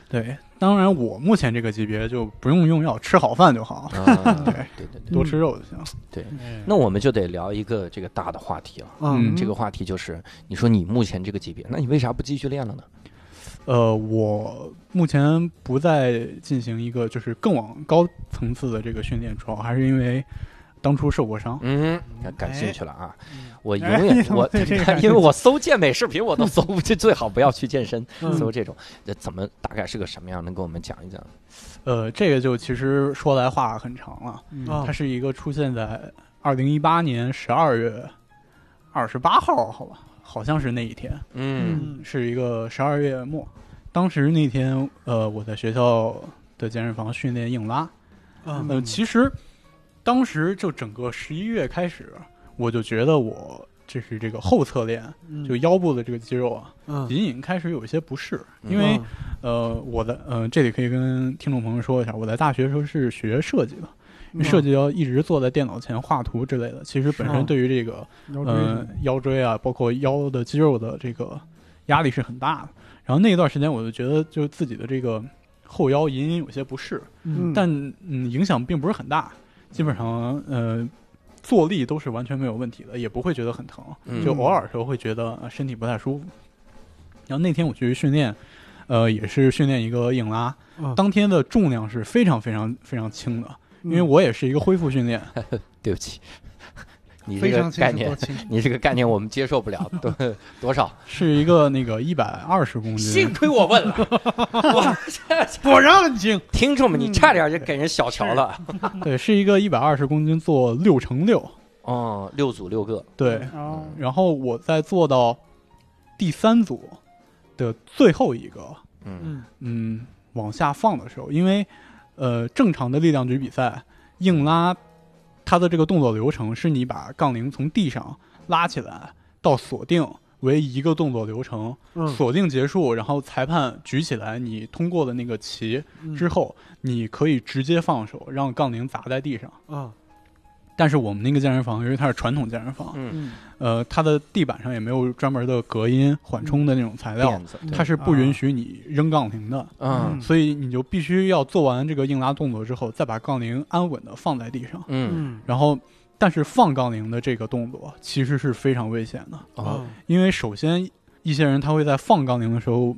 Speaker 4: 对，当然我目前这个级别就不用用药，吃好饭就好，
Speaker 1: 啊
Speaker 4: 嗯
Speaker 1: 对对对
Speaker 4: 多吃肉就行。
Speaker 1: 那我们就得聊一个这个大的话题了。
Speaker 4: 嗯
Speaker 1: 这个话题就是，你说你目前这个级别，那你为啥不继续练了呢？
Speaker 4: 呃，我目前不再进行一个就是更往高层次的这个训练，主要还是因为当初受过伤。
Speaker 1: 嗯，感感
Speaker 3: 哎
Speaker 1: 兴趣了啊！
Speaker 3: 嗯
Speaker 1: 我永
Speaker 2: 哎
Speaker 1: 远
Speaker 2: 你怎么
Speaker 1: 我
Speaker 2: 对这个感
Speaker 1: 因为
Speaker 2: 兴
Speaker 1: 我搜健美视频我都搜不去，最好不要去健身，
Speaker 3: 嗯
Speaker 1: 搜这种这怎么大概是个什么样，能给我们讲一讲？
Speaker 4: 呃，这个就其实说来话很长了，
Speaker 3: 啊
Speaker 4: 它是一个出现在二零一八年十二月二十八号，好吧，好像是那一天，
Speaker 1: 嗯
Speaker 3: 嗯
Speaker 4: 是一个十二月末。当时那天，呃，我在学校的健身房训练硬拉，
Speaker 3: 嗯
Speaker 4: 嗯，其实当时就整个十一月开始，我就觉得我就是这个后侧链，
Speaker 3: 嗯
Speaker 4: 就腰部的这个肌肉啊，
Speaker 3: 嗯
Speaker 4: 隐隐开始有一些不适，
Speaker 1: 嗯
Speaker 4: 因为呃，我的呃，这里可以跟听众朋友说一下，我在大学的时候是学设计的，
Speaker 3: 嗯
Speaker 4: 因为设计要一直坐在电脑前画图之类的，其实本
Speaker 3: 是吗
Speaker 4: 身对于这个
Speaker 2: 腰椎什么
Speaker 4: 呃
Speaker 2: 的，
Speaker 4: 腰椎啊，包括腰的肌肉的这个压力是很大的。然后那一段时间，我就觉得就自己的这个后腰隐隐有些不适，
Speaker 3: 嗯
Speaker 4: 但嗯，影响并不是很大，基本上呃，坐立都是完全没有问题的，也不会觉得很疼，
Speaker 1: 嗯
Speaker 4: 就偶尔时候会觉得呃身体不太舒服。然后那天我去训练，呃，也是训练一个硬拉，
Speaker 3: 啊
Speaker 4: 当天的重量是非常非常非常轻的，因为
Speaker 3: 嗯
Speaker 4: 我也是一个恢复训练，
Speaker 1: 对不起， 你这
Speaker 3: 嗯非
Speaker 1: 个
Speaker 3: 常清
Speaker 1: 概
Speaker 3: 楚多
Speaker 1: 念，
Speaker 3: 清楚
Speaker 1: 你这个概念我们接受不了，多多少？
Speaker 4: 是一个那个一百二十公 斤
Speaker 1: 幸，亏我问了，我
Speaker 3: 果然很轻，
Speaker 1: 听众们，你差点就给人小瞧了。
Speaker 4: 对，是一个一百二十公斤做六乘六，
Speaker 1: 哦，六组六个，
Speaker 4: 对，
Speaker 3: 嗯
Speaker 2: 哦，
Speaker 4: 然后我在做到第三组的最后一个，
Speaker 1: 嗯
Speaker 3: 嗯
Speaker 4: 嗯，往下放的时候，因为呃，正常的力量举比赛硬拉，它的这个动作流程是你把杠铃从地上拉起来到锁定为一个动作流程，
Speaker 3: 嗯
Speaker 4: 锁定结束，然后裁判举起来你通过的那个旗
Speaker 3: 嗯
Speaker 4: 之后，你可以直接放手让杠铃砸在地上。
Speaker 3: 啊
Speaker 4: 但是我们那个健身房，因为它是传统健身房，
Speaker 1: 嗯，
Speaker 3: 嗯
Speaker 4: 呃，它的地板上也没有专门的隔音缓冲的那种材料
Speaker 1: 垫，子，
Speaker 3: 嗯
Speaker 4: 它是不允许你扔杠铃的。
Speaker 1: 嗯
Speaker 4: 所以你就必须要做完这个硬拉动作之后，再把杠铃安稳的放在地上。
Speaker 1: 嗯
Speaker 3: 嗯
Speaker 4: 然后，但是放杠铃的这个动作其实是非常危险的，
Speaker 1: 哦，
Speaker 4: 因为首先一些人他会在放杠铃的时候，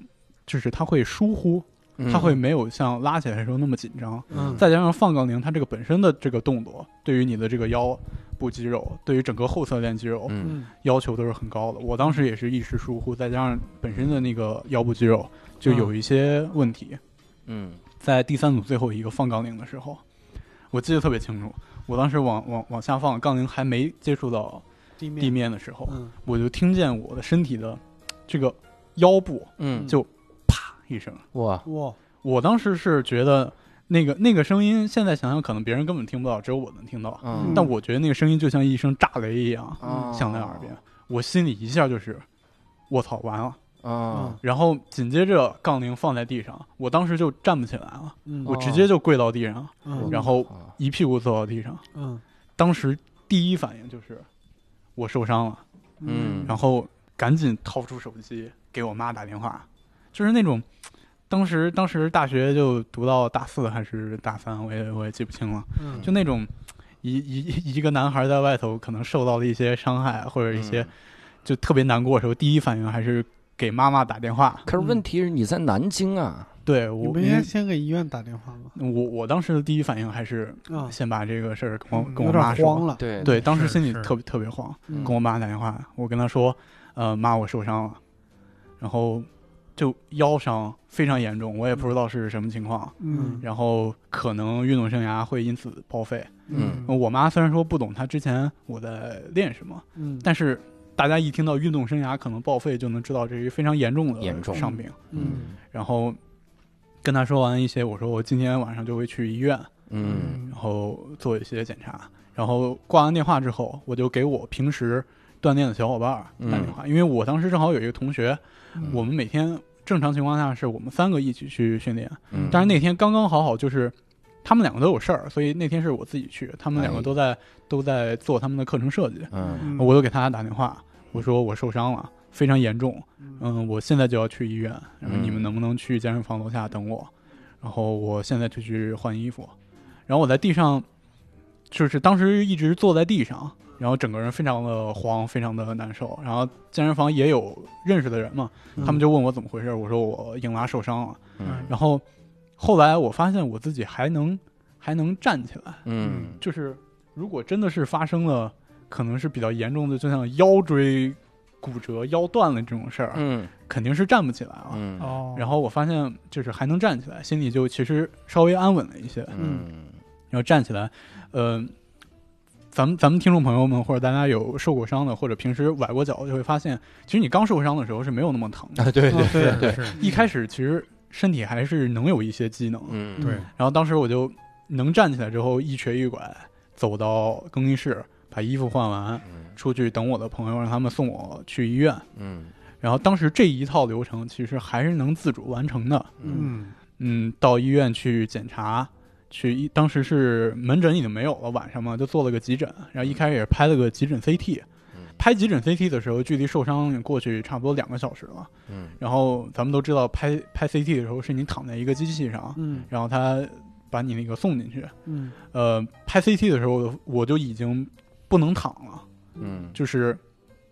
Speaker 4: 就是他会疏忽，
Speaker 1: 嗯
Speaker 4: 他会没有像拉起来的时候那么紧张。
Speaker 3: 嗯
Speaker 4: 再加上放杠铃，它这个本身的这个动作，对于你的这个腰部肌肉，对于整个后侧链肌肉
Speaker 1: 嗯
Speaker 3: 嗯
Speaker 4: 要求都是很高的。我当时也是一时疏忽，再加上本身的那个腰部肌肉就有一些问题。
Speaker 1: 嗯
Speaker 4: 在第三组最后一个放杠铃的时候，我记得特别清楚。我当时往往往下放，杠铃还没接触到
Speaker 3: 地面
Speaker 4: 地面的时候，
Speaker 3: 嗯
Speaker 4: 我就听见我的身体的这个腰部
Speaker 1: 嗯，
Speaker 4: 就啪一声。
Speaker 1: 哇，
Speaker 3: 哇
Speaker 4: 我当时是觉得那个那个声音，现在想想可能别人根本听不到，只有我能听到。
Speaker 1: 嗯，
Speaker 4: 但我觉得那个声音就像一声炸雷一样
Speaker 1: 哦
Speaker 4: 响在耳边，我心里一下就是，我操，完了！
Speaker 1: 啊，
Speaker 4: 然后紧接着杠铃放在地上，我当时就站不起来了，
Speaker 3: 嗯
Speaker 4: 我
Speaker 1: 哦
Speaker 4: 直接就跪到地上，
Speaker 3: 嗯
Speaker 4: 然后一屁股坐到地上。
Speaker 3: 嗯
Speaker 4: 当时第一反应就是我受伤了，
Speaker 1: 嗯
Speaker 4: 然后赶紧掏出手机给我妈打电话，就是那种。当时，当时大学就读到大四还是大三，我也我也记不清了。
Speaker 3: 嗯
Speaker 4: 就那种一一一个男孩在外头可能受到了一些伤害啊或者一些
Speaker 3: 嗯
Speaker 4: 就特别难过的时候，第一反应还是给妈妈打电话。
Speaker 1: 可是问题是你在南京啊，
Speaker 4: 对
Speaker 3: 你
Speaker 4: 我
Speaker 3: 不应该先给医院打电话吗？
Speaker 4: 我我当时的第一反应还是
Speaker 3: 啊，
Speaker 4: 先把这个事儿跟我
Speaker 2: 嗯
Speaker 4: 跟
Speaker 3: 有
Speaker 4: 我
Speaker 3: 点
Speaker 4: 妈
Speaker 3: 慌
Speaker 4: 说。
Speaker 3: 了。
Speaker 1: 对
Speaker 4: 对，当时
Speaker 2: 是
Speaker 4: 心里
Speaker 2: 是
Speaker 4: 特别特别慌，
Speaker 3: 嗯
Speaker 4: 跟我妈打电话，我跟她说，呃，妈，我受伤了，然后就腰伤非常严重，我也不知道是什么情况，
Speaker 2: 嗯
Speaker 4: 然后可能运动生涯会因此报废。
Speaker 1: 嗯
Speaker 4: 呃我妈虽然说不懂她之前我在练什么，
Speaker 3: 嗯，
Speaker 4: 但是大家一听到运动生涯可能报废，就能知道这是一个非常严重的
Speaker 1: 严重
Speaker 4: 伤病。
Speaker 3: 嗯
Speaker 4: 然后跟她说完一些，我说我今天晚上就会去医院，
Speaker 1: 嗯
Speaker 4: 然后做一些检查。然后挂完电话之后，我就给我平时锻炼的小伙伴儿
Speaker 1: 嗯
Speaker 4: 打电话，因为我当时正好有一个同学，
Speaker 2: 嗯
Speaker 4: 我们每天正常情况下是我们三个一起去训练，
Speaker 1: 嗯，
Speaker 4: 但是那天刚刚好好就是。他们两个都有事儿，所以那天是我自己去。他们两个
Speaker 1: 哎
Speaker 4: 都在、都在做他们的课程设计，
Speaker 1: 嗯
Speaker 2: 嗯
Speaker 4: 我又给他打电话，我说我受伤了，非常严重，
Speaker 3: 嗯
Speaker 4: 嗯，我现在就要去医院，然后
Speaker 1: 嗯
Speaker 4: 你们能不能去健身房楼下等我？然后我现在就去换衣服，然后我在地上，就是当时一直坐在地上，然后整个人非常的慌，非常的难受。然后健身房也有认识的人嘛，他们就问我怎么回事，我说我硬拉受伤了。
Speaker 1: 嗯
Speaker 4: 然后后来我发现我自己还能还能站起来，
Speaker 1: 嗯
Speaker 4: 就是如果真的是发生了，可能是比较严重的，就像腰椎骨折、腰断了这种事儿，啊
Speaker 1: 嗯
Speaker 4: 肯定是站不起来啊。
Speaker 1: 嗯
Speaker 2: 哦，
Speaker 4: 然后我发现就是还能站起来，心里就其实稍微安稳了一些。
Speaker 1: 嗯
Speaker 4: 然后站起来，呃，咱们咱们听众朋友们或者大家有受过伤的，或者平时崴过脚，就会发现，其实你刚受伤的时候是没有那么疼的，
Speaker 1: 啊，对对，
Speaker 2: 对
Speaker 4: 对
Speaker 2: 是
Speaker 4: 一开始其实身体还是能有一些机能。
Speaker 1: 嗯
Speaker 2: 对，
Speaker 4: 然后当时我就能站起来之后，一瘸一拐走到更衣室，把衣服换完，出去等我的朋友，让他们送我去医院。
Speaker 1: 嗯
Speaker 4: 然后当时这一套流程其实还是能自主完成的。
Speaker 1: 嗯
Speaker 2: 嗯
Speaker 4: 嗯，到医院去检查，去医当时是门诊已经没有了，晚上嘛就做了个急诊，然后一开始也拍了个急诊 CT
Speaker 1: 嗯。
Speaker 4: 拍急诊 CT 的时候，距离受伤过去差不多两个小时了。
Speaker 1: 嗯
Speaker 4: 然后咱们都知道拍，拍 CT 的时候是你躺在一个机器上，
Speaker 3: 嗯
Speaker 4: 然后他把你那个送进去。
Speaker 3: 嗯
Speaker 4: 呃，拍 CT 的时候，我就已经不能躺了，
Speaker 1: 嗯，
Speaker 4: 就是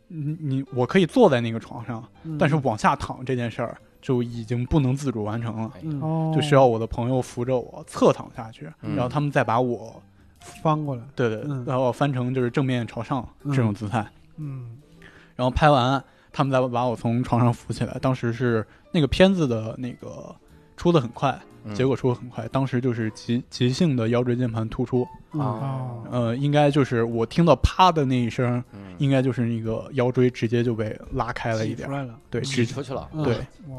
Speaker 4: 你你我可以坐在那个床上，
Speaker 3: 嗯，
Speaker 4: 但是往下躺这件事儿就已经不能自主完成了。
Speaker 3: 嗯
Speaker 2: 哦，
Speaker 4: 就需要我的朋友扶着我侧躺下去，
Speaker 1: 嗯
Speaker 4: 然后他们再把我，
Speaker 3: 翻过来，
Speaker 4: 对对，
Speaker 3: 嗯
Speaker 4: 然后翻成就是正面朝上
Speaker 3: 嗯
Speaker 4: 这种姿态，
Speaker 2: 嗯
Speaker 4: 然后拍完，他们再把我从床上扶起来。当时是那个片子的那个出的很快，
Speaker 3: 嗯
Speaker 4: 结果出的很快，当时就是急急性的腰椎间盘突出，
Speaker 3: 嗯
Speaker 1: 啊
Speaker 2: 哦，
Speaker 4: 呃，应该就是我听到啪的那一声，
Speaker 1: 嗯
Speaker 4: 应该就是那个腰椎直接就被拉开了一点
Speaker 3: 挤出
Speaker 4: 儿，
Speaker 3: 来了，
Speaker 4: 对，
Speaker 3: 嗯
Speaker 4: 直
Speaker 1: 挤出去了，
Speaker 3: 嗯
Speaker 4: 对，
Speaker 2: 哇，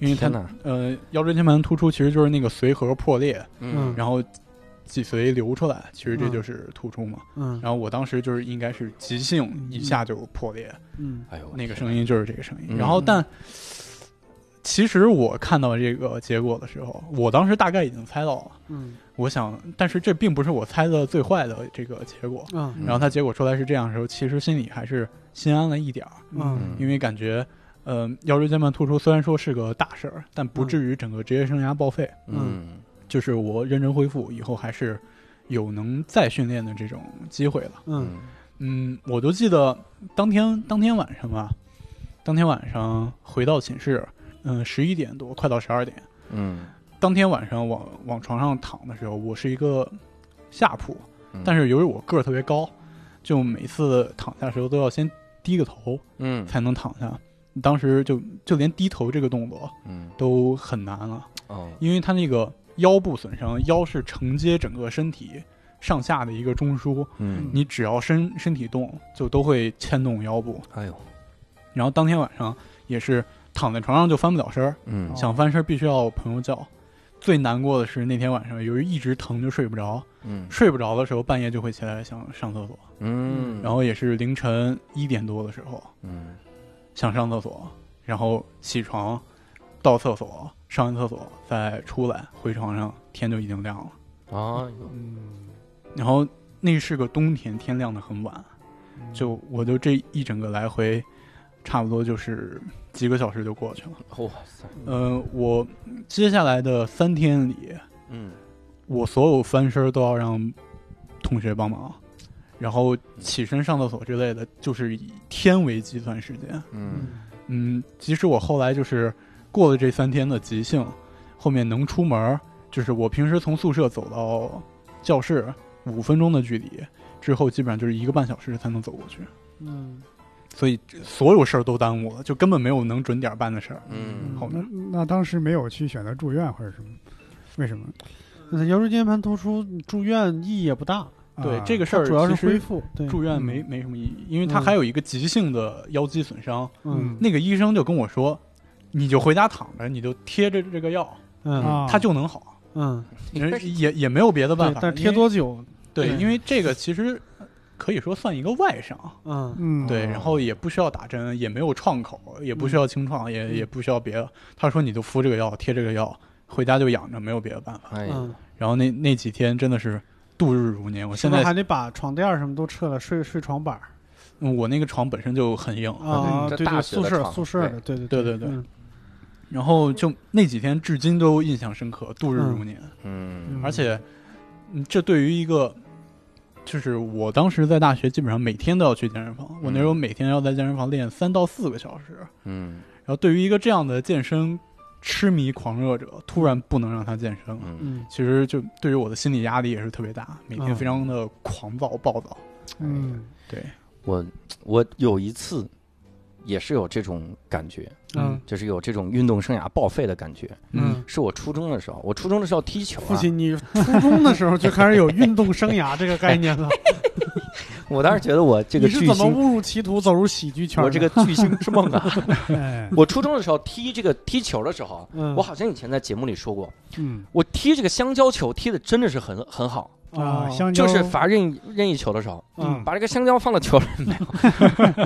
Speaker 4: 因为它
Speaker 1: 啊天哪，
Speaker 4: 呃腰椎间盘突出其实就是那个髓核破裂，
Speaker 1: 嗯
Speaker 4: 然后脊髓流出来，其实这就是突出嘛。
Speaker 3: 嗯
Speaker 4: 然后我当时就是应该是急性一下就破裂，
Speaker 3: 嗯
Speaker 1: 哎呦
Speaker 4: 那个声音就是这个声音。
Speaker 1: 嗯
Speaker 4: 然后但其实我看到这个结果的时候，我当时大概已经猜到了。
Speaker 3: 嗯
Speaker 4: 我想，但是这并不是我猜的最坏的这个结果。
Speaker 3: 啊
Speaker 1: 嗯
Speaker 4: 然后它结果出来是这样的时候，其实心里还是心安了一点儿，
Speaker 3: 嗯
Speaker 4: 因为感觉，呃，腰椎间盘突出虽然说是个大事儿，但不
Speaker 3: 嗯
Speaker 4: 至于整个职业生涯报废。
Speaker 1: 嗯
Speaker 4: 就是我认真恢复以后，还是有能再训练的这种机会了。
Speaker 3: 嗯
Speaker 4: 嗯，我就记得当天当天晚上吧，当天晚上回到寝室，嗯、1十一点多，快到十二点。
Speaker 1: 嗯
Speaker 4: 当天晚上往往床上躺的时候，我是一个下铺，
Speaker 1: 嗯
Speaker 4: 但是由于我个儿特别高，就每次躺下的时候都要先低个头
Speaker 1: 嗯
Speaker 4: 才能躺下。当时就就连低头这个动作
Speaker 1: 嗯
Speaker 4: 都很难了。
Speaker 1: 哦
Speaker 4: 因为他那个腰部损伤，腰是承接整个身体上下的一个中枢，
Speaker 1: 嗯
Speaker 4: 你只要身身体动，就都会牵动腰部。
Speaker 1: 哎呦
Speaker 4: 然后当天晚上也是躺在床上就翻不了身儿，
Speaker 1: 嗯
Speaker 4: 想翻身儿必须要朋友叫。最难过的是那天晚上，由于一直疼就睡不着，
Speaker 1: 嗯
Speaker 4: 睡不着的时候半夜就会起来想上厕所，
Speaker 1: 嗯，
Speaker 4: 然后也是凌晨一点多的时候
Speaker 1: 嗯
Speaker 4: 想上厕所，然后起床到厕所，上完厕所再出来回床上，天就已经亮了。
Speaker 1: 啊
Speaker 2: 嗯，
Speaker 4: 然后那是个冬天，天亮的很晚，
Speaker 2: 嗯
Speaker 4: 就我就这一整个来回，差不多就是几个小时就过去了。
Speaker 1: 哇塞
Speaker 4: 呃，我接下来的三天里，
Speaker 1: 嗯
Speaker 4: 我所有翻身都要让同学帮忙，然后
Speaker 3: 嗯
Speaker 4: 起身上厕所之类的，就是以天为计算时间。
Speaker 1: 嗯
Speaker 4: 嗯，即使我后来就是过了这三天的急性，后面能出门儿，就是我平时从宿舍走到教室五分钟的距离，之后基本上就是一个半小时才能走过去，
Speaker 3: 嗯，
Speaker 4: 所以这所有事儿都耽误了，就根本没有能准点儿办的事儿。
Speaker 1: 嗯，
Speaker 4: 好
Speaker 2: 那
Speaker 4: 的
Speaker 2: 那当时没有去选择住院或者什么？为什么？
Speaker 3: 那腰椎间盘突出住院意义也不大，
Speaker 4: 对
Speaker 2: 啊
Speaker 4: 这个事儿，
Speaker 3: 主要是
Speaker 4: 其实嗯
Speaker 3: 恢复。对，
Speaker 4: 住院没没什么意义，因为他还有一个急性的腰肌损伤。
Speaker 3: 嗯
Speaker 4: 那个医生就跟我说，你就回家躺着，你就贴着这个药，
Speaker 3: 嗯
Speaker 2: 啊，
Speaker 4: 它就能好，
Speaker 3: 嗯，
Speaker 1: 应该是
Speaker 4: 也也没有别的办
Speaker 3: 对，
Speaker 4: 法。
Speaker 3: 但是贴
Speaker 4: 因为
Speaker 3: 多嗯久？
Speaker 4: 对，
Speaker 3: 对
Speaker 4: 因为这个其实可以说算一个外伤，
Speaker 3: 嗯
Speaker 2: 嗯，
Speaker 4: 对，然后也不需要打针，也没有创口，也不需要清创，
Speaker 3: 嗯
Speaker 4: 也也不需要别的。他说你就敷这个药，贴这个药，回家就养着，没有别的办法。
Speaker 1: 哎呀，
Speaker 3: 嗯，
Speaker 4: 然后那那几天真的是度日如年，我
Speaker 3: 是
Speaker 4: 现
Speaker 3: 不是
Speaker 4: 在
Speaker 3: 还得把床垫儿什么都撤了，睡睡床板儿
Speaker 4: 嗯我那个床本身就很硬，
Speaker 3: 啊？
Speaker 1: 这
Speaker 3: 对
Speaker 1: 大
Speaker 3: 对，
Speaker 1: 学的
Speaker 3: 宿舍
Speaker 1: 床
Speaker 3: 宿舍的，对对
Speaker 4: 对对
Speaker 3: 对嗯
Speaker 4: 对，然后就那几天至今都印象深刻，度日如年。
Speaker 1: 嗯
Speaker 3: 嗯
Speaker 4: 而且，嗯这对于一个，就是我当时在大学基本上每天都要去健身房，我那时候每天要在健身房练三到四个小时。
Speaker 1: 嗯
Speaker 4: 然后对于一个这样的健身痴迷狂热者，突然不能让他健身了，
Speaker 1: 嗯，
Speaker 3: 嗯
Speaker 4: 其实就对于我的心理压力也是特别大，每天
Speaker 3: 嗯
Speaker 4: 非常的狂躁暴躁。
Speaker 2: 嗯
Speaker 4: 对，
Speaker 1: 我我有一次也是有这种感觉，
Speaker 3: 嗯
Speaker 1: 就是有这种运动生涯报废的感觉。
Speaker 3: 嗯，
Speaker 1: 是我初中的时候，我初中的时候踢球、
Speaker 3: 父
Speaker 1: 啊，
Speaker 3: 亲，你初中的时候就开始有运动生涯这个概念了，
Speaker 1: 我当时觉得我这个
Speaker 3: 你是
Speaker 1: 巨
Speaker 3: 怎么
Speaker 1: 星，
Speaker 3: 误入歧途走入喜剧圈
Speaker 1: 我
Speaker 3: 的？
Speaker 1: 这个巨星之梦啊！
Speaker 2: 哎，
Speaker 1: 我初中的时候踢这个踢球的时候啊，
Speaker 3: 嗯，
Speaker 1: 我好像以前在节目里说过，
Speaker 2: 嗯
Speaker 1: 我踢这个香蕉球踢的真的是很很好，
Speaker 2: 啊，
Speaker 3: 哦
Speaker 2: 香蕉
Speaker 1: 就是罚任意任意球的时候，
Speaker 3: 嗯
Speaker 1: 把这个香蕉放到球里 面，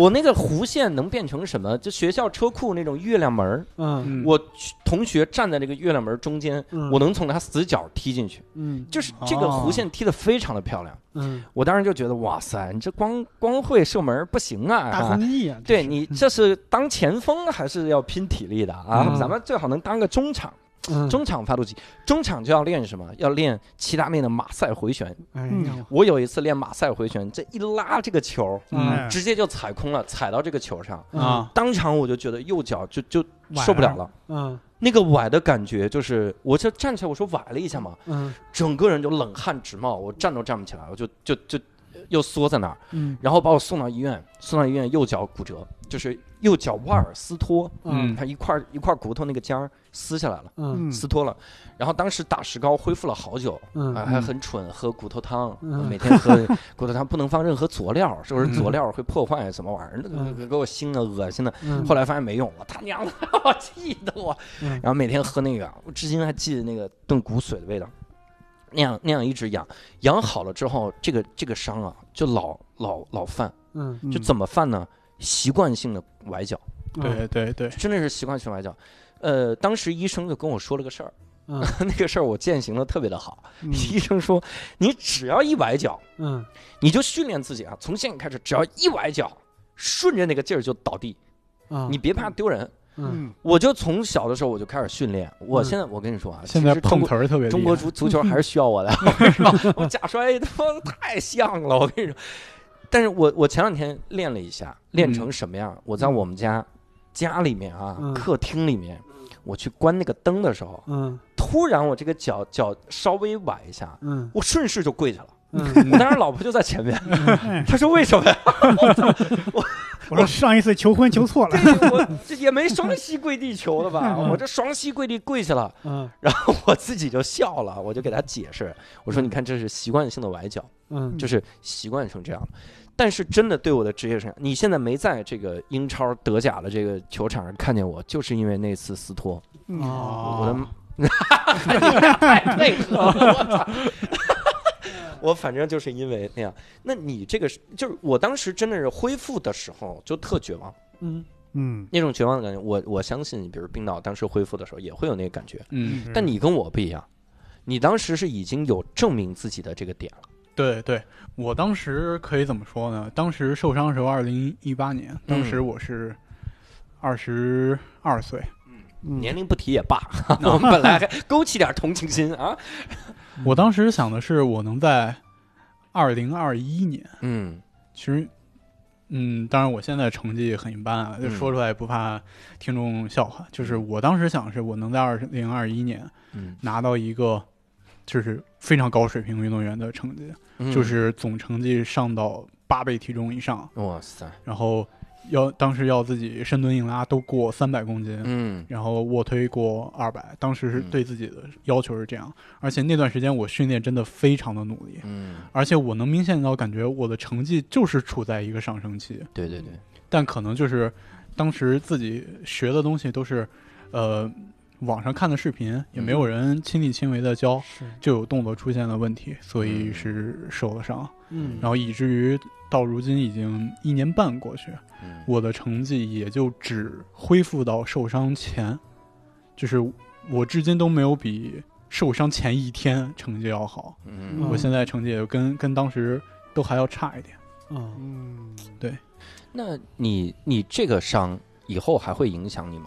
Speaker 1: 我那个弧线能变成什么？就学校车库那种月亮门儿，
Speaker 3: 嗯
Speaker 4: 嗯
Speaker 1: 我同学站在这个月亮门中间，
Speaker 3: 嗯，
Speaker 1: 我能从他死角踢进去，
Speaker 3: 嗯
Speaker 1: 就是这个弧线踢得非常的漂亮。
Speaker 3: 嗯
Speaker 1: 我当时就觉得，哇塞，你这光光会射门不行啊！
Speaker 3: 大
Speaker 1: 啊
Speaker 3: 综艺啊，
Speaker 1: 对你这是当前锋还是要拼体力的啊？
Speaker 3: 嗯
Speaker 1: 咱们最好能当个中场，
Speaker 3: 嗯
Speaker 1: 中场发动机，中场就要练什么？要练齐达内的马赛回旋。
Speaker 3: 哎呀，
Speaker 1: 我有一次练马赛回旋，这一拉这个球，
Speaker 2: 哎
Speaker 4: 嗯
Speaker 1: 直接就踩空了，踩到这个球上，
Speaker 3: 啊
Speaker 4: 啊，
Speaker 1: 当场我就觉得右脚就就
Speaker 2: 崴
Speaker 1: 受不了了。
Speaker 3: 嗯
Speaker 1: 那个崴的感觉，就是我这站起来，我说崴了一下嘛，
Speaker 3: 嗯
Speaker 1: 整个人就冷汗直冒，我站都站不起来，我就就就又缩在那儿，
Speaker 3: 嗯
Speaker 1: 然后把我送到医院，送到医院右脚骨折，就是右脚腕儿撕脱，
Speaker 3: 嗯
Speaker 1: 它一块一块骨头那个尖儿撕下来了，
Speaker 3: 嗯
Speaker 1: 撕脱了，然后当时打石膏恢复了好久。啊，
Speaker 3: 嗯
Speaker 1: 还很蠢，喝骨头汤，
Speaker 3: 嗯
Speaker 1: 每天喝骨头汤不能放任何佐料，是不是佐料会破坏什么玩意儿？那个
Speaker 3: 嗯
Speaker 1: 给给我熏的恶心的。
Speaker 3: 嗯，
Speaker 1: 后来发现没用，我他娘的， 我气得我，
Speaker 3: 嗯
Speaker 1: 然后每天喝那个，我至今还记得那个炖骨髓的味道，那样那样一直养，养好了之后，这个这个伤啊，就老老老犯，
Speaker 3: 嗯
Speaker 1: 就怎么犯呢？习惯性的崴脚，嗯
Speaker 4: 对对对，
Speaker 1: 真的是习惯性地崴脚。呃，当时医生就跟我说了个事儿，
Speaker 3: 嗯
Speaker 1: 那个事儿我践行的特别的好。
Speaker 2: 嗯
Speaker 1: 医生说，你只要一崴脚，
Speaker 3: 嗯
Speaker 1: 你就训练自己啊，从现在开始，只要一崴脚，顺着那个劲儿就倒地，
Speaker 3: 啊
Speaker 1: 你别怕丢人。
Speaker 3: 嗯
Speaker 2: 嗯
Speaker 1: 我就从小的时候我就开始训练。我
Speaker 3: 嗯
Speaker 1: 现在我跟你说啊，
Speaker 4: 现在
Speaker 1: 其实中
Speaker 4: 碰
Speaker 1: 国
Speaker 4: 瓷儿特别
Speaker 1: 中
Speaker 4: 厉
Speaker 1: 国
Speaker 4: 害。
Speaker 1: 足足球还是需要 我的，我跟你说，我假摔他妈太像了，我跟你说。但是我我前两天练了一下，练
Speaker 4: 嗯
Speaker 1: 成什么样？我在我们家家里面啊，
Speaker 3: 嗯
Speaker 1: 客厅里面，我去关那个灯的时候，
Speaker 3: 嗯
Speaker 1: 突然我这个脚脚稍微崴一下，
Speaker 3: 嗯
Speaker 1: 我顺势就跪下了。
Speaker 3: 嗯
Speaker 1: 我当时老婆就在前面，她说为什么呀？
Speaker 2: 我说上一次求婚求错 了，
Speaker 1: 对我 嗯这也没双膝跪地求的吧？我这双膝跪地跪下了。
Speaker 3: 嗯
Speaker 1: 然后我自己就笑了，我就给他解释，我说：“你看，这是习惯性的崴脚，
Speaker 3: 嗯
Speaker 1: 就是习惯成这样了。但是真的对我的职业生涯，你现在没在这个英超、德甲的这个球场上看见我，就是因为那次撕脱，
Speaker 2: 嗯
Speaker 3: 哦
Speaker 1: 我的 妈，太配合了，我操！我反正就是因为那样。那你这个是就是我当时真的是恢复的时候就特绝望，
Speaker 3: 嗯
Speaker 2: 嗯，
Speaker 1: 那种绝望的感觉，我我相信，比如冰岛当时恢复的时候也会有那个感觉。
Speaker 4: 嗯，
Speaker 1: 但你跟我不一样，你当时是已经有证明自己的这个点了。
Speaker 4: 对对，我当时可以怎么说呢？当时受伤的时候，二零一八年，当
Speaker 1: 嗯
Speaker 4: 时我是二十二岁，嗯
Speaker 2: 嗯
Speaker 1: 年龄不提也 罢，我们本来还勾起点同情心啊。
Speaker 4: 我当时想的是，我能在二零二一年，
Speaker 1: 嗯，
Speaker 4: 其实，嗯，当然我现在成绩很一般啊，就
Speaker 1: 嗯
Speaker 4: 说出来也不怕听众笑话。就是我当时想是我能在二零二一年
Speaker 1: 嗯
Speaker 4: 拿到一个就是非常高水平运动员的成绩，
Speaker 1: 嗯
Speaker 4: 就是总成绩上到八倍体重以上，
Speaker 1: 嗯哇塞，
Speaker 4: 然后要当时要自己深蹲硬拉都过三百公斤，
Speaker 1: 嗯
Speaker 4: 然后卧推过二百，当时是
Speaker 1: 嗯
Speaker 4: 对自己的要求是这样，而且那段时间我训练真的非常的努力，
Speaker 1: 嗯，
Speaker 4: 而且我能明显到感觉我的成绩就是处在一个上升期，
Speaker 1: 对对对，
Speaker 4: 但可能就是当时自己学的东西都是，呃，网上看的视频，也没有人亲力亲为的
Speaker 1: 嗯
Speaker 4: 教，
Speaker 3: 是，
Speaker 4: 就有动作出现了问题，所以是受了伤，
Speaker 3: 嗯，
Speaker 4: 然后以至于到如今已经一年半过去，
Speaker 1: 嗯
Speaker 4: 我的成绩也就只恢复到受伤前，就是我至今都没有比受伤前一天成绩要好。
Speaker 1: 嗯
Speaker 4: 我现在成绩也跟跟当时都还要差一点。
Speaker 3: 嗯，
Speaker 2: 嗯，
Speaker 1: 那你你这个伤以后还会影响你吗？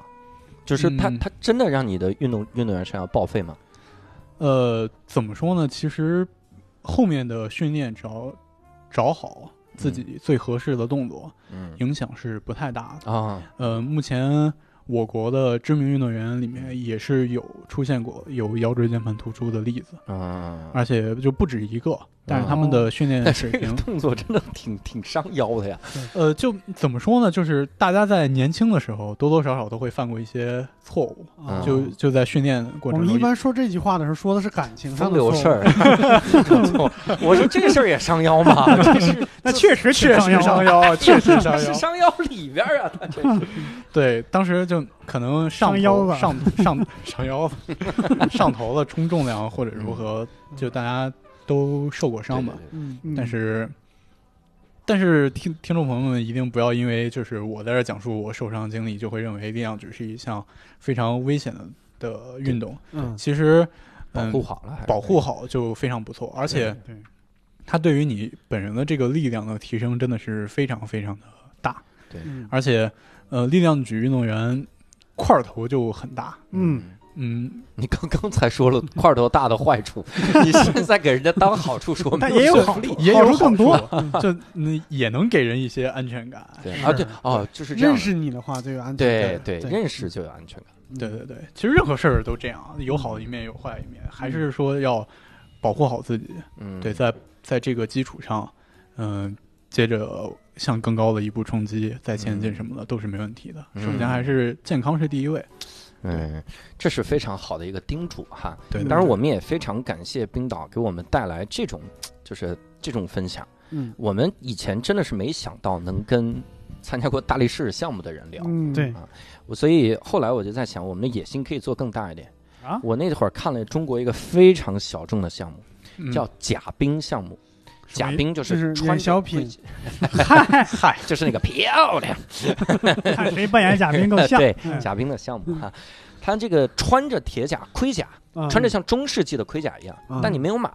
Speaker 1: 就是它
Speaker 4: 嗯
Speaker 1: 它真的让你的运动运动员生涯报废吗？
Speaker 4: 呃，怎么说呢？其实后面的训练只要找好自己最合适的动作，
Speaker 1: 嗯
Speaker 4: 影响是不太大的。
Speaker 1: 啊，
Speaker 4: 呃，目前我国的知名运动员里面也是有出现过有腰椎间盘突出的例子，
Speaker 1: 嗯，
Speaker 4: 而且就不止一个。啊但是他们
Speaker 1: 哦
Speaker 4: 的训练
Speaker 1: 但
Speaker 4: 嗯水
Speaker 1: 是
Speaker 4: 平，
Speaker 1: 动作真的挺挺伤腰的呀。
Speaker 4: 呃，就怎么说呢？就是大家在年轻的时候，多多少少都会犯过一些错误，
Speaker 1: 嗯
Speaker 4: 就就在训练过
Speaker 3: 我
Speaker 4: 程
Speaker 3: 们
Speaker 4: 中
Speaker 3: 一，般说这句话的时候，说的是感情上
Speaker 1: 风
Speaker 3: 的
Speaker 1: 流
Speaker 3: 错误
Speaker 1: 事儿， 我说这个事儿也伤腰吗？这是
Speaker 2: 那确实挺
Speaker 4: 确
Speaker 2: 伤
Speaker 4: 实
Speaker 2: 腰
Speaker 4: 伤
Speaker 2: 啊，
Speaker 4: 腰，确 实伤
Speaker 1: 这
Speaker 4: 腰
Speaker 1: 是。伤腰里边儿啊，他这是
Speaker 4: 对，当时就可能上
Speaker 2: 上腰
Speaker 4: 头
Speaker 2: 子
Speaker 4: 上上上腰子， 上头了，冲重量或者如何，
Speaker 1: 嗯
Speaker 4: 就大家都受过伤吧。
Speaker 1: 对对对
Speaker 3: 嗯，
Speaker 2: 嗯
Speaker 4: 但是，但是听听众朋友们一定不要因为就是我在这讲述我受伤经历，就会认为力量只是一项非常危险的的运动。
Speaker 3: 嗯，
Speaker 4: 其实，
Speaker 1: 保
Speaker 4: 嗯，
Speaker 1: 护好了还是，
Speaker 4: 保护好就非常不错，而且
Speaker 2: 对，
Speaker 4: 它对于你本人的这个力量的提升真的是非常非常的大。
Speaker 3: 嗯
Speaker 4: 而且，呃，力量举运动员块头就很大。
Speaker 2: 嗯，
Speaker 4: 嗯，
Speaker 1: 你刚刚才说了块头大的坏 处，你现在给人家当好处说，
Speaker 2: 嗯但
Speaker 1: 没
Speaker 2: 也有
Speaker 1: 说
Speaker 2: 好
Speaker 1: 服力
Speaker 2: 处
Speaker 4: 也有
Speaker 2: 好处更多
Speaker 4: 好处，就嗯也能给人一些安全感。
Speaker 1: 对啊，对哦，就是这样
Speaker 3: 认
Speaker 1: 的，
Speaker 3: 识你的话就有安
Speaker 1: 对
Speaker 3: 全感。
Speaker 1: 对，认识就有安全感。
Speaker 4: 对对对，其实任何事儿都这样，有好的一面，有坏的一面，还是说要保护好自己。
Speaker 1: 嗯，
Speaker 4: 对，在在这个基础上，嗯、接着向更高的一步冲击，再前进什么的、都是没问题的。
Speaker 1: 嗯
Speaker 4: 首先还是健康是第一位。
Speaker 1: 嗯，这是非常好的一个叮嘱哈。
Speaker 4: 对，
Speaker 1: 当然，我们也非常感谢冰岛给我们带来这种，就是这种分享。
Speaker 3: 嗯，
Speaker 1: 我们以前真的是没想到能跟参加过大力士项目的人聊，
Speaker 2: 嗯，
Speaker 3: 对，
Speaker 1: 我所以后来我就在想，我们的野心可以做更大一点
Speaker 2: 啊
Speaker 1: 我那会儿看了中国一个非常小众的项目，
Speaker 4: 嗯
Speaker 1: 叫假冰项目。假冰就
Speaker 3: 就是
Speaker 1: 是穿
Speaker 3: 演
Speaker 1: 着
Speaker 3: 小品，
Speaker 1: 嗨，就是那个漂亮。
Speaker 2: 看谁扮演贾冰更像，
Speaker 1: 对
Speaker 2: 嗯
Speaker 1: 贾冰的项目哈、他这个穿着铁甲盔甲，
Speaker 3: 嗯
Speaker 1: 穿着像中世纪的盔甲一样，
Speaker 3: 嗯
Speaker 1: 但你没有马。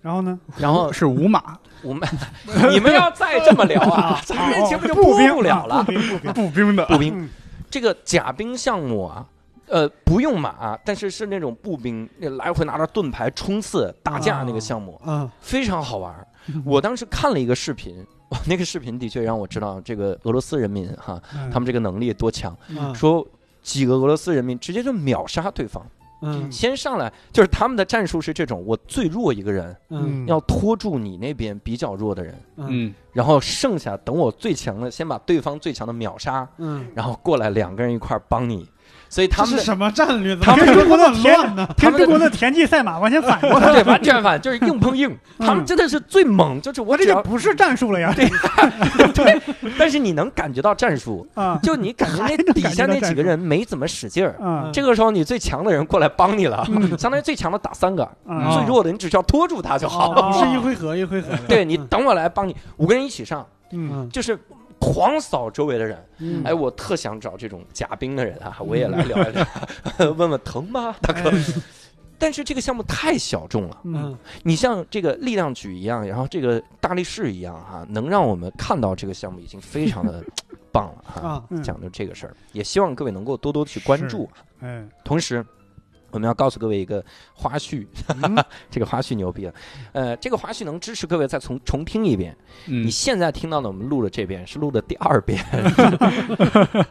Speaker 2: 然后呢，
Speaker 1: 然后
Speaker 4: 是五马
Speaker 1: 我们 你们要再这么聊啊，咱们
Speaker 2: 哦
Speaker 1: 这节目就播
Speaker 2: 冰啊
Speaker 1: 不了了
Speaker 2: 不。冰不冰，
Speaker 4: 步兵的
Speaker 1: 步兵
Speaker 2: 嗯
Speaker 1: 这个甲兵项目啊，呃，不用马，但是是那种步兵，那来回拿着盾牌冲刺打架那个项目，
Speaker 3: 啊，
Speaker 1: 非常好玩儿。我当时看了一个视频， 哇，那个视频的确让我知道这个俄罗斯人民哈，
Speaker 2: 嗯
Speaker 1: 他们这个能力多强。
Speaker 3: 嗯
Speaker 1: 说几个俄罗斯人民直接就秒杀对方，
Speaker 3: 嗯
Speaker 1: 先上来就是他们的战术是这种：我最弱一个人，
Speaker 3: 嗯
Speaker 1: 要拖住你那边比较弱的人，
Speaker 3: 嗯
Speaker 4: 嗯，
Speaker 1: 然后剩下等我最强的先把对方最强的秒杀，
Speaker 3: 嗯，
Speaker 1: 然后过来两个人一块儿帮你。所以他们
Speaker 3: 这是
Speaker 1: 的
Speaker 3: 什么战略？
Speaker 1: 他们
Speaker 3: 怎么
Speaker 2: 中国的
Speaker 3: 这么
Speaker 2: 天
Speaker 3: 乱呢？
Speaker 2: 跟中国的田忌赛马完全反过来，
Speaker 1: 对完全反就是硬碰硬，他们真的是最猛， 就是我
Speaker 2: 我这
Speaker 1: 只
Speaker 2: 就
Speaker 1: 要，
Speaker 2: 不是战术 了呀，
Speaker 1: 但是你能感觉到战 术，
Speaker 2: 啊
Speaker 1: 就你感觉那底下那几个人没怎么使劲儿。
Speaker 2: 啊
Speaker 3: 嗯
Speaker 1: 这个时候，你最强的人过来帮你了，相当于最强的打三个，
Speaker 2: 啊，
Speaker 1: 最弱的你只需要拖住他就好。
Speaker 3: 嗯 哦不是一回合一回合的。
Speaker 1: 对你
Speaker 3: 嗯
Speaker 1: 等我来帮你，五个人一起上，
Speaker 2: 嗯，
Speaker 3: 嗯
Speaker 1: 就是狂扫周围的人。
Speaker 3: 嗯
Speaker 1: 哎，我特想找这种假兵的人啊，我也来聊一聊， 问问疼吗，大哥？但是这个项目太小众了，
Speaker 3: 嗯
Speaker 1: 你像这个力量举一样，然后这个大力士一样哈、能让我们看到这个项目已经非常 的棒了哈、
Speaker 3: 啊
Speaker 2: 嗯
Speaker 1: 讲究这个事儿，也希望各位能够多多去关注。
Speaker 2: 嗯
Speaker 1: 啊同时，我们要告诉各位一个花絮，
Speaker 2: 嗯
Speaker 1: 这个花絮牛逼了，呃，这个花絮能支持各位再重重听一遍。
Speaker 4: 嗯
Speaker 1: 你现在听到的我们录的这遍是录的第二遍，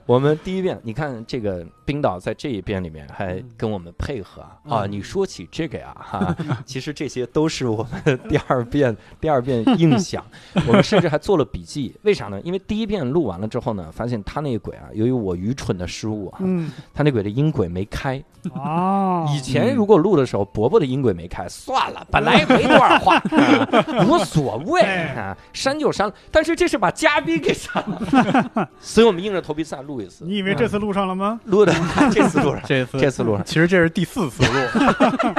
Speaker 1: 我们第一遍，你看这个冰岛在这一遍里面还跟我们配合啊啊！
Speaker 3: 嗯
Speaker 1: 你说起这个呀，哈、其实这些都是我们第二遍 第二遍硬想，我们甚至还做了笔记，为啥呢？因为第一遍录完了之后呢，发现他那个鬼啊，由于我愚蠢的失误啊，
Speaker 2: 嗯
Speaker 1: 他那鬼的音轨没开，
Speaker 2: 啊，
Speaker 1: 以前如果录的时候，伯伯的音轨没开，算了，本来没多少 话，啊无所谓
Speaker 2: 哎
Speaker 1: 啊，删就删了。但是这是把嘉宾给删 了，所以我们硬着头皮再录一次。嗯
Speaker 2: 你以为这次嗯录上了吗？
Speaker 1: 录的 这次录上，
Speaker 4: 这次
Speaker 1: 这次录上，
Speaker 4: 其实这是第四次录，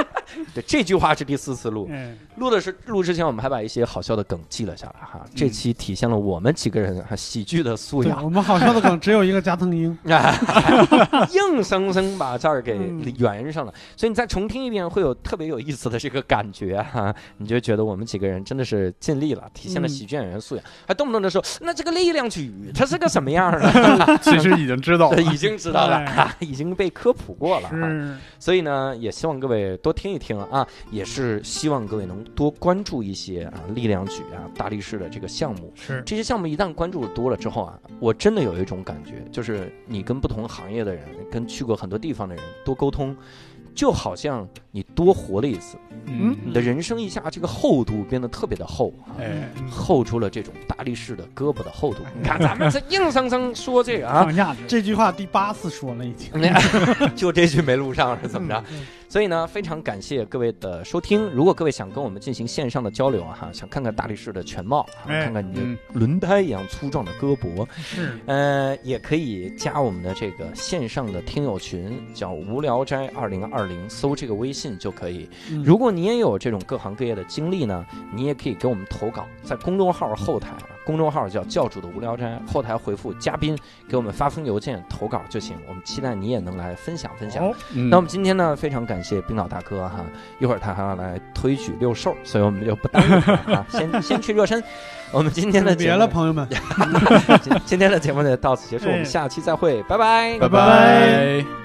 Speaker 1: 对，这句话是第四次录。
Speaker 2: 嗯，
Speaker 1: 录的是录之前，我们还把一些好笑的梗记了下来哈。
Speaker 2: 嗯
Speaker 1: 这期体现了我们几个人啊喜剧的素
Speaker 3: 对，
Speaker 1: 养。
Speaker 3: 我们好笑的梗只有一个加藤鹰，
Speaker 1: 硬生生把这儿给
Speaker 2: 嗯
Speaker 1: 圆上了，所以你再重听一遍，会有特别有意思的这个感觉哈、 你就觉得我们几个人真的是尽力了，体现了
Speaker 3: 嗯
Speaker 1: 喜剧演员素养，还动不动的说，那这个力量曲它是个什么样儿 的？
Speaker 4: 其实已经知道了。
Speaker 1: 已经知道了、
Speaker 2: 哎
Speaker 1: 哈 已经被科普过了、哈
Speaker 2: 是，
Speaker 1: 所以呢，也希望各位多听一听啊，也是希望各位能多关注一些啊力量举啊大力士的这个项目，
Speaker 2: 是
Speaker 1: 这些项目一旦关注的多了之后啊，我真的有一种感觉，就是你跟不同行业的人，跟去过很多地方的人多沟通，就好像你多活了一次，
Speaker 4: 嗯
Speaker 1: 你的人生一下这个厚度变得特别的厚啊。
Speaker 4: 哎，
Speaker 2: 嗯
Speaker 1: 厚出了这种大力士的胳膊的厚度，你看咱们这硬生生说这个啊，
Speaker 2: 放价值，
Speaker 3: 这句话第八次说了已经。
Speaker 1: 就这句没录上是怎么着？
Speaker 3: 嗯？嗯
Speaker 1: 所以呢，非常感谢各位的收听。如果各位想跟我们进行线上的交流啊，哈，想看看大力士的全貌，啊
Speaker 2: 哎
Speaker 1: 看看你
Speaker 4: 嗯
Speaker 1: 的轮胎一样粗壮的胳膊，
Speaker 2: 是
Speaker 1: 呃，也可以加我们的这个线上的听友群，叫“无聊斋二零二零”，搜这个微信就可以。
Speaker 3: 嗯
Speaker 1: 如果你也有这种各行各业的经历呢，你也可以给我们投稿，在公众号后台，公众号叫“教主的无聊斋”，后台回复“嘉宾”，给我们发封邮件投稿就行。我们期待你也能来分享分享。
Speaker 2: 好，
Speaker 4: 嗯
Speaker 1: 那我们今天呢，非常感谢冰岛大哥哈，一会儿他还要来推举六兽，所以我们就不耽误他啊，先先去热身。我们今天的节
Speaker 3: 别
Speaker 1: 目
Speaker 3: 了，嗯朋友们。
Speaker 1: 今今天的节目呢到此结束，我们
Speaker 2: 哎
Speaker 1: 下期再会，拜拜，
Speaker 4: 拜
Speaker 2: 拜
Speaker 4: 拜。